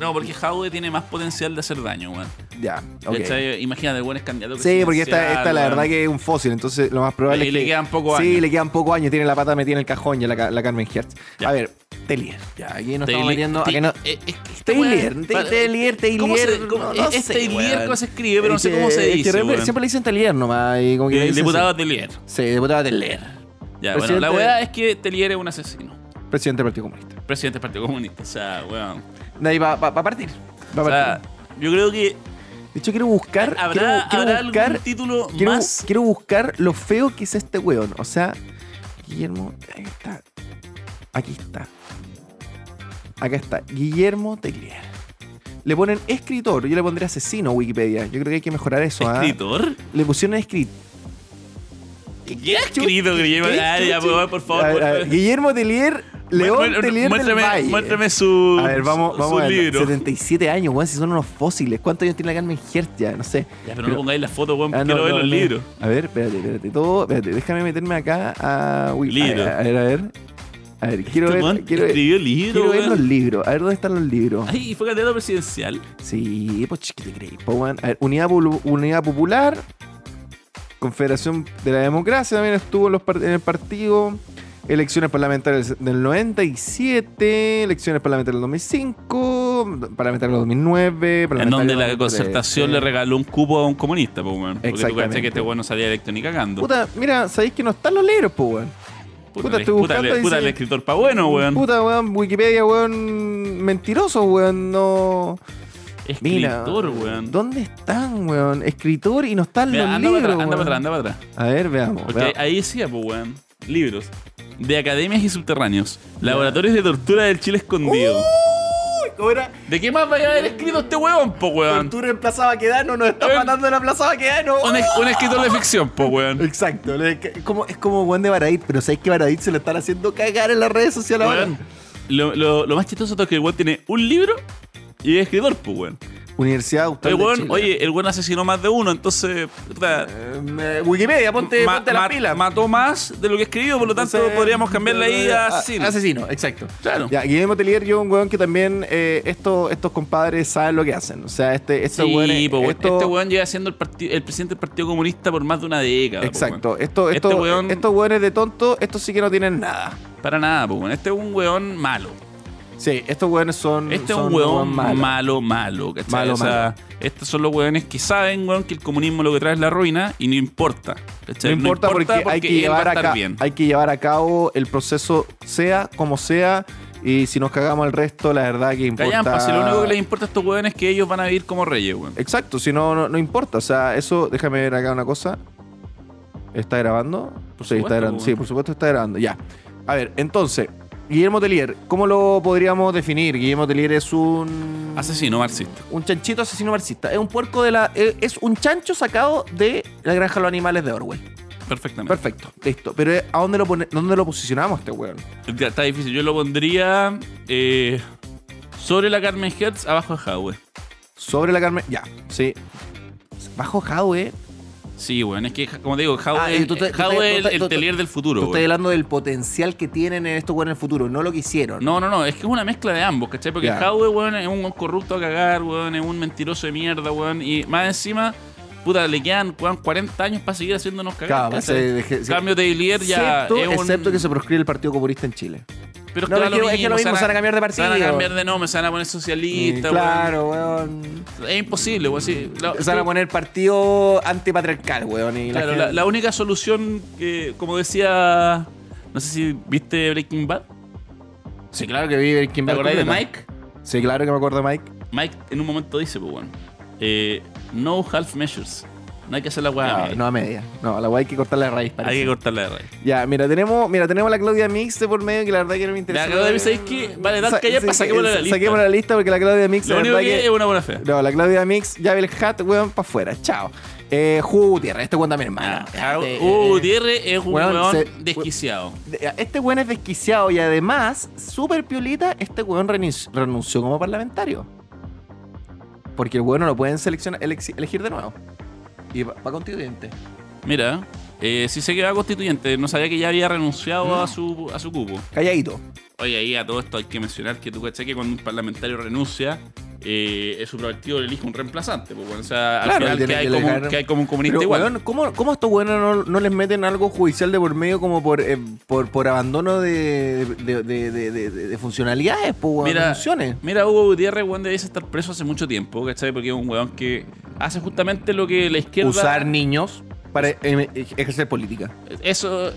Speaker 2: No, porque Jadwe tiene más potencial de hacer daño, weón.
Speaker 1: Ya, ok.
Speaker 2: ¿Cachai? Imagínate, el weón es candidato.
Speaker 1: Sí, porque esta,
Speaker 2: presidencial,
Speaker 1: esta la
Speaker 2: weón.
Speaker 1: verdad que es un fósil, entonces lo más probable
Speaker 2: Y
Speaker 1: es
Speaker 2: le
Speaker 1: que...
Speaker 2: quedan pocos
Speaker 1: Sí,
Speaker 2: años.
Speaker 1: le quedan pocos años, tiene la pata metida en el cajón ya la, ca- la Carmen Hertz.
Speaker 2: Ya.
Speaker 1: A ver, Telier. Ya, aquí nos estamos
Speaker 2: Taylor-
Speaker 1: metiendo...
Speaker 2: Tay-
Speaker 1: Aquí no,
Speaker 2: eh, es que esta
Speaker 1: Taylor,
Speaker 2: weona-
Speaker 1: Tay-
Speaker 2: para-
Speaker 1: Taylor,
Speaker 2: ¿Cómo se-
Speaker 1: Taylor,
Speaker 2: cómo-
Speaker 1: no- no
Speaker 2: es- Es
Speaker 1: sé,
Speaker 2: Taylor,
Speaker 1: weón.
Speaker 2: ¿cómo se escribe? Pero no sé
Speaker 1: Es
Speaker 2: cómo se
Speaker 1: que- es que
Speaker 2: dice.
Speaker 1: siempre,
Speaker 2: weón.
Speaker 1: siempre le dicen Telier nomás y como que le
Speaker 2: Eh,
Speaker 1: dicen
Speaker 2: Diputado
Speaker 1: así.
Speaker 2: Telier.
Speaker 1: Sí, diputado Telier.
Speaker 2: Ya, bueno,
Speaker 1: Presidente-
Speaker 2: la weá es que Telier es un asesino.
Speaker 1: Presidente del Partido Comunista.
Speaker 2: Presidente del Partido Comunista. O sea, weón.
Speaker 1: De ahí va, va- va a partir. Va a
Speaker 2: O sea,
Speaker 1: partir.
Speaker 2: yo creo que
Speaker 1: De hecho, quiero buscar...
Speaker 2: habrá,
Speaker 1: quiero- quiero
Speaker 2: habrá
Speaker 1: buscar-
Speaker 2: algún título
Speaker 1: Quiero,
Speaker 2: más.
Speaker 1: quiero buscar lo feo que es este weón. O sea, Guillermo. Aquí está. Aquí está. Acá está. Guillermo Telier. Le ponen escritor. Yo le pondría asesino a Wikipedia. Yo creo que hay que mejorar eso. ¿ah?
Speaker 2: ¿Escritor?
Speaker 1: Le pusieron escritor.
Speaker 2: ¿Qué ha escrito que lleva? Ah, ya, weón, por favor. muéstrame-
Speaker 1: Guillermo Telier. León
Speaker 2: muéstrame-
Speaker 1: Telier del
Speaker 2: muéstrame,
Speaker 1: Valle.
Speaker 2: muéstrame su,
Speaker 1: a ver, vamos,
Speaker 2: su-
Speaker 1: vamos
Speaker 2: su
Speaker 1: a ver.
Speaker 2: libro.
Speaker 1: 77 años, weón, si son unos fósiles. ¿Cuántos años tiene la Carmen Hertz ya? No sé.
Speaker 2: Ya, pero no
Speaker 1: Pero-
Speaker 2: pongáis la foto, weón.
Speaker 1: Ah, no,
Speaker 2: quiero ver
Speaker 1: no,
Speaker 2: los
Speaker 1: no.
Speaker 2: libros.
Speaker 1: A ver, espérate, espérate. Todo, espérate, déjame meterme acá a Wiki.
Speaker 2: Libro.
Speaker 1: A, ver, a ver. A ver, quiero
Speaker 2: Este
Speaker 1: ver.
Speaker 2: weón
Speaker 1: Quiero ver,
Speaker 2: escribió libros,
Speaker 1: quiero ver
Speaker 2: weón.
Speaker 1: los libros. A ver dónde están los libros.
Speaker 2: Ay, fue candidato presidencial.
Speaker 1: Sí, pues ¿qué te crees, po, weón? A ver, Unidad, Pulu- Unidad Popular. Confederación de la Democracia también estuvo en, los par- en el partido. Elecciones parlamentarias del 97, elecciones parlamentarias del 2005, parlamentarias del 2009,
Speaker 2: En
Speaker 1: parlamentarias
Speaker 2: donde
Speaker 1: del
Speaker 2: la
Speaker 1: 2013.
Speaker 2: concertación le regaló un cupo a un comunista, pues, weón. Porque tú
Speaker 1: Exactamente.
Speaker 2: cachai que este weón no salía electo ni cagando.
Speaker 1: Puta, mira, sabéis que no están los libros, pues, weón. puta,
Speaker 2: le-
Speaker 1: estoy
Speaker 2: le-
Speaker 1: buscando y
Speaker 2: puta,
Speaker 1: dice-
Speaker 2: el escritor pa' bueno, weón.
Speaker 1: Puta, weón, Wikipedia, weón, mentiroso, weón, no... Mira,
Speaker 2: Escritor, weón.
Speaker 1: ¿Dónde están, weón? Escritor y no están
Speaker 2: Mira,
Speaker 1: los
Speaker 2: anda para
Speaker 1: libros,
Speaker 2: atrás, anda para
Speaker 1: weón. Oh,
Speaker 2: atrás, anda para atrás.
Speaker 1: A ver, veamos.
Speaker 2: Porque
Speaker 1: veamos.
Speaker 2: ahí decía, pues, weón. Libros. de academias y subterráneos. Laboratorios de tortura del Chile escondido.
Speaker 1: Uh. Ahora,
Speaker 2: ¿De qué más vaya a haber escrito este huevón, po, weón?
Speaker 1: tortura en Plaza Baquedano, nos están
Speaker 2: Eh.
Speaker 1: matando en la Plaza Baquedano.
Speaker 2: Un, es- un escritor de ficción, po, weón.
Speaker 1: Exacto, le- que- es como, es como Juan de Baradit, pero sabes que Baradit se lo están haciendo cagar en las redes sociales ahora.
Speaker 2: Weón, Lo, lo- lo más chistoso es que el weón tiene un libro y es escritor, po, weón.
Speaker 1: Universidad
Speaker 2: Oye,
Speaker 1: Austral de
Speaker 2: weón,
Speaker 1: Chile.
Speaker 2: oye, el weón asesinó más de uno, entonces. puta,
Speaker 1: Eh, Wikipedia, ponte,
Speaker 2: ma-
Speaker 1: ponte las
Speaker 2: ma-
Speaker 1: pilas.
Speaker 2: Mató más de lo que escribió, por lo tanto
Speaker 1: Entonces, eh,
Speaker 2: podríamos cambiarle ahí a
Speaker 1: a-
Speaker 2: asesino.
Speaker 1: Asesino, exacto.
Speaker 2: Claro.
Speaker 1: Ya, Guillermo Telier, yo un weón que también eh, estos, estos compadres saben lo que hacen. O sea, este, estos
Speaker 2: Sí,
Speaker 1: weones-
Speaker 2: po, weón.
Speaker 1: estos-
Speaker 2: este weón lleva siendo el, parti- el presidente del Partido Comunista por más de una década. po,
Speaker 1: Exacto.
Speaker 2: weón.
Speaker 1: Esto,
Speaker 2: Este
Speaker 1: esto,
Speaker 2: weón-
Speaker 1: Estos weones de tonto, estos sí que no tienen nada.
Speaker 2: Para nada, po, weón. Este es un weón malo.
Speaker 1: Sí, estos weones son.
Speaker 2: Este es
Speaker 1: son
Speaker 2: un weón malo,
Speaker 1: malos.
Speaker 2: malo, ¿cachai?
Speaker 1: Malo,
Speaker 2: o sea, estos son los weones que saben, weón, que el comunismo lo que trae es la ruina y no importa.
Speaker 1: No
Speaker 2: ¿cachai?
Speaker 1: importa, porque, hay, que
Speaker 2: él
Speaker 1: llevar
Speaker 2: va a
Speaker 1: a
Speaker 2: estar
Speaker 1: ca-
Speaker 2: bien.
Speaker 1: hay que llevar a cabo el proceso, sea como sea. Y si nos cagamos al resto, la verdad que importa.
Speaker 2: Callampa, pues, si lo único que les importa a estos weones es que ellos van a vivir como reyes, weón.
Speaker 1: Exacto, si no, no, no importa. O sea, eso, déjame ver acá una cosa. ¿Está grabando?
Speaker 2: Por
Speaker 1: sí,
Speaker 2: supuesto,
Speaker 1: está grabando.
Speaker 2: po.
Speaker 1: Sí, por supuesto está grabando. Ya. A ver, entonces, Guillermo Telier, ¿cómo lo podríamos definir? Guillermo Telier es un.
Speaker 2: Asesino marxista.
Speaker 1: Un chanchito asesino marxista. Es un puerco de la. eh, Es un chancho sacado de la granja de los animales de Orwell.
Speaker 2: Perfectamente.
Speaker 1: Perfecto, listo. Pero eh, ¿a dónde lo pone, dónde lo posicionamos este weón?
Speaker 2: Está difícil. Yo lo pondría eh, sobre la Carmen Hertz, abajo de Jadwe.
Speaker 1: Sobre la Carmen. Ya, sí. Bajo Jadwe.
Speaker 2: Sí, weón. Es que, como te digo, Jadwe
Speaker 1: Ah, y tú te-
Speaker 2: es Jadwe
Speaker 1: tú te-
Speaker 2: es
Speaker 1: tú te-
Speaker 2: el,
Speaker 1: tú
Speaker 2: el
Speaker 1: te-
Speaker 2: telier del futuro,
Speaker 1: Tú
Speaker 2: weón.
Speaker 1: estás hablando del potencial que tienen en estos weón en el futuro, no lo que hicieron.
Speaker 2: No, no, no, es que es una mezcla de ambos, ¿cachai? Porque
Speaker 1: Ya.
Speaker 2: Howe, weón, es un corrupto a cagar, weón, es un mentiroso de mierda, weón. Y más encima, puta, le quedan, weón, 40 años para seguir haciéndonos cagar.
Speaker 1: Claro, pues,
Speaker 2: ¿cachai?
Speaker 1: se deje- se-
Speaker 2: Cambio de Hillier ya
Speaker 1: excepto,
Speaker 2: es un-
Speaker 1: excepto que se proscribe el Partido Comunista en Chile.
Speaker 2: Pero
Speaker 1: No,
Speaker 2: que da
Speaker 1: es que- es que lo
Speaker 2: se
Speaker 1: mismo, se van a cambiar de
Speaker 2: Se van a
Speaker 1: partido.
Speaker 2: cambiar de nombre, se van a poner socialista,
Speaker 1: Mm, claro, weón.
Speaker 2: weón. Es imposible, weón, sí. La,
Speaker 1: Se van a poner partido antipatriarcal, weón. Y la
Speaker 2: claro,
Speaker 1: gente-
Speaker 2: la, la única solución que, como decía, no sé si viste Breaking Bad.
Speaker 1: Sí, claro que vive el
Speaker 2: ¿Te acordáis de Mike?
Speaker 1: Sí, claro que me acuerdo de Mike.
Speaker 2: Mike en un momento dice, pues bueno, eh, no half measures. No hay que hacer la weá.
Speaker 1: No,
Speaker 2: media.
Speaker 1: no a media. No, la weá hay que cortar la raíz.
Speaker 2: hay
Speaker 1: parece.
Speaker 2: que cortarla de raíz.
Speaker 1: Ya, mira, tenemos, mira, tenemos a la Claudia Mix de por medio que la verdad que no me interesa.
Speaker 2: La Claudia Mix, ¿sabéis qué? Vale, dad calla, pa, saquémosla de la lista.
Speaker 1: Saquémosla de la lista porque la Claudia Mix,
Speaker 2: Lo
Speaker 1: la
Speaker 2: único
Speaker 1: verdad
Speaker 2: que, es una buena fe.
Speaker 1: No, la Claudia Mix, ya ve el hat, weón, para afuera. Chao. Eh, Hugo Gutiérrez, este weón también es malo.
Speaker 2: Ah,
Speaker 1: Este,
Speaker 2: uh,
Speaker 1: eh,
Speaker 2: Gutiérrez es un
Speaker 1: weón,
Speaker 2: weón
Speaker 1: se-
Speaker 2: desquiciado.
Speaker 1: Este weón es desquiciado y además, súper piolita, este weón renis- renunció como parlamentario. Porque el weón no lo pueden seleccionar, elexi- elegir de nuevo. Y va, va constituyente.
Speaker 2: Mira, eh, sí sé que va constituyente. No sabía que ya había renunciado a, su, a su cupo.
Speaker 1: Calladito.
Speaker 2: Oye, ahí a todo esto hay que mencionar que tú cachai que cuando un parlamentario renuncia, eh, es su proactivo le elige un reemplazante. Pues, bueno, o sea, al
Speaker 1: Claro,
Speaker 2: final
Speaker 1: tiene
Speaker 2: que hay,
Speaker 1: que
Speaker 2: como, un-
Speaker 1: elegir-
Speaker 2: que hay como un comunista
Speaker 1: Pero,
Speaker 2: igual.
Speaker 1: weón, ¿cómo, cómo a estos weones no, no les meten algo judicial de por medio como por, eh, por, por abandono de, de, de- de- de- de- de funcionalidades, pues, weón, de funciones?
Speaker 2: Mira, Hugo Gutiérrez, weón, debe estar preso hace mucho tiempo, ¿cachai? Porque es un weón que hace justamente lo que la izquierda.
Speaker 1: Usar niños para eh, ejercer política.
Speaker 2: Eso. eh,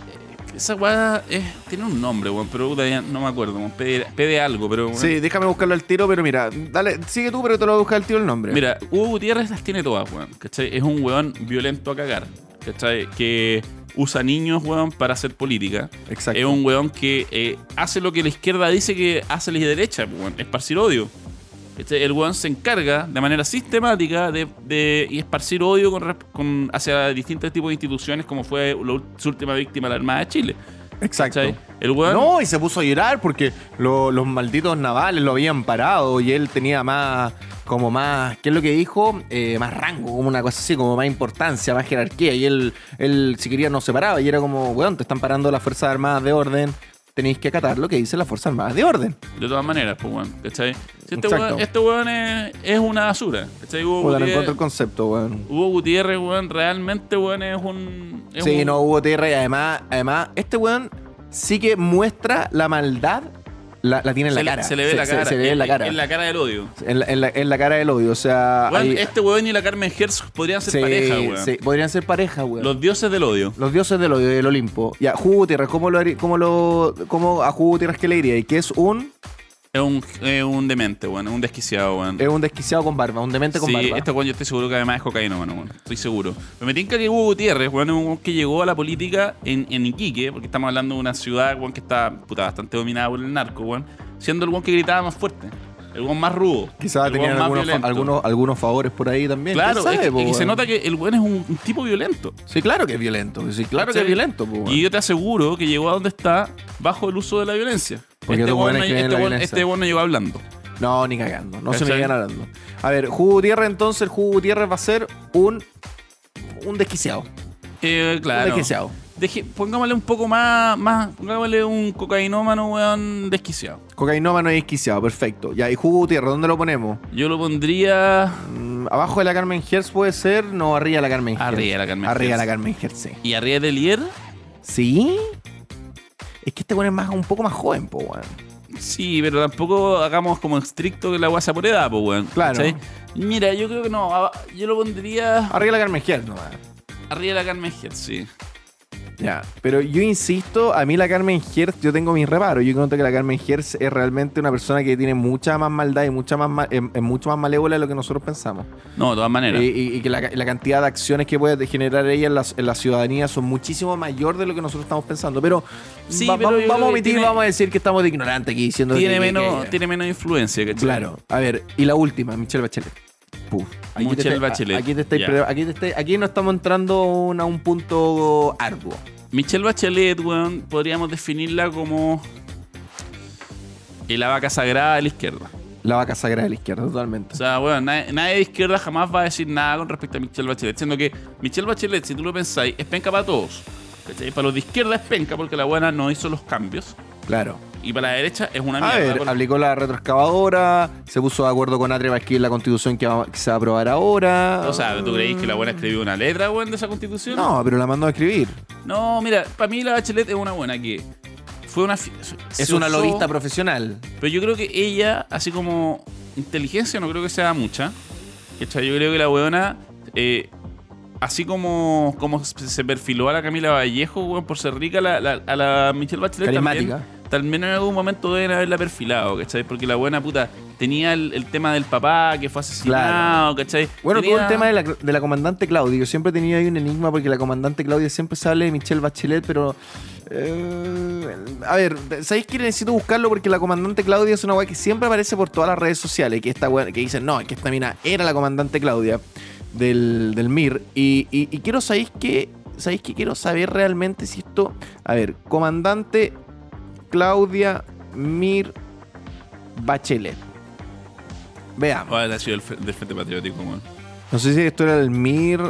Speaker 2: Esa weá es- tiene un nombre, weón, pero puta, ya no me acuerdo, weón. Pede, pede algo, pero. weón.
Speaker 1: Sí, déjame buscarlo al tiro, pero mira, dale, sigue tú, pero te lo voy a buscar al tiro el nombre.
Speaker 2: Mira, Hugo Gutiérrez las tiene todas, weón, ¿cachai? Es un weón violento a cagar, ¿cachai? Que usa niños, weón, para hacer política.
Speaker 1: Exacto.
Speaker 2: Es un weón que eh, hace lo que la izquierda dice que hace la derecha, pues, weón, esparcir odio. Este, el weón se encarga de manera sistemática de, de- y esparcir odio con, resp- con- hacia distintos tipos de instituciones, como fue lo- su última víctima, la Armada de Chile.
Speaker 1: Exacto.
Speaker 2: ¿cachai? El weón.
Speaker 1: No, y se puso a llorar porque lo- los malditos navales lo habían parado y él tenía más, como más, ¿qué es lo que dijo? Eh, más rango, como una cosa así, como más importancia, más jerarquía. Y él, él si quería, no se paraba. Y era como, weón, te están parando las Fuerzas Armadas de Orden, tenéis que acatar lo que dicen las Fuerzas Armadas de Orden.
Speaker 2: De todas maneras, pues, weón. ¿cachai? Si este,
Speaker 1: Exacto.
Speaker 2: weón, este weón es, es una basura. ¿cachai? Hugo
Speaker 1: Puta, no
Speaker 2: Gutiérrez-
Speaker 1: encuentro el concepto, weón.
Speaker 2: Hugo Gutiérrez, weón, realmente, weón, es un. es
Speaker 1: Sí,
Speaker 2: un-
Speaker 1: no hubo tierra y además, además, este weón sí que muestra la maldad, la, la tiene en la
Speaker 2: Se, le-
Speaker 1: cara.
Speaker 2: se le ve la cara.
Speaker 1: Se, le ve en la cara.
Speaker 2: En la cara del odio.
Speaker 1: En la, en la- en la cara del odio, o sea.
Speaker 2: Weón,
Speaker 1: hay-
Speaker 2: este weón y la Carmen Hertz podrían ser
Speaker 1: Ah, sí,
Speaker 2: pareja, weón.
Speaker 1: sí, podrían ser pareja, weón. Los,
Speaker 2: Los dioses del odio.
Speaker 1: dioses del odio, del Olimpo. Ya, Jugo Tierras, ¿cómo, lo, harí- cómo, lo, ¿cómo a Jugo Tierras que le diría? Y que es un.
Speaker 2: Es un, es un demente, weón. Es un desquiciado, weón.
Speaker 1: Es un desquiciado con barba, un demente con
Speaker 2: sí,
Speaker 1: barba.
Speaker 2: este weón yo estoy seguro que además es cocainómano, weón. Estoy seguro. Me metí en que Hugo Gutiérrez, weón, es un weón que llegó a la política en, en Iquique, porque estamos hablando de una ciudad, weón, que está puta, bastante dominada por el narco, weón. Siendo el weón que gritaba más fuerte. El weón más rudo.
Speaker 1: Quizás
Speaker 2: el
Speaker 1: tenían
Speaker 2: weón más
Speaker 1: algunos, fa-
Speaker 2: violento.
Speaker 1: algunos, algunos favores por ahí también.
Speaker 2: Claro,
Speaker 1: ¿Quién
Speaker 2: es
Speaker 1: sabe,
Speaker 2: que-
Speaker 1: po,
Speaker 2: es que se
Speaker 1: weón?
Speaker 2: nota que el weón es un, un tipo violento.
Speaker 1: Sí, claro que es violento. Sí, claro que
Speaker 2: ¿cachai?
Speaker 1: es violento. po, weón.
Speaker 2: Y yo te aseguro que llegó a donde está bajo el uso de la violencia.
Speaker 1: Porque
Speaker 2: este
Speaker 1: los
Speaker 2: weón
Speaker 1: weones
Speaker 2: no-
Speaker 1: que ven
Speaker 2: este
Speaker 1: la
Speaker 2: weón-
Speaker 1: violencia.
Speaker 2: este weón no llegó hablando.
Speaker 1: No, ni cagando. No se me
Speaker 2: ¿Cachai?
Speaker 1: llegan hablando. A ver, Hugo Gutiérrez, entonces, el Hugo Gutiérrez va a ser un, un desquiciado.
Speaker 2: Eh,
Speaker 1: Un
Speaker 2: claro.
Speaker 1: desquiciado.
Speaker 2: Deje- pongámosle un poco más, más. Pongámosle un cocainómano, weón, desquiciado.
Speaker 1: Cocainómano y desquiciado, perfecto. Ya, y Hugo Gutiérrez, ¿dónde lo ponemos?
Speaker 2: Yo lo pondría.
Speaker 1: Mm, ¿Abajo de la Carmen Hertz puede ser? No, arriba de la Carmen Hertz.
Speaker 2: Arriba de la Carmen
Speaker 1: Arriba de
Speaker 2: Hertz.
Speaker 1: la Carmen Hertz, sí.
Speaker 2: ¿Y arriba de Lier?
Speaker 1: ¿Sí? Es que este weón es más, un poco más joven, po, weón.
Speaker 2: Sí, pero tampoco hagamos como estricto que la guasa por edad, pues, weón.
Speaker 1: Claro.
Speaker 2: ¿cachai? Mira, yo creo que no. aba- Yo lo pondría
Speaker 1: Arriba de la Carmen Hertz, nomás.
Speaker 2: arriba de la Carmen Hertz, sí.
Speaker 1: Ya, pero yo insisto, a mí la Carmen Hertz, yo tengo mis reparos. Yo encuentro que la Carmen Hertz es realmente una persona que tiene mucha más maldad y mucha más ma- es, es mucho más malévola de lo que nosotros pensamos.
Speaker 2: No, de todas maneras.
Speaker 1: Y, y- y que la, la cantidad de acciones que puede generar ella en la, en la ciudadanía son muchísimo mayor de lo que nosotros estamos pensando. Pero,
Speaker 2: Sí,
Speaker 1: va-
Speaker 2: pero
Speaker 1: va- vamos
Speaker 2: yo creo
Speaker 1: a
Speaker 2: que
Speaker 1: omitir,
Speaker 2: tiene-
Speaker 1: vamos a decir que estamos de ignorante aquí diciendo que-
Speaker 2: tiene,
Speaker 1: que-
Speaker 2: menos,
Speaker 1: que-
Speaker 2: tiene menos influencia, ¿cachai?
Speaker 1: Claro, a ver, y la última, Michelle Bachelet. Puf, aquí te
Speaker 2: Michelle
Speaker 1: estáis-
Speaker 2: Bachelet,
Speaker 1: Aquí, te estáis
Speaker 2: ya.
Speaker 1: pre- aquí, te estáis- aquí nos estamos entrando un- a un punto arduo.
Speaker 2: Michelle Bachelet, weón, podríamos definirla como. eh, La vaca sagrada de la izquierda.
Speaker 1: La vaca sagrada de la izquierda, totalmente.
Speaker 2: O sea, bueno, nadie, nadie de izquierda jamás va a decir nada con respecto a Michelle Bachelet. Siendo que Michelle Bachelet, si tú lo pensáis, es penca para todos. ¿cachai? Para los de izquierda es penca porque la buena no hizo los cambios.
Speaker 1: claro.
Speaker 2: Y para la derecha es una
Speaker 1: A
Speaker 2: mierda.
Speaker 1: ver,
Speaker 2: porque-
Speaker 1: aplicó la retroexcavadora, se puso de acuerdo con Atre para escribir la constitución que, va- que se va a aprobar ahora.
Speaker 2: o sea, ¿tú creéis que la buena escribió una letra, weón, de esa constitución?
Speaker 1: No, pero la mandó a escribir.
Speaker 2: No, mira, para mí la Bachelet es una buena que fue una. fi- se
Speaker 1: Es una
Speaker 2: usó-
Speaker 1: lobista profesional.
Speaker 2: Pero yo creo que ella, así como inteligencia, no creo que sea mucha. ¿Cachai? Yo creo que la weona, eh, así como, como se perfiló a la Camila Vallejo, weón, por ser rica, la- la- a la Michelle Bachelet
Speaker 1: Carismática.
Speaker 2: también, también en algún momento deben haberla perfilado, ¿cachai? Porque la buena puta tenía el, el tema del papá que fue asesinado, ¿cachai?
Speaker 1: Bueno,
Speaker 2: Tenía-
Speaker 1: tuvo el tema de la, de la comandante Claudia. Yo siempre he tenido ahí un enigma porque la comandante Claudia siempre se habla de Michelle Bachelet, pero. eh, a ver, ¿sabéis que necesito buscarlo? Porque la comandante Claudia es una weá que siempre aparece por todas las redes sociales. Que esta weá- que dicen, no, es que esta mina era la comandante Claudia del, del MIR. Y, y- y quiero, ¿sabéis que ¿Sabéis que quiero saber realmente si esto. A ver, comandante Claudia MIR Bachelet. Veamos.
Speaker 2: Ojalá haya sido el fre- del Frente Patriótico, weón.
Speaker 1: No sé si esto era el Mir.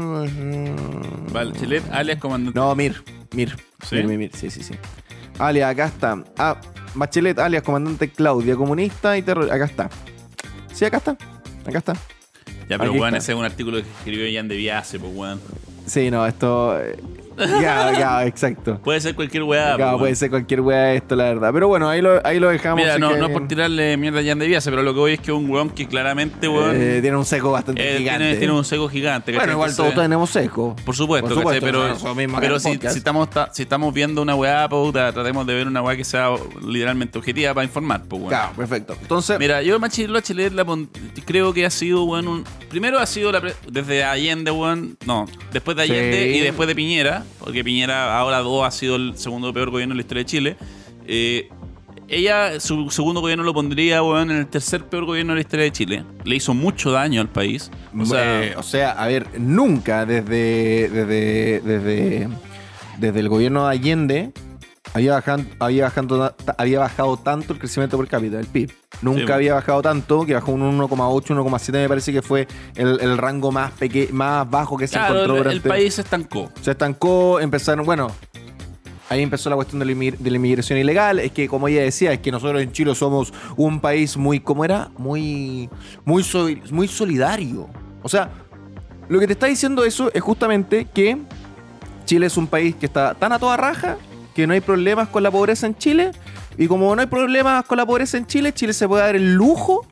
Speaker 1: mm,
Speaker 2: Bachelet, alias comandante.
Speaker 1: No, Mir. Mir.
Speaker 2: ¿Sí?
Speaker 1: Mir, Mir, Mir. Sí, sí, sí. Alias, acá está. Ah, Bachelet, alias comandante Claudia, comunista y terrorista. Acá está. Sí, acá está. Acá está.
Speaker 2: ya, pero
Speaker 1: aquí
Speaker 2: weón,
Speaker 1: está.
Speaker 2: ese es un artículo que escribió Jan de Viase, pues weón.
Speaker 1: Sí, no, esto. eh, Ya, ya, exacto.
Speaker 2: Puede ser cualquier weá, pues,
Speaker 1: Ya,
Speaker 2: weón.
Speaker 1: puede ser cualquier wea esto, la verdad. Pero bueno, ahí lo, ahí lo dejamos.
Speaker 2: Mira,
Speaker 1: así
Speaker 2: no,
Speaker 1: que- eh,
Speaker 2: no es por tirarle mierda a Jan de Viase, pero lo que voy es que es un weón que claramente, weón,
Speaker 1: Eh, tiene un seco
Speaker 2: eh,
Speaker 1: bastante gigante.
Speaker 2: tiene, tiene un seco gigante.
Speaker 1: Bueno,
Speaker 2: ¿cachai?
Speaker 1: igual todos
Speaker 2: Entonces, eh.
Speaker 1: tenemos seco.
Speaker 2: Por supuesto,
Speaker 1: Por supuesto,
Speaker 2: ¿cachai? pero,
Speaker 1: nosotros mismos acá en
Speaker 2: pero
Speaker 1: el
Speaker 2: si,
Speaker 1: podcast.
Speaker 2: si estamos, ta- si estamos viendo una weá, puta, tratemos de ver una weá que sea literalmente objetiva para informar, pues, weón.
Speaker 1: Claro, perfecto. Entonces,
Speaker 2: Mira, yo Machilo Bachelet la pon- creo que ha sido, weón, un- primero ha sido la pre- desde Allende, weón, no, después de Allende
Speaker 1: Sí.
Speaker 2: y después de Piñera, porque Piñera ahora dos ha sido el segundo peor gobierno de la historia de Chile. Eh, ella, su segundo gobierno lo pondría, weón, en el tercer peor gobierno de la historia de Chile. Le hizo mucho daño al país. O sea,
Speaker 1: Eh, o sea, a ver, nunca desde, desde, desde, desde el gobierno de Allende había bajado, había, bajando ta- había bajado tanto el crecimiento por cápita, el PIB. Nunca
Speaker 2: bueno.
Speaker 1: había bajado tanto, que bajó un 1,8, 1,7 me parece que fue el, el rango más, peque más bajo que se
Speaker 2: claro,
Speaker 1: encontró
Speaker 2: el,
Speaker 1: durante...
Speaker 2: el país se estancó.
Speaker 1: Se estancó, empezaron, bueno, ahí empezó la cuestión de la, inmi- de la inmigración ilegal. Es que, como ella decía, es que nosotros en Chile somos un país muy, ¿cómo era? Muy, muy, sol- muy solidario. O sea, lo que te está diciendo eso es justamente que Chile es un país que está tan a toda raja que no hay problemas con la pobreza en Chile. Y como no hay problemas con la pobreza en Chile, Chile se puede dar el lujo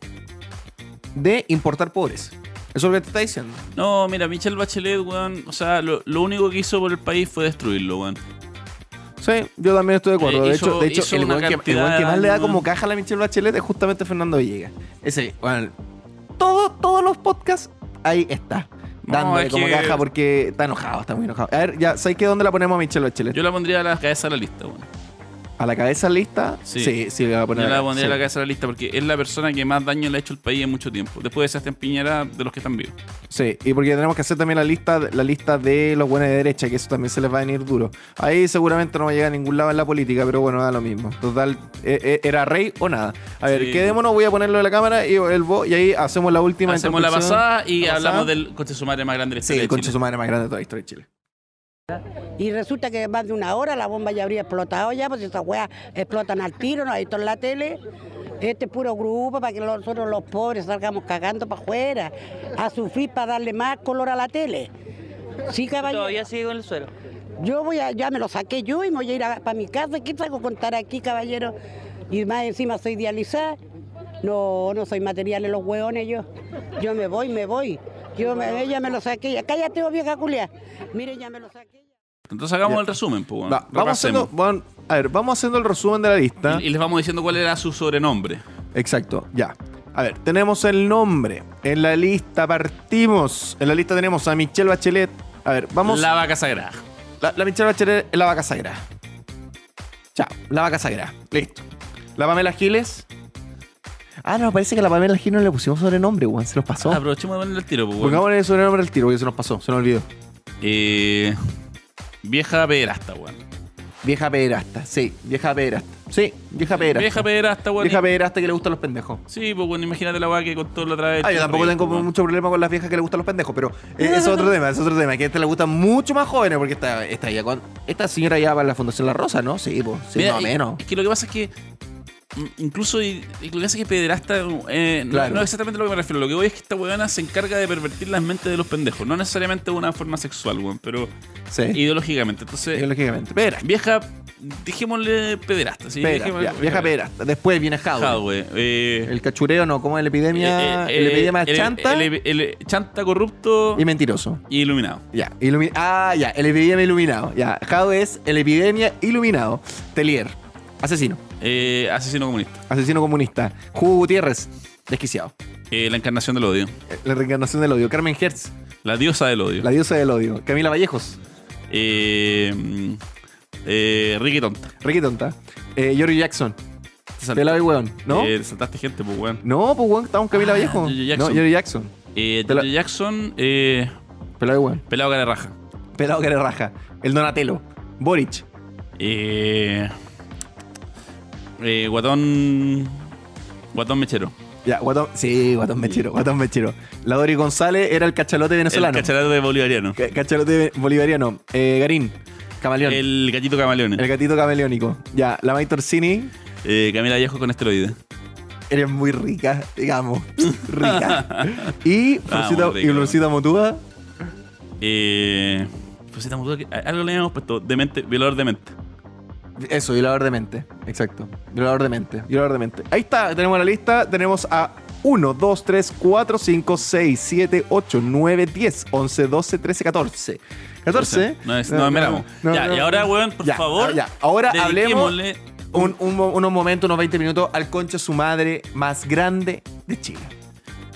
Speaker 1: de importar pobres. Eso es lo que te está diciendo.
Speaker 2: No, mira, Michelle Bachelet, weón, o sea, lo, lo único que hizo por el país fue destruirlo, weón.
Speaker 1: O Sí, yo también estoy de acuerdo.
Speaker 2: Eh,
Speaker 1: de
Speaker 2: hizo-
Speaker 1: hecho, de hecho
Speaker 2: hizo
Speaker 1: el
Speaker 2: una
Speaker 1: weón que, el
Speaker 2: cantidad
Speaker 1: weón que
Speaker 2: de
Speaker 1: más le da
Speaker 2: daño.
Speaker 1: como caja a la Michelle Bachelet es justamente Fernando Villegas. Ese, bueno, todo, todos los podcasts, ahí está.
Speaker 2: No,
Speaker 1: Dándole
Speaker 2: es
Speaker 1: como
Speaker 2: que-
Speaker 1: caja porque está enojado, está muy enojado. A ver, ya, ¿sabes qué? ¿Dónde la ponemos a Michelle Bachelet?
Speaker 2: Yo la pondría a la cabeza de la lista, weón.
Speaker 1: ¿A la cabeza lista? Sí,
Speaker 2: Sí.
Speaker 1: sí, le voy a poner.
Speaker 2: Yo la
Speaker 1: acá,
Speaker 2: pondría
Speaker 1: sí.
Speaker 2: a la cabeza de la lista porque es la persona que más daño le ha hecho el país en mucho tiempo. Después de Sebastián Piñera, de los que están vivos.
Speaker 1: Sí, y porque tenemos que hacer también la lista, la lista de los buenos de derecha, que eso también se les va a venir duro. Ahí seguramente no va a llegar a ningún lado en la política, pero bueno, da lo mismo. Total, eh, eh, era rey o nada. A ver,
Speaker 2: Sí.
Speaker 1: quedémonos, voy a ponerlo en la cámara y, el vo- y ahí hacemos la última
Speaker 2: Hacemos la
Speaker 1: introducción.
Speaker 2: pasada y
Speaker 1: La pasada.
Speaker 2: hablamos del coche sumario más grande de la
Speaker 1: Sí,
Speaker 2: historia
Speaker 1: el
Speaker 2: de
Speaker 1: conche
Speaker 2: Chile.
Speaker 1: su madre más grande de toda la historia de Chile.
Speaker 5: Y resulta que más de una hora la bomba ya habría explotado ya, pues esas weas explotan al tiro, no hay todo en la tele. Este puro grupo para que nosotros los pobres salgamos cagando para afuera, a sufrir para darle más color a la tele. Sí, caballero.
Speaker 6: Todavía sigo en el suelo.
Speaker 5: Yo voy a, ya me lo saqué yo y me voy a ir para mi casa. ¿Qué traigo a contar aquí, caballero? Y más encima soy dializada. No, no soy material de los hueones yo. Yo me voy, me voy. Yo me, ya me lo saqué. Ya. Cállate, oh, vieja culia. Mire, ya me lo saqué.
Speaker 2: Entonces hagamos
Speaker 1: Ya.
Speaker 2: el resumen, pues, weón.
Speaker 1: Va, vamos,
Speaker 2: Repasemos.
Speaker 1: haciendo, van- a ver, vamos haciendo el resumen de la lista.
Speaker 2: Y y les vamos diciendo cuál era su sobrenombre.
Speaker 1: Exacto, ya. A ver, tenemos el nombre. En la lista partimos. En la lista tenemos a Michelle Bachelet. A ver, vamos.
Speaker 2: La vaca sagrada.
Speaker 1: La, la Michelle Bachelet es la vaca sagrada. Chao, la vaca sagrada. Listo. La Pamela Giles. Ah, no, parece que a la Pamela Giles no le pusimos sobrenombre, weón. Se nos pasó.
Speaker 2: Aprovechemos de ponerle el tiro, pues, weón.
Speaker 1: Pongámosle sobrenombre al tiro, porque se nos pasó, se nos olvidó.
Speaker 2: Eh, vieja pederasta, weón.
Speaker 1: Vieja pederasta, sí, vieja pederasta. Sí, vieja pederasta.
Speaker 2: Vieja pederasta, weón.
Speaker 1: Vieja pederasta que le gustan los pendejos.
Speaker 2: Sí, pues, weón, imagínate la weá que contó la otra vez. pues,
Speaker 1: Ah, yo tampoco tengo mucho problema con las viejas que le gustan los pendejos, pero eh, es otro tema, es otro tema. Que a esta le gustan mucho más jóvenes, porque esta, esta, ya con, esta señora ya va a la Fundación La Rosa, ¿no? Sí, pues, sí,
Speaker 2: Mira,
Speaker 1: más o
Speaker 2: y-
Speaker 1: menos.
Speaker 2: Es que lo que pasa es que. mm, Incluso y- y lo que hace que pederasta eh, no-
Speaker 1: Claro.
Speaker 2: no, es exactamente a lo que me refiero. Lo que voy es que esta weona se encarga de pervertir las mentes de los pendejos. No necesariamente de una forma sexual, weón, pero
Speaker 1: Sí,
Speaker 2: ideológicamente. Entonces,
Speaker 1: ideológicamente. Pederasta.
Speaker 2: vieja, dijémosle pederasta. ¿sí?
Speaker 1: Pera,
Speaker 2: Dijémosle-
Speaker 1: ya, vieja pederasta. Después viene Jadwe.
Speaker 2: Jadwe, eh,
Speaker 1: El cachureo no, como es la epidemia,
Speaker 2: eh, eh,
Speaker 1: la epidemia
Speaker 2: el-
Speaker 1: chanta
Speaker 2: el- el- el chanta corrupto
Speaker 1: y mentiroso.
Speaker 2: y iluminado.
Speaker 1: Ya, ilumi- ah, ya, el epidemia iluminado. Ya, Jadwe es el epidemia iluminado. Telier, asesino,
Speaker 2: Eh, asesino comunista.
Speaker 1: asesino comunista. Hugo Gutiérrez, desquiciado.
Speaker 2: Eh, la encarnación del odio.
Speaker 1: Eh, La reencarnación del odio. Carmen Hertz,
Speaker 2: La diosa del odio.
Speaker 1: la diosa del odio. Camila Vallejos,
Speaker 2: Eh, mm, eh, Ricky Tonta.
Speaker 1: Ricky Tonta. Eh, George Jackson,
Speaker 2: Te sal-
Speaker 1: pelado y weón, ¿no?
Speaker 2: eh, te saltaste gente, pues, weón.
Speaker 1: no, pues weón, estamos Camila
Speaker 2: Ah,
Speaker 1: Vallejo.
Speaker 2: Giorgio
Speaker 1: No,
Speaker 2: Jackson.
Speaker 1: George Jackson,
Speaker 2: Eh,
Speaker 1: Pela-
Speaker 2: Joe Jackson, eh,
Speaker 1: pelado y weón.
Speaker 2: pelado cara de raja.
Speaker 1: Pelado que le raja. El Donatello, Boric,
Speaker 2: Eh, eh, guatón. Guatón mechero.
Speaker 1: Ya, guatón, sí, guatón mechero, guatón mechero. La Dori González era el cachalote
Speaker 2: El
Speaker 1: venezolano.
Speaker 2: cacharado de bolivariano.
Speaker 1: Ca- cachalote bolivariano. Eh, Garín, camaleón. El,
Speaker 2: El gallito camaleón.
Speaker 1: gatito camaleónico. Ya, la May Torsini,
Speaker 2: Eh, Camila Vallejo con esteroides.
Speaker 1: eres muy rica, digamos. Rica. y Florcita,
Speaker 2: muy rica,
Speaker 1: y Florcita Motúa,
Speaker 2: Eh, pues esta mujer que- algo le habíamos puesto. Demente, violador demente.
Speaker 1: eso, violador de mente. Exacto. Violador de mente, violador de mente. Ahí está, tenemos la lista, tenemos a... 1, 2, 3, 4, 5, 6, 7, 8, 9, 10, 11, 12, 13, 14. 14.
Speaker 2: No, es, no, esperamos.
Speaker 1: no,
Speaker 2: ya,
Speaker 1: no.
Speaker 2: y ahora, weón, por
Speaker 1: Ya,
Speaker 2: favor.
Speaker 1: ah, ya. Ahora hablemos
Speaker 2: dediquémosle
Speaker 1: un, un mo- unos momentos, unos 20 minutos al concha su madre más grande de Chile.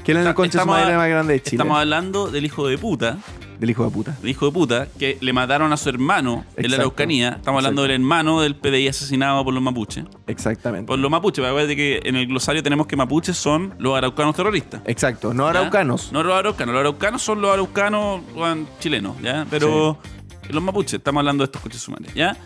Speaker 1: ¿Quién es el
Speaker 2: Está-
Speaker 1: concha su
Speaker 2: estamos
Speaker 1: madre
Speaker 2: a-
Speaker 1: más grande de Chile?
Speaker 2: Estamos hablando del hijo de puta,
Speaker 1: Del hijo de puta.
Speaker 2: del hijo de puta, que le mataron a su hermano en la
Speaker 1: Exacto.
Speaker 2: Araucanía. Estamos
Speaker 1: Exacto.
Speaker 2: hablando del hermano del PDI asesinado por los mapuches.
Speaker 1: Exactamente.
Speaker 2: Por los mapuches, para ver que en el glosario tenemos que mapuches son los araucanos terroristas.
Speaker 1: Exacto. No
Speaker 2: ¿ya?
Speaker 1: araucanos.
Speaker 2: No los araucanos. Los araucanos son los araucanos weón, chilenos, ¿ya? Pero los mapuches, estamos hablando de estos coches humanos, ¿ya?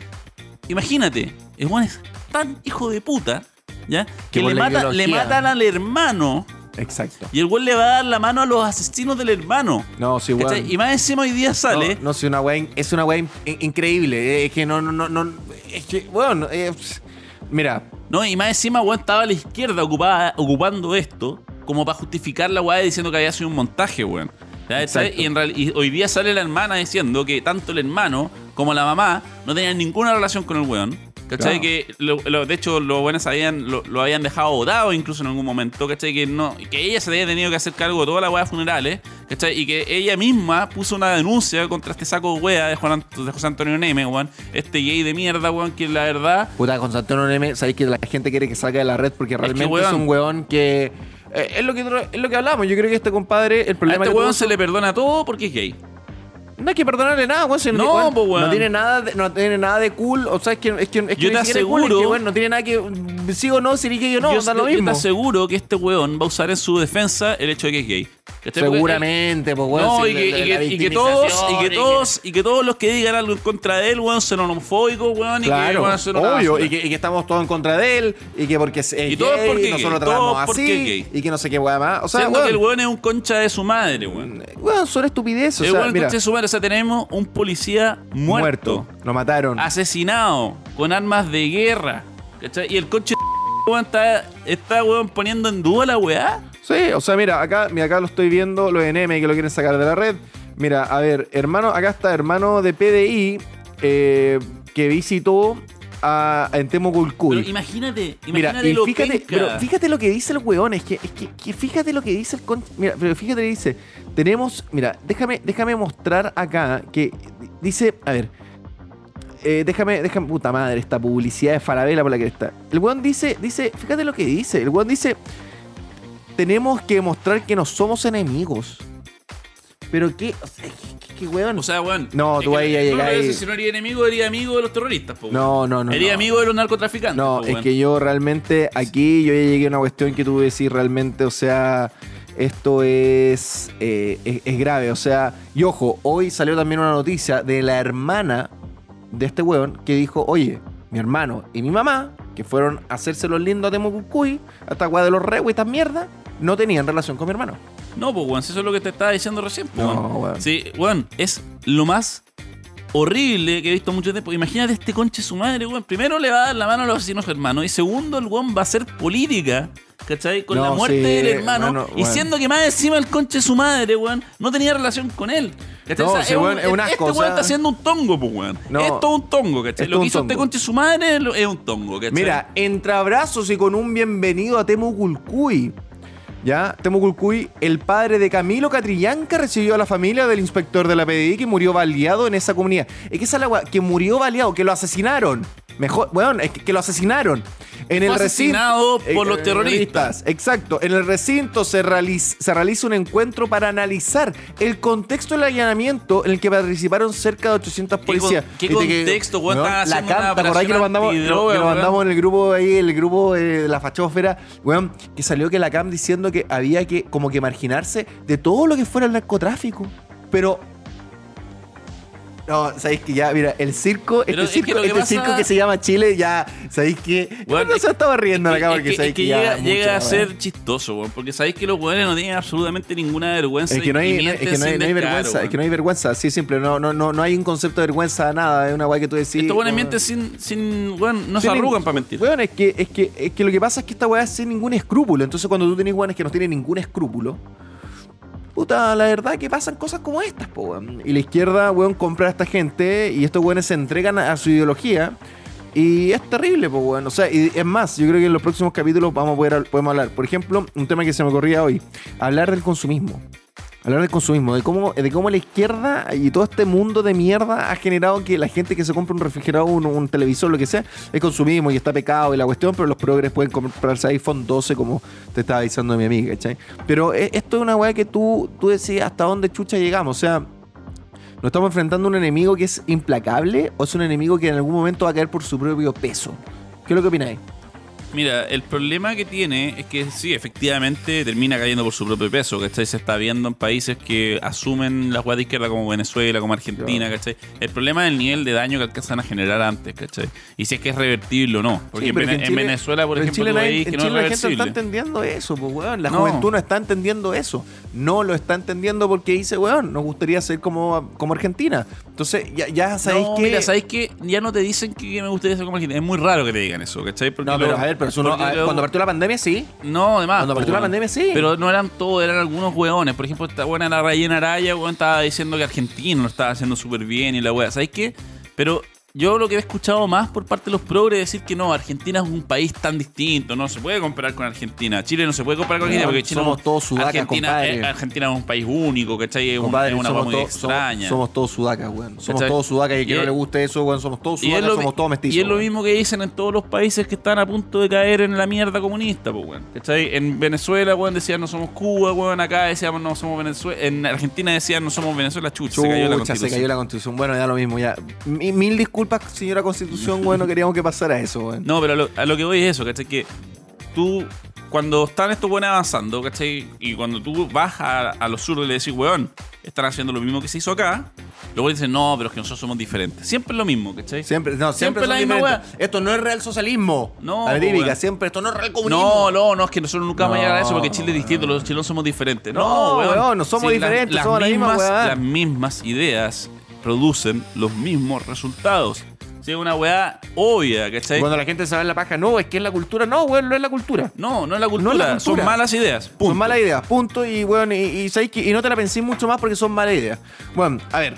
Speaker 2: Imagínate, el weón es tan hijo de puta, ¿ya? Que,
Speaker 1: por
Speaker 2: le,
Speaker 1: la
Speaker 2: mata- le
Speaker 1: ideología.
Speaker 2: matan al hermano
Speaker 1: Exacto.
Speaker 2: y el weón le va a dar la mano a los asesinos del hermano.
Speaker 1: No, sí, weón.
Speaker 2: ¿Cachai? Y más encima hoy día sale.
Speaker 1: No, no, sí, una weá in- es una weá in- in- increíble. Eh, Es que no, no, no, no. Es que, bueno, mira,
Speaker 2: No, y más encima, weón, estaba a la izquierda ocupada, ocupando esto como para justificar la weá diciendo que había sido un montaje, weón. Ya, ¿sabes?
Speaker 1: Exacto.
Speaker 2: Y, en real- y hoy día sale la hermana diciendo que tanto el hermano como la mamá no tenían ninguna relación con el weón. ¿Cachai?
Speaker 1: Claro.
Speaker 2: Que lo- lo- de hecho los buenos habían, lo, lo habían dejado votado incluso en algún momento, ¿cachai? Que no, que ella se había tenido que hacer cargo de toda la weá funerales, ¿cachai? Y que ella misma puso una denuncia contra este saco de wea de, Juan Ant- de José Antonio Neme, weón. Este gay de mierda, weón, que la verdad
Speaker 1: Puta, con Antonio Neme, sabéis que la gente quiere que salga de la red porque realmente es,
Speaker 2: weón.
Speaker 1: un weón que. eh, es, lo que es lo que hablamos. Yo creo que este compadre, el problema
Speaker 2: a
Speaker 1: que
Speaker 2: este
Speaker 1: tuvo
Speaker 2: weón
Speaker 1: su-
Speaker 2: se le perdona todo porque es gay.
Speaker 1: No hay que perdonarle nada, weón. si
Speaker 2: No,
Speaker 1: weón,
Speaker 2: po, weón.
Speaker 1: no tiene nada de, no tiene nada de cool. O sea, es que, es que, es que
Speaker 2: Yo
Speaker 1: ni
Speaker 2: te
Speaker 1: siquiera es cool, es
Speaker 2: aseguro-
Speaker 1: que, weón, no tiene nada que. mm, Sí o no, si eres gay o no,
Speaker 2: yo,
Speaker 1: da
Speaker 2: yo
Speaker 1: lo mismo.
Speaker 2: te aseguro que este weón va a usar en su defensa el hecho de que es gay. ¿Cachai? Porque- eh,
Speaker 1: Seguramente, pues weón.
Speaker 2: No,
Speaker 1: si
Speaker 2: y
Speaker 1: la-
Speaker 2: que,
Speaker 1: la-
Speaker 2: y que-
Speaker 1: la
Speaker 2: y que todos, y
Speaker 1: victimización
Speaker 2: que todos, y que todos los que digan algo en contra de él, weón, son homofóbicos, weón, y que
Speaker 1: Claro,
Speaker 2: van a ser una
Speaker 1: obvio,
Speaker 2: basura.
Speaker 1: y que, y que estamos todos en contra de él, y que porque es es
Speaker 2: Y todo es
Speaker 1: gay,
Speaker 2: porque es
Speaker 1: nosotros lo
Speaker 2: gay, todo
Speaker 1: tratamos
Speaker 2: porque es
Speaker 1: así,
Speaker 2: gay.
Speaker 1: y que no sé qué weón más. O sea,
Speaker 2: Siendo que el
Speaker 1: weón,
Speaker 2: weón es un concha de su madre, weón.
Speaker 1: weón, son estupideces.
Speaker 2: el
Speaker 1: o sea,
Speaker 2: weón es un
Speaker 1: mira,
Speaker 2: concha de su madre. O sea, tenemos un policía muerto,
Speaker 1: Lo mataron.
Speaker 2: asesinado, con armas de guerra. ¿Cachai? Y el conche de weón está, está, weón, poniendo en duda la weá.
Speaker 1: Sí, o sea, mira, acá, mira, acá lo estoy viendo, los NM que lo quieren sacar de la red. Mira, a ver, hermano, acá está hermano de PDI eh, que visitó a, a Entemo
Speaker 2: Pero
Speaker 1: Gulcuy.
Speaker 2: imagínate,
Speaker 1: Mira,
Speaker 2: imagínate
Speaker 1: y
Speaker 2: lo
Speaker 1: fíjate,
Speaker 2: penca.
Speaker 1: pero fíjate lo que dice el weón, es que, es que, que fíjate lo que dice el con- Mira, pero fíjate, dice, tenemos, mira, déjame, déjame mostrar acá que dice, a ver, eh, déjame, déjame, puta madre, esta publicidad de Farabela por la que está. El weón dice, dice, fíjate lo que dice, el weón dice, tenemos que mostrar que no somos enemigos. Pero qué, o sea, qué, qué- qué weón.
Speaker 2: O sea, weón.
Speaker 1: No,
Speaker 2: es
Speaker 1: tú
Speaker 2: que-
Speaker 1: ahí ya llegáis-
Speaker 2: pero Si no eres enemigo, eres amigo de los terroristas, po, weón.
Speaker 1: no, no, no.
Speaker 2: Eres
Speaker 1: no.
Speaker 2: amigo de los narcotraficantes.
Speaker 1: No, es
Speaker 2: po, pues, weón.
Speaker 1: que yo realmente aquí yo ya llegué a una cuestión que tuve que decir realmente, o sea, esto es, eh, es, es grave, o sea, y ojo, hoy salió también una noticia de la hermana de este weón que dijo, oye, mi hermano y mi mamá, que fueron a hacerse los lindos a Temucucuy, hasta Guadalupe de los Reyes, estas mierdas, no tenían relación con mi hermano.
Speaker 2: No, pues, weón, si eso es lo que te estaba diciendo recién, pues,
Speaker 1: No,
Speaker 2: weón.
Speaker 1: weón.
Speaker 2: Sí, weón, es lo más horrible que he visto en mucho tiempo. Imagínate este conche su madre, weón. Primero le va a dar la mano a los asesinos hermanos y segundo, el weón va a hacer política. ¿Cachai? Con
Speaker 1: No,
Speaker 2: la muerte
Speaker 1: sí,
Speaker 2: del hermano.
Speaker 1: hermano,
Speaker 2: y
Speaker 1: weón.
Speaker 2: siendo que más encima el conche su madre, weón, no tenía relación con él. ¿Cachai?
Speaker 1: No, sí, weón, es un
Speaker 2: Este
Speaker 1: asco,
Speaker 2: weón
Speaker 1: o sea-
Speaker 2: está haciendo un tongo, pues, weón.
Speaker 1: No,
Speaker 2: es todo un tongo, ¿cachai?
Speaker 1: es
Speaker 2: Lo
Speaker 1: todo
Speaker 2: que
Speaker 1: un
Speaker 2: hizo este
Speaker 1: tongo.
Speaker 2: conche su madre lo- es un tongo, ¿cachai?
Speaker 1: Mira, entre abrazos y con un bienvenido a Temu Gulcuy. Ya, Temu Gulcuy, el padre de Camilo Catrillanca, recibió a la familia del inspector de la PDI que murió baleado en esa comunidad. Es que esa es la weá, que murió baleado, que lo asesinaron. Mejor, weón, es que, que lo asesinaron. En
Speaker 2: Fue
Speaker 1: el
Speaker 2: asesinado
Speaker 1: recinto.
Speaker 2: por los
Speaker 1: eh,
Speaker 2: terroristas.
Speaker 1: Exacto. En el recinto se, realiz- se realiza un encuentro para analizar el contexto del allanamiento en el que participaron cerca de 800
Speaker 2: ¿Qué con-
Speaker 1: policías.
Speaker 2: qué
Speaker 1: Y te que-
Speaker 2: contexto, weón?
Speaker 1: weón,
Speaker 2: Estaban
Speaker 1: La
Speaker 2: haciendo una
Speaker 1: canta, por ahí que lo
Speaker 2: operación
Speaker 1: mandamos, que lo-
Speaker 2: antidroga,
Speaker 1: que lo
Speaker 2: weón.
Speaker 1: mandamos en el grupo ahí, el grupo eh, de la fachósfera, weón, que salió que la CAM diciendo que había que como que marginarse de todo lo que fuera el narcotráfico. Pero. No, sabéis que ya, mira, el circo,
Speaker 2: Pero
Speaker 1: este
Speaker 2: es que
Speaker 1: circo,
Speaker 2: lo que
Speaker 1: este
Speaker 2: pasa-
Speaker 1: circo que se llama Chile, ya, sabéis que.
Speaker 2: Weón,
Speaker 1: no
Speaker 2: es-
Speaker 1: se estaba riendo
Speaker 2: Es
Speaker 1: acá
Speaker 2: que-
Speaker 1: porque
Speaker 2: es que,
Speaker 1: sabéis que, ya.
Speaker 2: llega,
Speaker 1: mucho,
Speaker 2: llega a
Speaker 1: weón.
Speaker 2: ser chistoso, weón. Porque sabéis que los weones no tienen absolutamente ninguna vergüenza.
Speaker 1: Es que no
Speaker 2: y
Speaker 1: hay, no- es
Speaker 2: mienten
Speaker 1: que no hay,
Speaker 2: sin
Speaker 1: no hay
Speaker 2: descaro,
Speaker 1: vergüenza, es
Speaker 2: weón.
Speaker 1: que no hay vergüenza, así de simple, no, no, no, no hay un concepto de vergüenza, nada, es una guay que tú decís.
Speaker 2: Estos weones
Speaker 1: weón.
Speaker 2: mienten sin, sin weón, no se
Speaker 1: Sin ningún-
Speaker 2: arrugan para mentir.
Speaker 1: Weón, es que, es, que, es que lo que pasa es que esta weá es sin ningún escrúpulo. Entonces, cuando tú tenés weones que no tienen ningún escrúpulo, puta, la verdad que pasan cosas como estas, po, weón. Y la izquierda, weón, compra a esta gente y estos weones se entregan a, a su ideología. Y es terrible, pues, weón. O sea, y es más, yo creo que en los próximos capítulos vamos a poder, hab- podemos hablar. Por ejemplo, un tema que se me ocurría hoy: hablar del consumismo. Hablar del consumismo, de cómo, de cómo la izquierda y todo este mundo de mierda ha generado que la gente que se compra un refrigerador, un, un televisor, lo que sea, es consumismo y está pecado y la cuestión, pero los progres pueden comprarse iPhone 12 como te estaba avisando mi amiga, ¿cachai? Pero e- esto es una weá que tú, tú decís hasta dónde chucha llegamos, o sea, ¿nos estamos enfrentando a un enemigo que es implacable o es un enemigo que en algún momento va a caer por su propio peso? ¿Qué es lo que opináis?
Speaker 2: Mira, el problema que tiene es que sí, efectivamente termina cayendo por su propio peso, ¿cachai? Se está viendo en países que asumen la guardia izquierda como Venezuela, como Argentina, ¿cachai? El problema es el nivel de daño que alcanzan a generar antes, ¿cachai? Y si es que es revertible o no. Porque
Speaker 1: Sí,
Speaker 2: en,
Speaker 1: pero
Speaker 2: Vene-
Speaker 1: que
Speaker 2: en
Speaker 1: Chile-
Speaker 2: Venezuela, por
Speaker 1: pero en
Speaker 2: ejemplo,
Speaker 1: Chile
Speaker 2: tú
Speaker 1: la-
Speaker 2: veis
Speaker 1: en
Speaker 2: que no es
Speaker 1: Chile la gente no
Speaker 2: reversible.
Speaker 1: está entendiendo eso, pues, weón. La
Speaker 2: No.
Speaker 1: juventud no está entendiendo eso. No lo está entendiendo porque dice, weón, nos gustaría ser como, como Argentina. Entonces, ya, ya sabéis
Speaker 2: no,
Speaker 1: que.
Speaker 2: mira, ¿sabéis que Ya no te dicen que me gustaría ser como Argentina. Es muy raro que te digan eso, ¿cachai? Porque
Speaker 1: No, pero
Speaker 2: lo-
Speaker 1: a ver, pero eso no-
Speaker 2: porque
Speaker 1: a ver,
Speaker 2: lo-
Speaker 1: cuando partió la pandemia, sí.
Speaker 2: No, además.
Speaker 1: Cuando partió la pandemia, sí.
Speaker 2: Pero no eran todos, eran algunos hueones. Por ejemplo, esta buena la Rayena Araya, weón, estaba diciendo que Argentina lo estaba haciendo súper bien y la wea. ¿Sabéis qué? Pero Yo lo que he escuchado más por parte de los progres es decir que no, Argentina es un país tan distinto, no se puede comparar con Argentina. Chile no se puede comparar con Argentina
Speaker 1: No,
Speaker 2: porque Chile
Speaker 1: somos
Speaker 2: es-
Speaker 1: todos sudacas,
Speaker 2: Argentina,
Speaker 1: compadre.
Speaker 2: es, Argentina es un país único, ¿cachai? Es, un-
Speaker 1: Compadre,
Speaker 2: es una cosa
Speaker 1: somos,
Speaker 2: muy
Speaker 1: to- somos,
Speaker 2: extraña.
Speaker 1: somos todos sudacas, weón. Somos
Speaker 2: ¿Cachai?
Speaker 1: todos sudacas y, que
Speaker 2: Y
Speaker 1: no
Speaker 2: es-
Speaker 1: le guste eso, weón. Somos todos
Speaker 2: Y es,
Speaker 1: sudacas,
Speaker 2: lo,
Speaker 1: somos todos
Speaker 2: y
Speaker 1: mestizos.
Speaker 2: es lo
Speaker 1: weón.
Speaker 2: mismo que dicen en todos los países que están a punto de caer en la mierda comunista, pues, weón. ¿Cachai? En Venezuela, weón, decían no somos Cuba, weón. Acá decíamos no somos Venezuela. En Argentina decían no somos Venezuela, chucha. se cayó la
Speaker 1: Chucha, se cayó
Speaker 2: constitución.
Speaker 1: la constitución. Bueno, ya lo mismo, ya. Mi- Mil disculpas, señora constitución, bueno, queríamos que pasara eso, weón.
Speaker 2: No, pero a lo, a lo que voy es eso, ¿cachai? Que tú, cuando están estos buenos avanzando, ¿cachai? Y cuando tú vas a, a los sur y le decís, weón, están haciendo lo mismo que se hizo acá, luego dicen, no, pero es que nosotros somos diferentes. Siempre es lo mismo, ¿cachai?
Speaker 1: Siempre, no, siempre,
Speaker 2: Siempre
Speaker 1: son
Speaker 2: la misma
Speaker 1: diferentes. Esto no es real socialismo.
Speaker 2: No, pues,
Speaker 1: La típica,
Speaker 2: weón.
Speaker 1: siempre, esto no es real comunismo.
Speaker 2: No, no, no, es que nosotros nunca vamos a llegar a eso porque
Speaker 1: No,
Speaker 2: Chile es distinto, los chilenos somos diferentes. No,
Speaker 1: No,
Speaker 2: weón.
Speaker 1: weón, no somos diferentes,
Speaker 2: las,
Speaker 1: somos la misma
Speaker 2: mismas,
Speaker 1: weá.
Speaker 2: Las mismas ideas producen los mismos resultados. Si es una weá obvia, ¿cachai?
Speaker 1: Cuando la gente se va en la paja, no, es que es la cultura. No, weón, no es la cultura.
Speaker 2: no, no es la cultura,
Speaker 1: No es la cultura.
Speaker 2: son malas ideas. punto.
Speaker 1: Son malas ideas, punto. Y, weón, y, y, sabéis que- y no te la pensé mucho más porque son malas ideas. Bueno, a ver.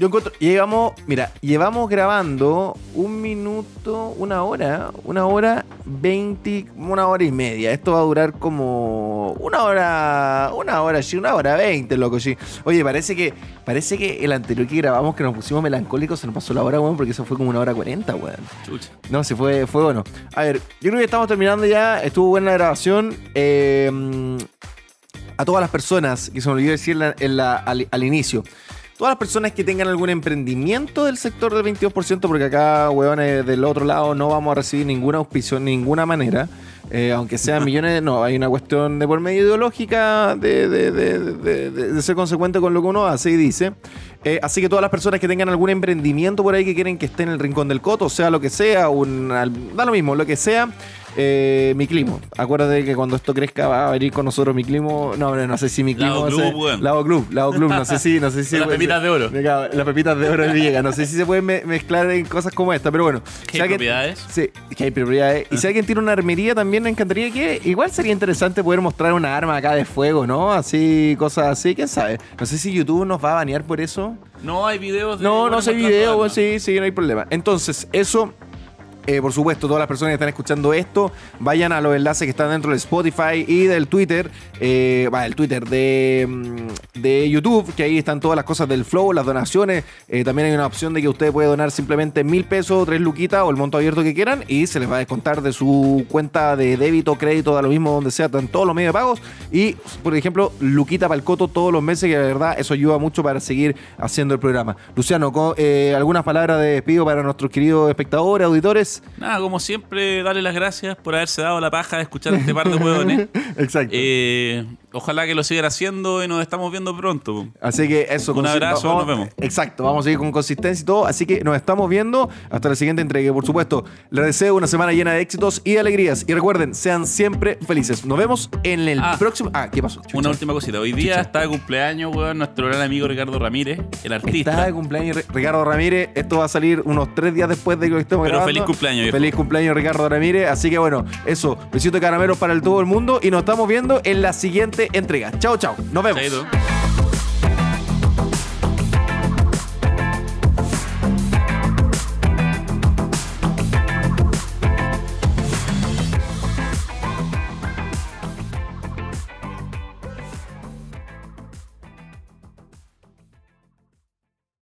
Speaker 1: Yo encuentro. Llevamos. Mira, llevamos grabando un minuto, una hora, una hora, veinte, una hora y media. Esto va a durar como. Una hora. Una hora, sí, una hora veinte, loco, sí. Oye, parece que. Parece que el anterior que grabamos, que nos pusimos melancólicos, se nos pasó la hora, weón, porque eso fue como una hora cuarenta, weón.
Speaker 2: Chucha.
Speaker 1: No, sí, fue, fue bueno. A ver, yo creo que estamos terminando ya. Estuvo buena la grabación. Eh, mm, a todas las personas, que se me olvidó decir la- en la- al, al inicio. Todas las personas que tengan algún emprendimiento del sector del 22%, porque acá, huevones, del otro lado no vamos a recibir ninguna auspicio, de ninguna manera. Eh, aunque sean millones, no, hay una cuestión de por medio ideológica, de, de- de- de- de- de ser consecuente con lo que uno hace y dice. Eh, así que todas las personas que tengan algún emprendimiento por ahí que quieren que esté en el rincón del coto, sea lo que sea, un, al- da lo mismo, lo que sea, eh, mi climo. Acuérdate que cuando esto crezca va a venir con nosotros mi climo. No, no, no sé si mi climo.
Speaker 2: Lado
Speaker 1: va a
Speaker 2: Club,
Speaker 1: ser-
Speaker 2: weón.
Speaker 1: Lado club, lado club, no sé si, no sé si.
Speaker 2: Las pepitas de oro.
Speaker 1: Me cago, las pepitas de oro en Villegas. No sé si se pueden me- mezclar en cosas como esta, pero bueno.
Speaker 2: ¿Qué Ah.
Speaker 1: Si alguien-
Speaker 2: propiedades?
Speaker 1: Sí, que hay propiedades. Y si alguien tiene una armería también me encantaría que. Igual sería interesante poder mostrar una arma acá de fuego, ¿no? Así, cosas así, quién sabe. No sé si YouTube nos va a banear por eso.
Speaker 2: No hay videos de.
Speaker 1: No, no
Speaker 2: buenos
Speaker 1: sé
Speaker 2: mostrando
Speaker 1: video,
Speaker 2: armas.
Speaker 1: sí, sí, no hay problema. Entonces, eso. eh, por supuesto, todas las personas que están escuchando esto, vayan a los enlaces que están dentro del Spotify y del Twitter, eh, va, el Twitter de, mm, de YouTube, que ahí están todas las cosas del flow, las donaciones. Eh, también hay una opción de que usted puede donar simplemente mil pesos, tres luquitas o el monto abierto que quieran y se les va a descontar de su cuenta de débito, crédito, da lo mismo donde sea, en todos los medios de pagos. Y, por ejemplo, Luquita Palcoto todos los meses, que la verdad eso ayuda mucho para seguir haciendo el programa. Luciano, co- eh, algunas palabras de despido para nuestros queridos espectadores, auditores.
Speaker 2: Nada, como siempre, darle las gracias por haberse dado la paja de escuchar a este par de huevones.
Speaker 1: Exacto.
Speaker 2: Eh, ojalá que lo sigan haciendo y nos estamos viendo pronto.
Speaker 1: Así que eso.
Speaker 2: un
Speaker 1: consi-
Speaker 2: abrazo,
Speaker 1: vamos-
Speaker 2: nos vemos.
Speaker 1: Exacto, vamos a seguir con consistencia y todo. Así que nos estamos viendo hasta la siguiente entrega. Por supuesto, les deseo una semana llena de éxitos y alegrías. Y recuerden, sean siempre felices. Nos vemos en el
Speaker 2: Ah.
Speaker 1: próximo. Ah, ¿qué pasó? Chucha.
Speaker 2: Una última cosita. Hoy día está de cumpleaños, weón, nuestro gran amigo Ricardo Ramírez, el artista.
Speaker 1: Está de cumpleaños Re- Ricardo Ramírez. Esto va a salir unos tres días después de que lo estemos
Speaker 2: Pero
Speaker 1: grabando.
Speaker 2: feliz cumpleaños, viejo.
Speaker 1: Feliz cumpleaños, Ricardo Ramírez. Así que bueno, eso. Besito de caramelos para el todo el mundo. Y nos estamos viendo en la siguiente entrega. Chao, chao. Nos vemos.
Speaker 2: Chaito.